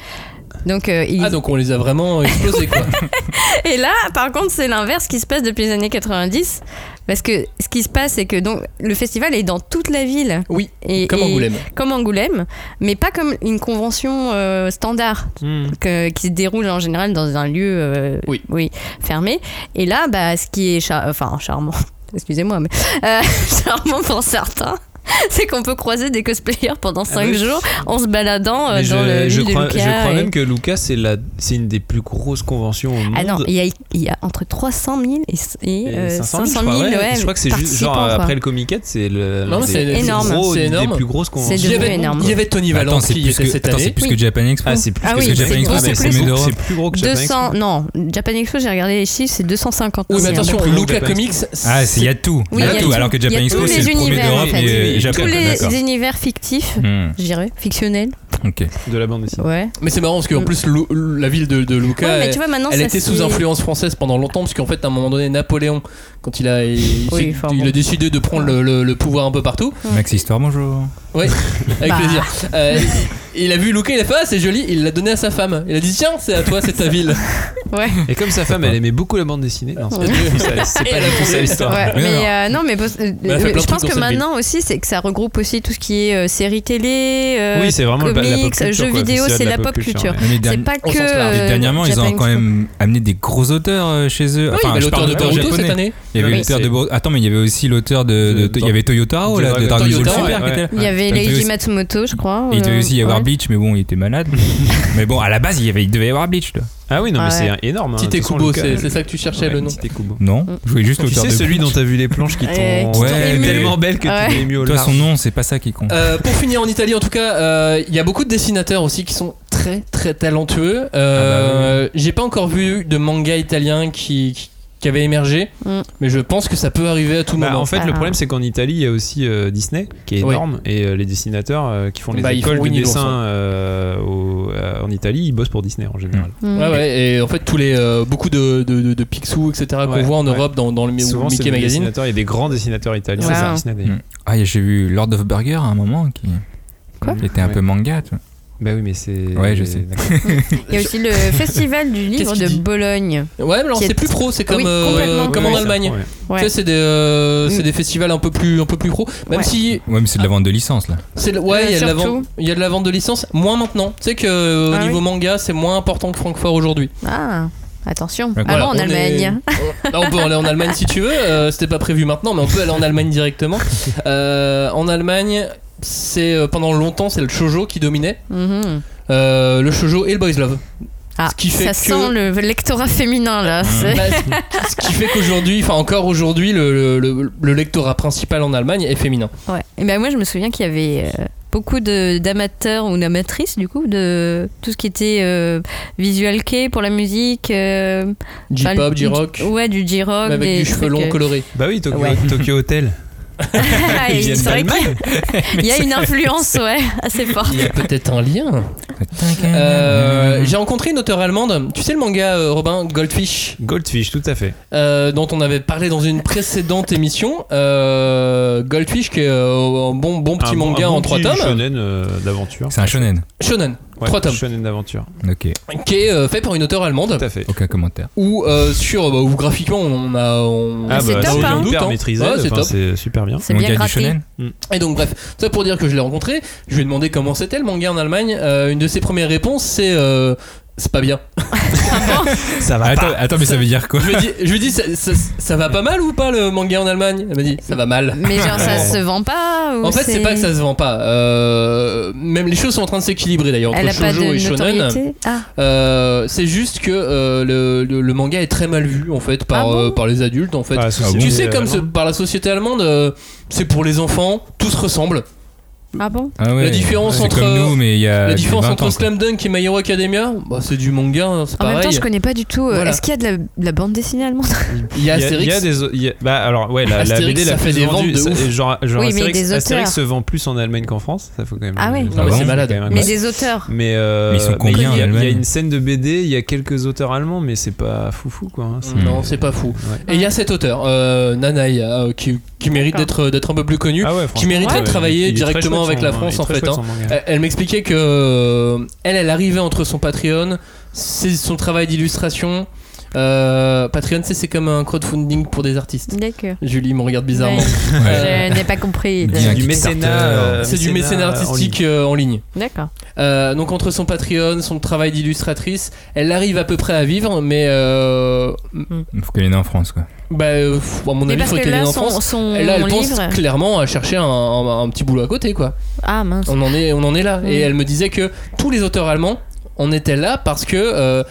S12: Donc, euh, il-
S1: Ah, donc on les a vraiment explosés quoi.
S12: Et là par contre c'est l'inverse qui se passe depuis les années 90 parce que ce qui se passe c'est que donc, le festival est dans toute la ville.
S1: Oui,
S12: Et,
S1: comme
S12: et-
S1: Angoulême.
S12: Comme Angoulême, mais pas comme une convention euh, standard.
S11: Hmm.
S12: que- qui se déroule en général dans un lieu euh,
S1: Oui.
S12: fermé. Et là, bah, ce qui est char- enfin, charmant, excusez-moi, mais euh, charmant pour certains. C'est qu'on peut croiser des cosplayers pendant 5
S11: Ah oui.
S12: jours en se baladant euh,
S11: Mais
S12: dans le
S11: je, je
S12: lieu de
S11: crois,
S12: Lucas
S11: je crois
S12: et-
S11: même que Lucas, c'est la- c'est une des plus grosses conventions au monde.
S12: Ah non, il y, a, il y a entre 300 000 et, et,
S11: Et
S12: euh, 500 000,
S11: je crois, ouais.
S12: ouais,
S11: Je crois que c'est juste genre
S12: participants, quoi.
S11: après le Comic-Con, c'est le
S1: Non,
S11: l'un
S1: c'est
S11: des-
S12: énorme.
S11: gros-
S1: C'est énorme.
S11: des plus grosses
S1: Il
S12: C'est
S1: y
S11: conventions.
S12: devenu
S1: avait,
S12: énorme.
S1: il y avait Tony
S10: Attends,
S1: Valente
S10: c'est
S1: qui y
S10: plus,
S1: était
S10: que,
S1: cette
S10: attends, c'est
S1: année.
S10: plus
S12: Oui.
S10: que Japan Expo.
S11: Ah, c'est plus
S12: Ah
S11: que
S12: oui,
S11: ce que
S12: c'est
S11: Japan Expo,
S12: gros,
S11: mais
S12: c'est
S11: c'est
S12: plus.
S11: beaucoup- c'est plus gros que Japan
S12: 200, non, Japan Expo, j'ai regardé les chiffres, c'est 250
S1: Oui, mais
S12: aussi, hein.
S1: attention,
S11: plus long que
S1: Luca
S11: Japan
S1: Comics.
S10: Ah, c'est- il y a tout.
S12: Oui,
S10: Il y a tout.
S12: tout.
S10: Alors que
S12: Il y a
S10: Japan Expo,
S12: tous
S10: c'est
S12: les
S10: le premier
S12: univers, en
S10: d'Europe
S12: fait.
S10: et euh,
S12: Tous
S10: Japon. D'accord.
S12: les univers fictifs,
S10: Hmm,
S12: je dirais, fictionnels,
S10: ok.
S11: De la bande dessinée.
S12: ouais.
S1: Mais c'est marrant parce qu'en plus, Lu- la ville de, de Luca.
S12: Mm. Ouais, mais
S1: elle-
S12: tu vois, maintenant,
S1: elle
S12: ça
S1: était sous
S12: s'est-
S1: influence française pendant longtemps parce qu'en fait à un moment donné Napoléon quand il a il,
S12: Oui,
S1: s'est-
S12: enfin,
S1: il
S12: bon.
S1: a décidé de prendre le- le- le pouvoir un peu partout
S10: Max Histoire, bonjour.
S1: Oui, avec
S12: Bah.
S1: plaisir. Euh, il a vu Luca, il a fait Ah, c'est joli, il l'a donné à sa femme. Il a dit Tiens, c'est à toi, c'est ta ville.
S12: Ouais.
S11: Et comme sa femme, elle aimait beaucoup la bande dessinée. Non, c'est pas
S1: Ouais.
S11: du tout ça, c'est pas du tout ça l'histoire.
S12: Ouais,
S10: Mais
S12: mais euh, non, mais pos- euh,
S1: Mais elle fait
S12: euh,
S1: plein de
S12: je pense
S1: trucs
S12: que
S1: dans cette
S12: maintenant aussi, c'est que ça regroupe aussi tout ce qui est euh, séries télé, euh,
S11: Oui, c'est vraiment le- la pop
S12: comics,
S11: culture,
S12: jeux
S11: quoi,
S12: vidéo,
S11: festival
S12: c'est
S11: de
S12: la pop culture.
S11: ouais.
S10: Mais les
S12: C'est
S10: derniers-
S12: pas
S1: Au
S12: que.
S1: sens large.
S10: Et
S12: euh,
S10: dernièrement, ils
S12: Japan
S10: ont quand
S12: Expo.
S10: même amené des gros auteurs euh, chez eux.
S1: Oui, il y avait
S10: je
S1: l'auteur
S10: parle
S1: de Boruto
S10: japonais.
S1: cette année.
S10: Il y avait
S11: Oui,
S10: l'auteur
S11: c'est-
S10: de Boruto. Attends, mais il y avait aussi l'auteur de. de-
S11: De-
S10: Il y avait Toyotaro,
S11: de-
S10: là, de
S11: de-
S10: Dragon Ball
S1: Toyotaro,
S10: Super,
S11: ouais,
S10: qui était là.
S12: Il y avait
S10: Il devait
S12: Leiji
S10: aussi-
S12: Matsumoto, je crois.
S10: Et il devait
S12: euh,
S10: aussi y avoir
S12: ouais.
S10: Bleach, mais bon, il était malade. mais bon, à la base, il, y avait, il devait y avoir Bleach, là.
S11: Ah oui, non, mais
S12: Ouais.
S11: c'est énorme. hein.
S1: Tite
S11: De toute façon,
S1: Kubo,
S11: Lucas-
S1: c'est c'est ça que tu cherchais
S11: Ouais,
S1: le nom.
S11: Tite Kubo.
S10: Non,
S12: Mm.
S10: je voulais juste
S11: Tu
S10: l'auteur
S11: sais,
S10: de
S11: celui dont
S10: Bleach.
S11: t'as vu les planches qui t'ont
S12: Ouais, qui
S10: t'ont ému.
S11: tellement belle que
S12: Ouais.
S11: t'es ému au
S10: Toi,
S11: large.
S10: son nom, c'est pas ça qui compte.
S1: Euh, pour finir en Italie, en tout cas, euh, il y a beaucoup de dessinateurs aussi qui sont très très talentueux.
S11: Ah bah
S1: Euh, J'ai pas encore vu de manga italien qui, qui, qui avait émergé,
S12: Mm.
S1: mais je pense que ça peut arriver à tout
S11: Bah,
S1: moment.
S11: en fait,
S12: Ah.
S11: le problème, c'est qu'en Italie, il y a aussi euh, Disney, qui est
S1: Oui.
S11: énorme, et euh, les dessinateurs euh, qui font les
S1: Bah, ils
S11: écoles
S1: font
S11: de
S1: Winnie
S11: dessin
S1: l'ourson.
S11: euh, au- euh, en Italie, ils bossent pour Disney en général.
S12: Mm.
S1: Ouais, ouais, et en fait, tous les euh, beaucoup de, de, de, de Picsou, etc., qu'on
S11: Ouais,
S1: voit en
S11: ouais.
S1: Europe dans, dans le mi-
S11: Souvent, c'est
S1: Mickey
S11: des
S1: Magazine.
S11: dessinateurs, il y a des grands dessinateurs italiens,
S12: Ouais.
S11: c'est Disney d'ailleurs.
S10: Mm. Ah, j'ai vu Lord of Burger à un moment qui.
S12: Quoi
S10: qui était un
S11: Ouais.
S10: peu manga, tu vois.
S11: Bah oui, mais c'est.
S10: Ouais, je sais.
S11: D'accord.
S12: Il y a aussi le festival du livre
S1: qu'il
S12: de
S1: dit
S12: Bologne.
S1: Ouais, mais alors
S12: Qui est-
S1: c'est plus pro, c'est comme,
S12: Oui,
S1: euh,
S12: complètement.
S1: comme
S11: Ouais,
S1: en
S11: ouais,
S1: Allemagne.
S11: ça, ouais.
S12: Ouais.
S1: Tu sais, c'est des, euh,
S12: Mm.
S1: c'est des festivals un peu plus, un peu plus pro. Même
S12: Ouais.
S1: si,
S10: Ouais, mais c'est de la vente de licence, là.
S1: c'est le- ouais,
S12: Euh,
S1: il y a de la vente-
S12: surtout.
S1: il y a de la vente de licences, moins maintenant. Tu sais que euh, au
S12: Ah
S1: niveau manga, c'est moins important que Francfort aujourd'hui.
S12: Ah, attention.
S10: D'accord.
S12: Avant Ah en
S1: Voilà, on est-
S12: Allemagne.
S1: on- on peut aller en Allemagne si tu veux. euh, C'était pas prévu maintenant, mais on peut aller en Allemagne directement. Euh, en Allemagne, c'est euh, pendant longtemps, c'est le shojo qui dominait.
S12: Mhm.
S1: Euh, le shojo et le boys love.
S12: Ah,
S1: qui fait
S12: ça
S1: que-
S12: sent le lectorat féminin là. c'est-
S1: Bah, ce qui fait qu'aujourd'hui, enfin encore aujourd'hui, le, le- le- le lectorat principal en Allemagne est féminin.
S12: Ouais. Et ben moi, je me souviens qu'il y avait euh, beaucoup de- d'amateurs ou d'amatrices, du coup, de tout ce qui était euh, visual kei pour la musique. euh,
S1: J-pop,
S12: enfin, le-
S1: J-rock.
S12: Ouais, du J-rock.
S1: Mais avec
S12: des
S1: du cheveu
S12: trucs,
S1: long
S12: euh,
S1: coloré.
S11: Bah oui, Tokyo,
S12: Ouais.
S11: Tokyo Hotel.
S12: Ah,
S11: Ils
S12: et
S11: viennent
S12: c'est vrai
S11: d'Allemagne.
S12: qu'il y a une influence, ouais, assez forte.
S1: Il y a peut-être un lien.
S10: Mm-hmm.
S1: Euh, J'ai rencontré une auteure allemande. Tu sais le manga euh, Robin Goldfish,
S11: Goldfish, tout à fait.
S1: euh, dont on avait parlé dans une précédente émission. Euh, Goldfish, qui est euh, un bon bon petit
S11: Un bon-
S1: manga
S11: un bon
S1: en trois
S11: petit
S1: tomes.
S11: shonen euh, d'aventure.
S10: C'est un shonen.
S1: Shonen,
S11: Ouais,
S1: trois tomes.
S11: Shonen d'aventure.
S10: Ok.
S1: Qui est euh, fait par une auteure allemande.
S11: Tout à fait.
S10: Aucun commentaire.
S1: Où euh, sur bah, où graphiquement on a on... on
S11: Ah bah,
S1: a
S11: c'est
S1: aucun doute,
S11: super
S1: hein.
S11: maîtrisé,
S1: Ouais, c'est
S11: enfin,
S1: top.
S11: c'est super bien.
S12: C'est bien gratté.
S1: Et donc bref, ça pour dire que je l'ai rencontré, je lui ai demandé comment c'était le manga en Allemagne. Euh, une de ses premières réponses c'est euh, c'est pas bien.
S11: Ça va
S10: attends, attends, mais ça veut dire quoi
S1: Je lui ai dit, je lui ai dit, ça, ça- ça va pas mal ou pas le manga en Allemagne Elle m'a dit ça va mal.
S12: Mais genre, ça se vend pas. ou
S1: En fait, c'est pas que ça se vend pas. Euh, même les choses sont en train de s'équilibrer d'ailleurs
S12: Elle
S1: entre
S12: a pas
S1: shoujo
S12: de
S1: et shonen.
S12: notoriété Ah.
S1: Euh, c'est juste que euh, le, le- le manga est très mal vu en fait
S12: Ah
S1: par, euh, par les adultes en fait.
S11: Par la société
S1: tu sais comme
S11: allemande.
S1: ce- par la société allemande, euh, c'est pour les enfants, tous ressemblent.
S12: Ah bon
S10: Ah ouais.
S1: La différence
S10: C'est
S1: entre-
S10: comme nous, mais il y a
S1: la différence
S10: 20
S1: entre
S10: ans, quoi.
S1: Slam Dunk et My Hero Academia, bah, c'est du manga, hein, c'est
S12: En
S1: pareil.
S12: même temps, je connais pas du tout. euh,
S1: Voilà.
S12: Est-ce qu'il y a de la, de la bande dessinée allemande
S11: Ah
S1: Il y a
S11: Il y a
S1: Astérix.
S11: des. il y a- bah alors, ouais, la, la
S1: Astérix,
S11: BD la
S1: ça
S11: plus
S1: fait des ventes
S11: vendue,
S1: de
S11: ça-
S1: ouf.
S11: Genre, genre
S12: Oui, mais
S11: Astérix,
S12: des auteurs.
S11: Astérix se vend plus en Allemagne qu'en France, ça faut quand même.
S12: Ah ouais.
S1: Ah ouais, c'est malade.
S11: quand même
S12: Mais
S11: incroyable.
S12: des auteurs.
S11: Mais, euh,
S10: Mais ils sont
S11: mais
S10: combien en
S11: il y a- Il y a
S10: Allemagne
S11: une scène de BD, il y a quelques auteurs allemands, mais c'est pas foufou quoi. hein, c'est-
S1: Non, c'est pas fou.
S11: Ouais.
S1: Et il y a cet auteur, euh, Nanaï, euh, qui, qui mérite d'être d'être un peu plus connu,
S11: Ah ouais,
S1: qui
S11: franchement,
S1: mérite
S11: ouais,
S1: de
S11: il
S1: travailler
S11: est très
S1: directement
S11: chouette
S1: avec
S11: son-
S1: la
S11: il est
S1: France
S11: très
S1: en fait.
S11: chouette, son
S1: hein.
S11: manga.
S1: Elle, elle m'expliquait que euh, elle, elle arrivait entre son Patreon, c'est son travail d'illustration. Euh, Patreon, c'est c'est comme un crowdfunding pour des artistes.
S12: D'accord.
S1: Julie me regarde bizarrement. Euh,
S12: Ouais. Je n'ai pas compris.
S10: Dis un
S11: du
S10: Kickstarter.
S11: mécénat, euh,
S1: C'est du mécénat
S11: mécénat en
S1: artistique
S11: ligne.
S1: euh, en ligne.
S12: D'accord.
S1: Euh, donc entre son Patreon, son travail d'illustratrice, elle arrive à peu près à vivre, mais euh,
S10: Faut qu'elle est née en France, quoi.
S1: bah, euh, à mon
S12: Mais
S1: avis,
S12: parce
S1: faut
S12: que
S1: qu'elle
S12: là,
S1: ait en
S12: son-
S1: France.
S12: son
S1: Et là, elle pense
S12: livre-
S1: clairement à chercher un, un- un petit boulot à côté, quoi.
S12: Ah mince.
S1: On en est, on en est là. Et
S12: Mm.
S1: elle me disait que tous les auteurs allemands en étaient là parce que euh,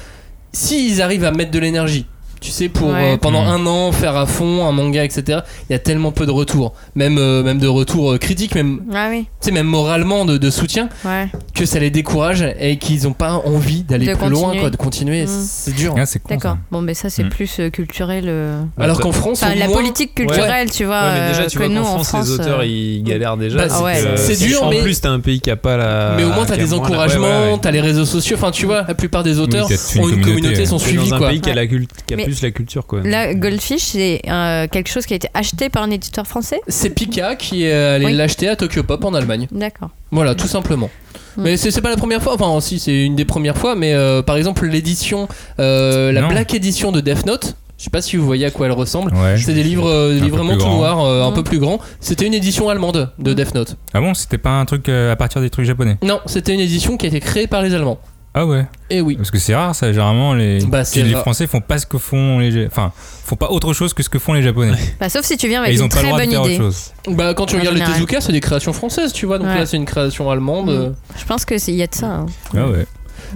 S1: s'ils arrivent à mettre de l'énergie, tu sais, pour
S12: Ouais.
S1: euh, pendant un
S10: Mm.
S1: an faire à fond un manga, etc. Il y a tellement peu de retours, même euh, même de retours euh, critiques, même
S12: Ah oui.
S1: tu sais, même moralement de, de soutien,
S12: Ouais.
S1: que ça les décourage et qu'ils n'ont pas envie d'aller
S12: De
S1: plus loin,
S12: continuer.
S1: quoi, de continuer.
S12: Mm.
S1: C'est dur.
S10: Ah, c'est con.
S12: D'accord.
S10: ça.
S12: Bon, mais ça, c'est
S1: Hmm.
S10: Mm.
S12: plus euh, culturel. euh,
S1: Alors qu'en France,
S12: Enfin,
S1: au
S12: la
S1: moins-
S12: politique culturelle, tu vois.
S11: Ouais, mais déjà,
S12: euh,
S11: tu
S12: que
S11: vois
S12: nous,
S11: qu'en
S12: en
S11: France,
S12: France.
S11: les auteurs
S12: euh,
S11: ils galèrent déjà.
S1: Bah,
S11: donc,
S12: c'est-
S11: euh,
S1: c'est dur,
S11: En
S1: mais-
S11: plus, t'as un pays qui a pas la.
S1: Mais au moins, t'as
S11: qui
S1: des
S11: a moins Euh, la-
S1: encouragements,
S11: ouais, ouais, ouais.
S1: t'as les réseaux sociaux. Enfin, tu vois, la plupart des auteurs
S10: Oui, t'as toute une
S1: ont une communauté,
S10: communauté, ouais.
S1: sont
S11: T'es
S1: suivis,
S11: dans un
S1: quoi.
S11: pays qui a, la culte- qui a
S12: Mais-
S11: plus la culture quoi.
S12: Là, Goldfish, c'est euh, quelque chose qui a été acheté par un éditeur français
S1: C'est Pika qui est allé
S12: Oui.
S1: l'acheter à Tokyo Pop en Allemagne.
S12: D'accord.
S1: Voilà, tout simplement.
S12: Mm.
S1: Mais c'est c'est pas la première fois, enfin si c'est une des premières fois, mais euh, par exemple l'édition, euh, la
S10: Non.
S1: Black Edition de Death Note, je sais pas si vous voyez à quoi elle ressemble,
S10: Ouais.
S1: c'est des livres, euh, des
S10: Un
S1: livres
S10: peu
S1: vraiment
S10: plus
S1: tout
S10: grand.
S1: noirs, euh, un
S12: Mm.
S1: peu plus grands, c'était une édition allemande
S12: Hmm.
S1: de Death Note.
S10: Ah bon, c'était pas un truc euh, à partir des trucs japonais
S1: Non, c'était une édition qui a été créée par les Allemands.
S10: Ah ouais.
S1: Et oui.
S10: Parce que c'est rare, ça. Généralement, les,
S1: Bah, c'est
S10: les
S1: rare.
S10: Français font pas ce que font les, Ja- enfin, font pas autre chose que ce que font les Japonais.
S12: Bah, sauf si tu viens
S10: Et
S12: avec
S10: ils ont
S12: une
S10: pas le
S12: très
S10: droit de
S12: bonne
S10: faire autre
S12: idée.
S10: chose.
S1: Bah quand tu
S12: En
S1: regardes les
S12: général.
S1: Tezuka, c'est des créations françaises, tu vois, donc
S12: Ouais.
S1: là c'est une création allemande.
S12: Mm. Je pense qu'il y a de ça. hein.
S10: Ah ouais.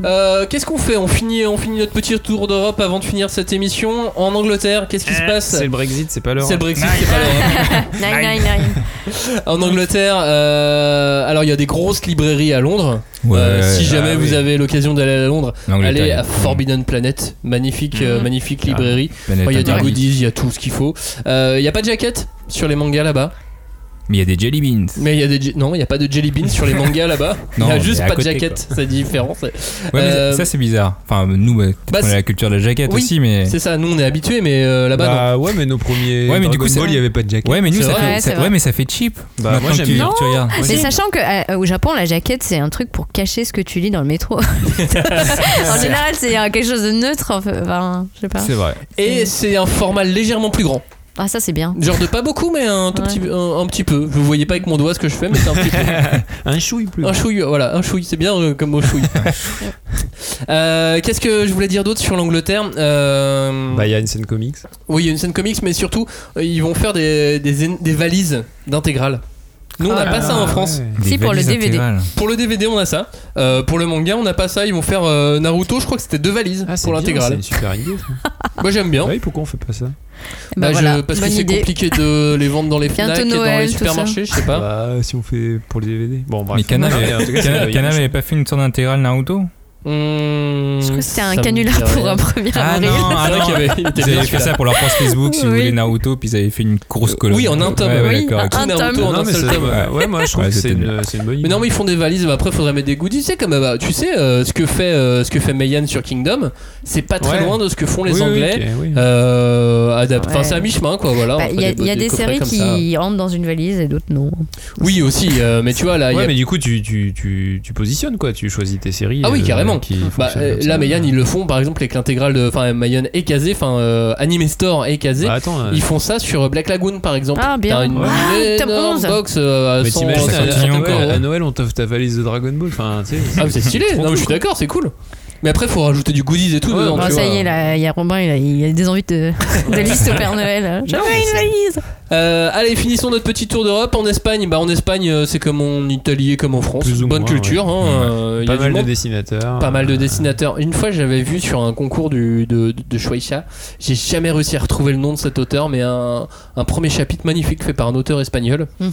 S1: Euh, qu'est-ce qu'on fait on finit, on finit notre petit tour d'Europe avant de finir cette émission. En Angleterre, qu'est-ce
S11: Euh,
S1: qui se passe
S11: C'est le Brexit, c'est pas l'heure.
S1: C'est le Brexit, c'est pas l'Europe.
S12: Nine, nine, nine.
S1: En Angleterre, euh, alors il y a des grosses librairies à Londres. Euh, si jamais
S11: ah
S1: vous
S11: oui.
S1: avez l'occasion d'aller à Londres,
S10: L'Angleterre,
S1: allez
S10: il y a
S1: à
S10: tout.
S1: Forbidden Planet, magnifique, euh,
S10: Ah,
S1: magnifique librairie.
S10: Planète
S1: Enfin, Il y a des
S10: Internet.
S1: goodies, il y a tout ce qu'il faut. Euh, Il y a pas de jaquette sur les mangas là-bas,
S10: Mais il y a des jelly beans.
S1: mais il y a des je- non, il y a pas de jelly beans sur les mangas là-bas. Il y
S10: Non,
S1: a
S10: mais
S1: juste
S10: à
S1: pas de
S10: côté,
S1: jaquette, c'est différent. c'est-
S10: Ouais, mais
S1: Euh,
S10: ça c'est bizarre. Enfin, nous, bah, peut-être
S1: Bah,
S10: qu'on a
S1: c'est-
S10: la culture de la jaquette
S1: Oui.
S10: aussi, mais.
S1: C'est ça, nous on est habitués, mais euh, là-bas non.
S11: Bah ouais, mais nos premiers.
S10: Ouais, mais du coup,
S11: Dragon
S10: c'est-
S11: Ball, il y avait pas de jacket.
S10: Ouais, mais nous,
S1: C'est
S10: ça
S1: vrai,
S10: fait,
S12: c'est
S10: ça-
S12: vrai.
S10: ouais, mais ça fait cheap.
S11: Bah,
S10: Maintenant
S11: moi, j'aime
S10: que tu,
S11: bien.
S10: tu regardes.
S12: Mais sachant que euh, au Japon, la jaquette, c'est un truc pour cacher ce que tu lis dans le métro. en général, c'est euh, quelque chose de neutre. en fait. Enfin, je sais pas.
S10: C'est vrai.
S1: Et c'est un format légèrement plus grand.
S12: Ah, ça, c'est bien.
S1: Genre de pas beaucoup, mais un tout
S12: Ouais.
S1: petit, un, un petit peu. Vous voyez pas avec mon doigt ce que je fais, mais c'est un petit peu.
S11: Un chouille plus.
S1: Un chouille, voilà, un chouille, c'est bien euh, comme mot chouille. Euh, Qu'est-ce que je voulais dire d'autre sur l'Angleterre Euh,
S11: Bah, il y a une scène comics.
S1: Oui, il y a une scène comics, mais surtout, euh, ils vont faire des, des, des valises d'intégrales. Nous, on n'a
S12: Ah,
S1: pas ça en France.
S12: ouais. Si, Des pour le valises DVD. intégrales.
S1: Pour le DVD, on a ça. Euh, pour le manga, on n'a pas ça. Ils vont faire euh, Naruto, je crois que c'était deux valises pour
S11: bien,
S1: l'intégrale.
S11: Ah, c'est une super idée.
S1: Moi, j'aime bien.
S11: Ah Oui, pourquoi on fait pas ça
S1: Bah,
S11: Bah
S1: je-
S11: voilà,
S1: parce que
S11: bonne
S1: c'est
S11: idée.
S1: compliqué de les vendre dans les
S12: Bientôt
S1: FNAC et dans
S12: Noël,
S1: les
S12: tout ça.
S1: supermarchés, je sais pas.
S11: Bah, si on fait pour les DVD. Bon, bref.
S10: Mais Kana,
S11: Ouais, en tout cas, c'est-
S10: Kana n'avait pas fait une sorte d'intégrale Naruto
S1: Je
S12: crois que c'était un canular pour un premier
S10: Ah
S12: avril.
S10: non, ah non.
S1: qu'il y avait- il était bien,
S10: ils avaient fait
S1: celui-là.
S10: ça pour leur page Facebook si vous
S1: Oui. Euh,
S10: voulez Naruto, puis ils avaient fait une grosse colonne.
S1: Oui, en un tome.
S10: Ouais, ouais,
S1: Oui,
S10: d'accord,
S1: un
S10: ok.
S1: tome. Naruto en
S11: Non,
S1: un
S11: mais
S1: seul
S11: ça-
S1: tome.
S11: ouais, ouais, moi je trouve
S10: Ouais,
S11: que c'est
S10: c'était bien.
S11: une, c'est une bonne idée.
S1: Mais non, mais ils font des valises. bah après, faudrait mettre des goodies. C'est comme, bah, tu sais, euh, ce que fait euh, ce que fait Mayan sur Kingdom, c'est pas très
S12: Ouais.
S1: loin de ce que font les
S12: Oui, oui,
S1: Anglais.
S12: ok, oui.
S1: euh, adap- Enfin,
S12: Ouais.
S1: c'est à mi chemin, quoi. Voilà.
S12: Bah,
S1: entre
S12: Il y a,
S1: des-
S12: il y a des,
S1: coffrets
S12: séries
S1: comme
S12: qui
S1: ça.
S12: rentrent dans une valise et d'autres non.
S1: Oui, aussi. euh, mais tu vois là, il y
S11: Ouais,
S1: a-
S11: mais du coup, tu, tu, tu, tu positionnes quoi, tu choisis tes séries.
S1: Ah oui,
S11: euh,
S1: carrément.
S11: qui
S1: Bah,
S11: fonctionnent
S1: euh,
S11: comme ça.
S1: là, Mayan, ils le font par exemple avec l'intégrale de. Enfin, Mayan et Kazé, enfin, euh, Anime Store et Kazé.
S11: Bah, attends, euh.
S1: Ils font ça sur Black Lagoon par exemple.
S12: Ah, bien.
S1: T'as une
S12: Ouais. Ah, tome
S1: énorme
S12: 11.
S1: box euh, à
S11: Mais
S1: 100
S11: t'imagines,
S1: ça
S11: à,
S1: coûte rien,
S11: à
S1: quoi.
S11: Noël, à Noël, on t'offre ta valise de Dragon Ball. Enfin, tu sais,
S1: Ah, mais c'est stylé.
S11: trop
S1: Non, mais je
S11: cool,
S1: suis
S11: quoi.
S1: d'accord, c'est cool. Mais après, faut rajouter du goodies et tout dedans.
S12: Bon,
S1: tu
S12: ça
S1: vois.
S12: y est, là, il y a Robin, il a, il a des envies de, de liste au Père Noël. hein. Je
S1: Non,
S12: veux
S1: mais
S12: une
S1: c'est-
S12: valise
S1: Euh, allez, finissons notre petit tour d'Europe en Espagne. Bah, en Espagne, euh, c'est comme en Italie et comme en France.
S11: Plus ou
S1: Bonne
S11: moins,
S1: culture.
S11: ouais.
S1: hein, euh, il y a
S11: Pas
S1: du
S11: mal de
S1: monde.
S11: dessinateurs.
S1: Pas mal de dessinateurs. Une fois, j'avais vu sur un concours du, de, de Shueisha, j'ai jamais réussi à retrouver le nom de cet auteur, mais un, un premier chapitre magnifique fait par un auteur espagnol.
S12: Mhm.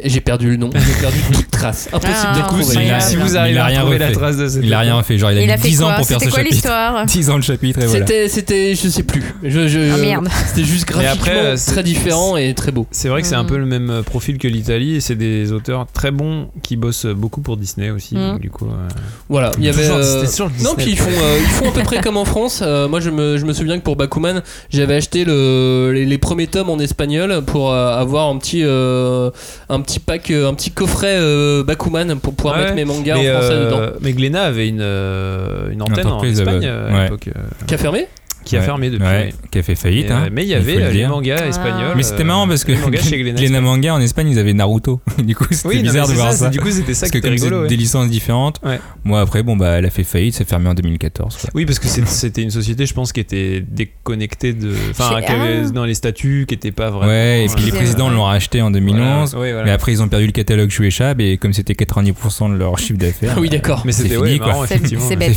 S1: Et J'ai perdu le nom, j'ai perdu toute trace. Impossible
S12: Ah,
S1: de retrouver.
S12: c'est incroyable. Si vous
S10: arrivez à retrouver la trace
S11: de
S10: Il a rien refait, genre il a,
S12: Il a
S10: mis
S12: fait
S10: 10 ans
S12: quoi
S10: pour faire
S12: C'était
S10: ce
S12: quoi
S10: chapitre.
S12: l'histoire
S10: 10 ans le chapitre et voilà.
S1: C'était, c'était, je sais plus. Je, je-
S12: Ah, merde.
S1: C'était juste
S11: Mais
S1: graphiquement
S11: euh, c'est-
S1: très différent et très beau.
S11: C'est vrai que c'est un peu le même euh, profil que l'Italie et c'est des auteurs très bons qui bossent beaucoup pour Disney aussi.
S1: Mm.
S11: donc du coup, euh,
S1: Voilà, il y avait.
S11: Toujours,
S1: euh,
S11: c'était sur le
S1: non,
S11: Disney.
S1: puis ils font, euh, ils font à peu près comme en France. Euh, moi, je me, je me souviens que pour Bakuman, j'avais acheté le, les, les premiers tomes en espagnol pour euh, avoir un petit, euh, un petit pack, euh, un petit coffret euh, Bakuman pour pouvoir
S11: Ah
S1: mettre
S11: ouais.
S1: mes mangas
S11: Mais,
S1: en français
S11: euh,
S1: dedans.
S11: Mais Glénat avait une, euh, une antenne en
S10: Entreprise,
S11: Espagne
S10: euh,
S11: euh, à
S10: ouais.
S11: l'époque. euh,
S1: Qui a fermé
S11: Qui a
S10: Ouais.
S11: fermé depuis.
S10: Ouais, qui a fait faillite.
S11: Et,
S10: hein,
S11: euh, mais il y
S10: faut
S11: avait,
S10: le
S11: euh, les
S10: dire.
S11: mangas espagnols,
S10: Mais c'était
S11: euh,
S10: marrant parce que
S11: les mangas chez Glénat
S10: Glénat Manga en Espagne, ils avaient Naruto. Du coup, c'était
S11: Oui, non, mais
S10: bizarre de
S11: c'est
S10: voir
S11: ça,
S10: ça.
S11: c'est- du coup, c'était ça
S10: Parce
S11: qui
S10: que
S11: était
S10: comme c'est
S11: rigolo, ouais.
S10: des licences différentes, moi après, bon, bah elle a fait faillite, c'est fermé en 2014. quoi.
S11: Oui, parce que c'est- c'était une société, je pense, qui était déconnectée de. Enfin,
S10: C'est-
S11: qui avait
S10: ah.
S11: dans les statuts, qui n'était pas vraiment.
S10: ouais, et puis les
S11: euh,
S10: présidents l'ont racheté en 2011.
S11: Voilà, ouais, voilà.
S10: Mais après, ils ont perdu le catalogue Shueisha, et comme c'était 90% de leur chiffre d'affaires.
S1: Ah oui, d'accord.
S10: Mais c'était fini, quoi. C'est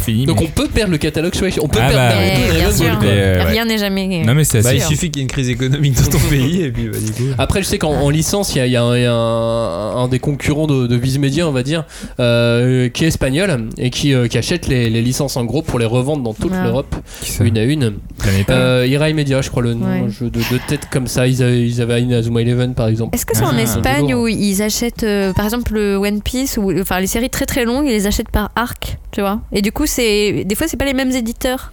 S10: fini.
S1: Donc
S10: mais-
S1: on peut perdre le catalogue Shueisha, on peut
S10: Ah
S1: perdre Naruto
S10: bah, ouais.
S1: et
S10: Bien
S1: Dragon
S10: sûr.
S1: Ball, quoi.
S10: Et, euh, ouais.
S12: Rien n'est jamais.
S10: Non, mais c'est
S11: Bah,
S10: assez
S11: il
S10: sûr.
S11: suffit qu'il y ait une crise économique dans ton pays, et puis bah, du coup.
S1: Après, je sais qu'en en licence, il y a, il y a un, il y a un- un des concurrents de, de Viz Media, on va dire, euh, qui est espagnol et qui, euh, qui achète les, les licences en gros pour les revendre dans toute
S11: Ah.
S1: l'Europe,
S10: ça
S1: une à une.
S10: Planète
S1: Euh, Irai Media, je crois, le nom
S12: Ouais.
S1: je- de, de tête comme ça. Ils avaient, ils avaient Inazuma Eleven, par exemple.
S12: Est-ce que c'est en Espagne où ils achètent, euh, par exemple, le One Piece ou enfin les séries très très longues, ils les achètent par arc, tu vois Et du coup, c'est des fois c'est pas les mêmes éditeurs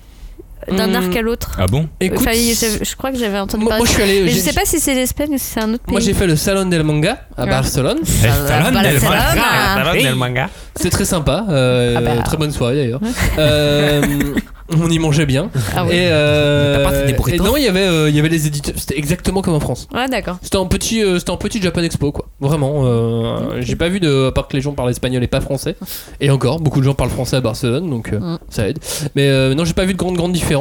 S12: d'un
S1: Hmm.
S12: arc à l'autre.
S10: Ah bon
S1: Écoute,
S12: Euh, Enfin, je, je crois que j'avais entendu
S1: Moi-
S12: parler.
S1: moi,
S12: de
S1: je suis
S12: ça.
S1: allé-
S12: Mais je
S1: Euh, j'ai-
S12: sais pas si c'est l'Espagne ou si c'est un autre pays.
S1: Moi j'ai fait le Salon del Manga à
S12: Ouais.
S1: Barcelone.
S10: Eh,
S12: El Salón del Barcelone.
S10: Ah,
S12: Manga.
S11: Salón del Manga.
S1: C'est très sympa. euh,
S11: Ah bah.
S1: Très bonne soirée d'ailleurs. Euh, on y mangeait bien.
S12: Ah ouais.
S1: Et,
S12: T'as pas fait des
S1: euh, et
S12: burritos
S1: non, il y avait, euh, il y avait les éditeurs. C'était exactement comme en France.
S12: Ouais, Ah, d'accord.
S1: C'était en petit, euh, c'était en petit Japan Expo quoi. Vraiment, euh, j'ai pas vu de à part que les gens parlent espagnol et pas français. Et encore, beaucoup de gens parlent français à Barcelone, donc euh,
S12: Mm.
S1: ça aide. Mais euh, non, j'ai pas vu de grande grande différence.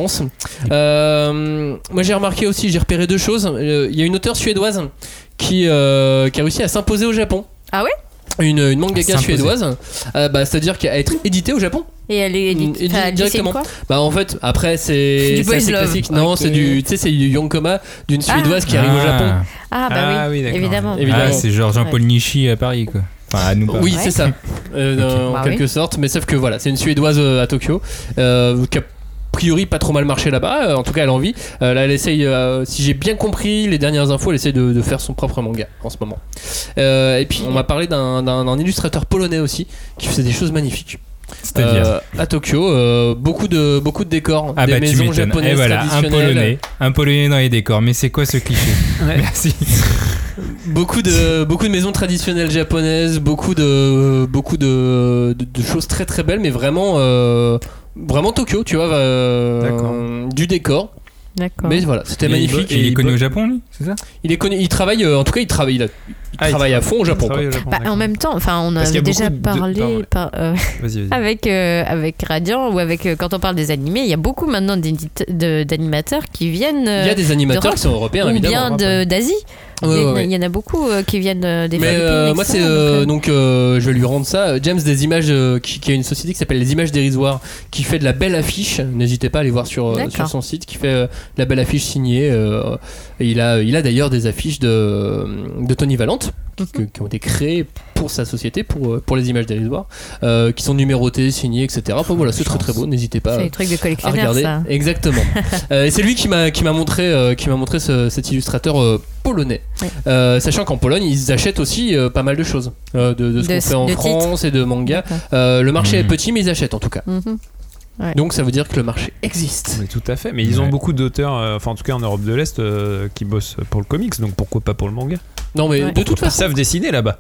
S1: Euh, moi, j'ai remarqué aussi, j'ai repéré deux choses. Euh, Il y a une auteure suédoise qui euh, qui a réussi à s'imposer au Japon.
S12: Ah ouais
S1: Une, une mangaka
S12: S'imposer.
S1: suédoise, euh, bah, c'est-à-dire qu'à être éditée au Japon.
S12: Et elle est
S1: Mm,
S12: édite-
S1: Et
S12: enfin, elle décide
S1: directement.
S12: quoi
S1: Bah en fait, après
S12: C'est
S1: c'est
S12: du
S1: c'est
S12: boys
S1: assez
S12: love.
S1: classique. Non,
S12: Ok.
S1: c'est du, tu sais, c'est du Yonkoma d'une
S12: Ah.
S1: suédoise qui arrive au
S10: Ah.
S1: Japon.
S12: Ah bah
S10: Ah
S12: oui,
S10: oui, d'accord.
S12: évidemment.
S10: Ah, c'est genre Jean-Paul Nishi à Paris, quoi. Enfin, à nous. pardon.
S1: Oui, c'est ça, Euh, dans-
S10: Ok.
S1: en
S10: Bah
S1: quelque
S10: oui.
S1: sorte. Mais sauf que voilà, c'est une Suédoise euh, à Tokyo euh, qui a priori pas trop mal marché là-bas. Euh, en tout cas, elle a envie. Euh, là, elle essaye, euh, si j'ai bien compris les dernières infos, elle essaye de, de faire son propre manga en ce moment. Euh, et puis, on m'a parlé d'un d'un- d'un illustrateur polonais aussi qui faisait des choses magnifiques.
S10: C'est-à-dire
S1: Euh, à Tokyo, euh, beaucoup de beaucoup de décors,
S10: Ah
S1: des
S10: bah tu
S1: maisons
S10: m'étonnes.
S1: japonaises
S10: Et voilà, un
S1: traditionnelles.
S10: polonais, un polonais dans les décors. Mais c'est quoi ce cliché Merci.
S1: beaucoup de beaucoup de maisons traditionnelles japonaises, beaucoup de beaucoup de, de- de choses très très belles, mais vraiment euh, vraiment Tokyo, tu vois, euh, du décor.
S12: D'accord.
S1: Mais voilà, c'était
S10: Et
S1: magnifique.
S10: il- et il est connu au Japon, lui, c'est ça
S1: Il est connu, il travaille, euh, en tout cas, il travaille, il, a- il
S10: Ah, il
S1: travaille à fond au Japon. quoi.
S12: Bah, en même temps, enfin, on
S1: Parce
S12: avait
S1: qu'il y a
S12: déjà
S1: beaucoup de- pardon,
S12: parlé
S1: ouais. Mm.
S12: par- euh,
S1: Vas-y, vas-y.
S12: avec euh, avec Radiant ou avec euh, quand on parle des animés, il y a beaucoup maintenant d'édite- de- d'animateurs qui viennent. euh,
S1: Il y a des animateurs
S12: d'Europe
S1: qui sont européens,
S12: ou
S1: évidemment, hein,
S12: bien de- d'Asie. Il y,
S1: Ouais,
S12: en a-
S1: ouais, ouais.
S12: il y en a beaucoup euh, qui viennent euh, des
S1: Mais
S12: Philippines.
S1: euh, moi,
S12: etc.,
S1: c'est euh, donc euh, je vais lui rendre ça. James des images euh, qui, qui a une société qui s'appelle les Images dérisoires, qui fait de la belle affiche. N'hésitez pas à aller voir sur, euh,
S11: D'accord.
S1: sur son site, qui fait euh, de la belle affiche signée. euh, et il a, il a d'ailleurs des affiches de, de Tony Valente qui, que- qui ont été créées pour sa société, pour, euh, pour les images dérisoires, euh, qui sont numérotées, signées, etc. Enfin, voilà, c'est très très beau. N'hésitez pas.
S12: C'est
S1: euh,
S12: des trucs de
S1: à
S12: collectionneur,
S1: regarder.
S12: ça.
S1: Exactement. Euh, et c'est lui qui m'a qui m'a montré euh, qui m'a montré ce- cet illustrateur euh, polonais. Euh, sachant qu'en Pologne ils achètent aussi euh, pas mal de choses euh, de, de ce
S11: De
S1: qu'on
S11: s-
S1: fait en
S11: de titres.
S1: France et de manga. Euh, le
S11: Mm.
S1: marché est petit mais ils achètent en tout cas.
S12: Mhm.
S1: Donc ça veut dire que le marché existe.
S11: Mais tout à fait, mais ils ont
S1: Ouais.
S11: beaucoup d'auteurs, euh, enfin en tout cas en Europe de l'Est, euh, qui bossent pour le comics, donc pourquoi pas pour le manga
S1: Non, mais Ouais. de toute
S11: Pourquoi pas
S1: façon-
S11: Ils savent dessiner là-bas.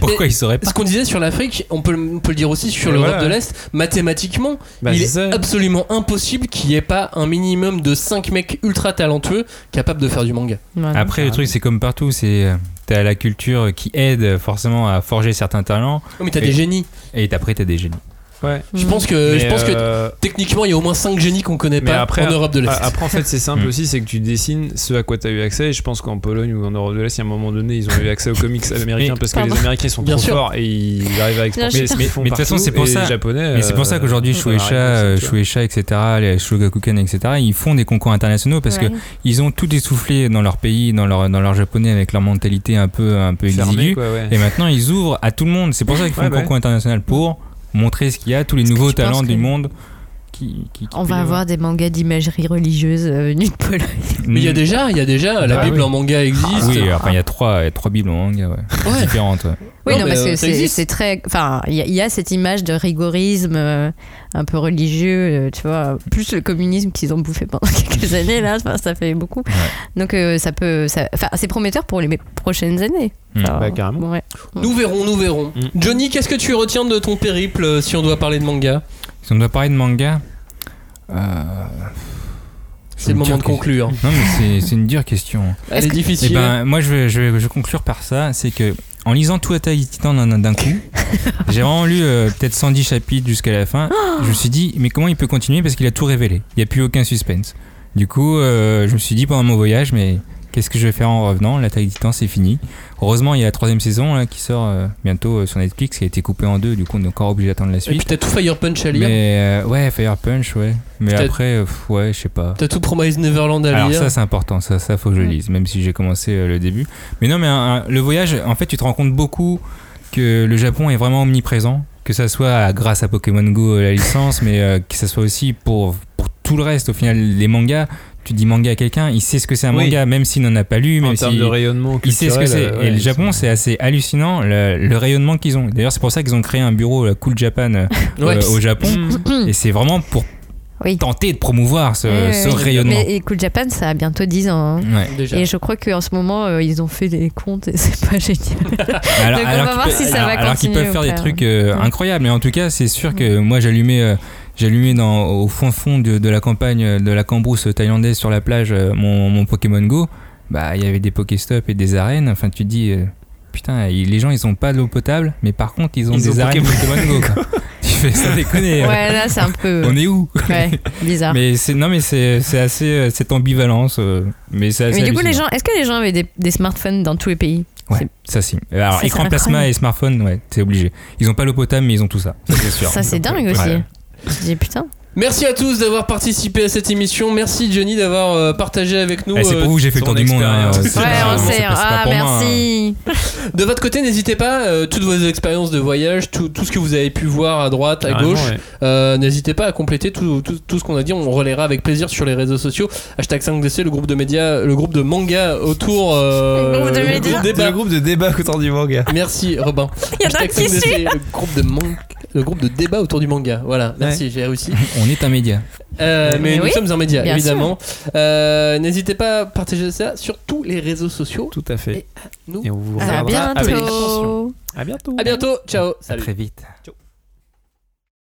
S1: Pourquoi
S11: ils sauraient pas
S1: Ce qu'on disait sur l'Afrique, on peut, le- on peut le dire aussi sur
S11: Et
S1: l'Europe
S11: voilà.
S1: de l'Est, mathématiquement,
S11: Bah,
S1: il
S11: c'est
S1: est
S11: ça.
S1: absolument impossible qu'il n'y ait pas un minimum de 5 mecs ultra talentueux capables de faire du manga.
S10: Après, le truc, c'est comme partout, c'est euh, t'as la culture qui aide forcément à forger certains talents.
S1: Non, mais t'as
S10: Et-
S1: des génies.
S10: Et après, t'as des génies.
S11: Ouais.
S1: Je pense que, je
S11: Mais,
S1: pense que
S11: euh,
S1: techniquement, il y a au moins 5 génies qu'on connaît
S11: Mais
S1: pas
S11: après,
S1: en Europe de
S10: ah,
S1: l'Est.
S11: a- Après, en fait, c'est simple aussi, c'est que tu dessines ce à quoi tu as eu accès. Et je pense qu'en Pologne ou en Europe de l'Est, il y a un moment donné, ils ont eu accès aux comics américains
S10: Mais-
S11: parce que
S10: Pardon.
S11: les Américains sont
S10: Bien
S11: trop
S10: sûr.
S11: forts et ils arrivent à exporter.
S10: mais,
S11: ce
S10: mais-
S11: qu'ils font
S10: mais de toute façon,
S11: partout,
S10: c'est pour
S11: et
S10: ça.
S11: Les Japonais.
S10: mais c'est pour ça
S11: euh,
S10: qu'aujourd'hui,
S11: sont
S10: Shueisha,
S11: arrêtés,
S10: euh,
S11: tu vois.
S10: Shueisha, etc., les Shogakukan, etc., ils font des concours internationaux parce
S11: Ouais.
S10: que ils ont tout essoufflé dans leur pays, dans leur, dans leur japonais, avec leur mentalité un peu, un peu
S11: Fermé,
S10: exiguë.
S11: quoi, ouais.
S10: Et maintenant, ils ouvrent à tout le monde. C'est pour ça qu'ils font
S11: Ouais,
S10: le
S11: ouais.
S10: concours international pour montrer ce qu'il y a, tous les nouveaux
S12: penses
S10: talents
S12: que-
S10: du monde. Qui, qui- qui
S12: On
S10: peut y
S12: va avoir des mangas d'imagerie religieuse euh, venus de Pologne.
S1: Mais il y a déjà, il y a déjà, la
S10: mm. Ah
S1: Bible
S10: oui. Ah
S1: en manga existe.
S10: Oui, enfin, il y a trois, il y a trois bibles en manga, ouais. Différentes, ouais.
S12: Oui,
S1: Non,
S12: non,
S1: mais,
S12: parce
S1: euh, ça
S12: que c'est
S1: existe.
S12: c'est très. Enfin, il y, a- il y a cette image de rigorisme euh, un peu religieux, euh, tu vois, plus le communisme qu'ils ont bouffé pendant quelques années, là, enfin, ça fait beaucoup. Donc, euh, ça peut. ça- Enfin, c'est prometteur pour les prochaines années.
S10: Mm.
S12: Enfin,
S11: Bah, carrément.
S12: ouais.
S1: Nous verrons, nous verrons. Johnny, qu'est-ce que tu retiens de ton périple euh, si on doit parler de manga
S10: Si on doit parler de manga, euh,
S1: C'est le
S10: une
S1: moment
S10: dure
S1: de conclure.
S10: question. Non, mais c'est- c'est une dure question.
S1: Elle est Est-ce que- difficile.
S10: Eh ben, moi, je vais, je vais- je vais conclure par ça. C'est que en lisant tout Attaque des Titans d'un d'un coup, j'ai vraiment lu euh, peut-être 110 chapitres jusqu'à la fin. Je me suis dit, mais comment il peut continuer parce qu'il a tout révélé. Il n'y a plus aucun suspense. Du coup, euh, je me suis dit pendant mon voyage, mais qu'est-ce que je vais faire en revenant L'attaque des Titans, c'est fini. Heureusement, il y a la troisième saison là, qui sort euh, bientôt euh, sur Netflix, qui a été coupée en deux. Du coup, on est encore obligé d'attendre la
S1: Et
S10: suite.
S1: puis t'as tout Fire Punch à lire.
S10: Mais euh, ouais, Fire Punch, ouais. Mais
S1: T'as-
S10: après, euh, pff, ouais, je sais pas.
S1: T'as tout Promise Neverland à
S10: Alors
S1: lire.
S10: ça, c'est important. Ça, ça faut que je le lise, même si j'ai commencé euh, le début. Mais non, mais un- un- le voyage, en fait, tu te rends compte beaucoup que le Japon est vraiment omniprésent, que ça soit à- grâce à Pokémon Go euh, la licence, mais euh, que ça soit aussi pour pour tout le reste. Au final, les mangas. Tu dis manga à quelqu'un, il sait ce que c'est un
S11: Oui.
S10: manga, même s'il n'en a pas lu,
S11: En
S10: même
S11: termes
S10: si-
S11: de rayonnement
S10: il sait ce que c'est.
S11: culturel, euh, ouais,
S10: Et le
S11: ils
S10: Japon, c'est assez hallucinant le, le rayonnement qu'ils ont. D'ailleurs, c'est pour ça qu'ils ont créé un bureau euh, Cool Japan euh,
S12: Ouais.
S10: euh, au Japon.
S12: Mm.
S10: Et c'est vraiment pour tenter de promouvoir ce,
S12: Ouais, ouais,
S10: ce
S12: ouais.
S10: Euh, rayonnement. Mm.
S12: Mais et Cool Japan, ça a bientôt 10 ans. hein.
S10: Ouais. Déjà.
S12: Et je crois qu'en ce moment, euh, ils ont fait des comptes et c'est pas génial. Donc,
S10: Alors,
S12: on
S10: alors
S12: va
S10: qu'ils
S12: voir
S10: peuvent-
S12: si ça
S10: alors-
S12: va
S10: alors qu'ils
S12: continuer
S10: peuvent faire
S12: ou
S10: des
S12: pas.
S10: trucs euh, incroyables. Mais en tout cas, c'est
S12: Mm.
S10: sûr que moi, j'allumais, euh, j'allumais dans au fond fond de, de la campagne euh, de la cambrousse thaïlandaise sur la plage euh, mon, mon Pokémon Go. Bah, il y avait des Pokéstop et des arènes. Enfin, tu te dis. euh, Putain, ils- les gens ils ont pas de l'eau potable, mais par contre ils ont
S11: Ils
S10: des
S11: ont
S10: arènes
S11: Pokémon
S10: Pokémon Go. quoi. tu fais ça déconner. euh.
S12: Ouais, là, c'est un peu.
S10: On est où
S12: Ouais, bizarre.
S10: Mais c'est non mais c'est c'est assez euh, cette ambivalence. euh, mais c'est assez
S12: Mais du coup, les
S10: hallucinant.
S12: gens, est-ce que les gens avaient des, des smartphones dans tous les pays
S10: Ouais, ça si. Alors,
S12: Ça, c'est
S10: écran plasma
S12: incroyable.
S10: et smartphone, ouais, c'est obligé. Ils ont pas l'eau potable, mais ils ont tout ça. Ça, c'est sûr. euh,
S12: Ça, c'est dingue aussi. Je dis putain.
S1: Merci à tous d'avoir participé à cette émission. Merci Johnny d'avoir euh, partagé avec nous. euh,
S10: Eh, c'est pour vous que j'ai fait le
S1: ton
S10: tour du monde, hein.
S1: expérience.
S10: C'est Ouais, pas- on c'est sait. pas- c'est pas Ah, pour moi, hein.
S12: merci.
S1: De votre côté, n'hésitez pas, euh, toutes vos expériences de voyage, tout, tout ce que vous avez pu voir à droite, à
S11: Carrément,
S1: gauche,
S11: ouais.
S1: euh, n'hésitez pas à compléter tout, tout- tout ce qu'on a dit. On relaiera avec plaisir sur les réseaux sociaux. Hashtag 5DC, le groupe de médias, le groupe de manga autour. euh,
S11: Le groupe de
S1: le
S11: médias.
S1: groupe de débat.
S11: Le groupe de débat autour du manga.
S1: Merci Robin.
S11: Il y en a
S1: Hashtag
S11: qui
S1: 5DC,
S11: suit.
S1: le groupe de manga. Le groupe de débat autour du manga. Voilà, merci, j'ai réussi.
S10: On est un média.
S1: Euh, mais,
S10: Mais
S1: nous
S10: oui,
S1: sommes un média,
S10: bien
S1: évidemment. Euh, N'hésitez pas à partager ça sur tous les réseaux sociaux.
S11: Tout à fait.
S1: euh, Nous,
S11: Et on vous
S1: à
S11: reverra avec
S1: bientôt.
S11: À bientôt.
S1: À bientôt. Ciao.
S10: Très vite.
S1: Ciao.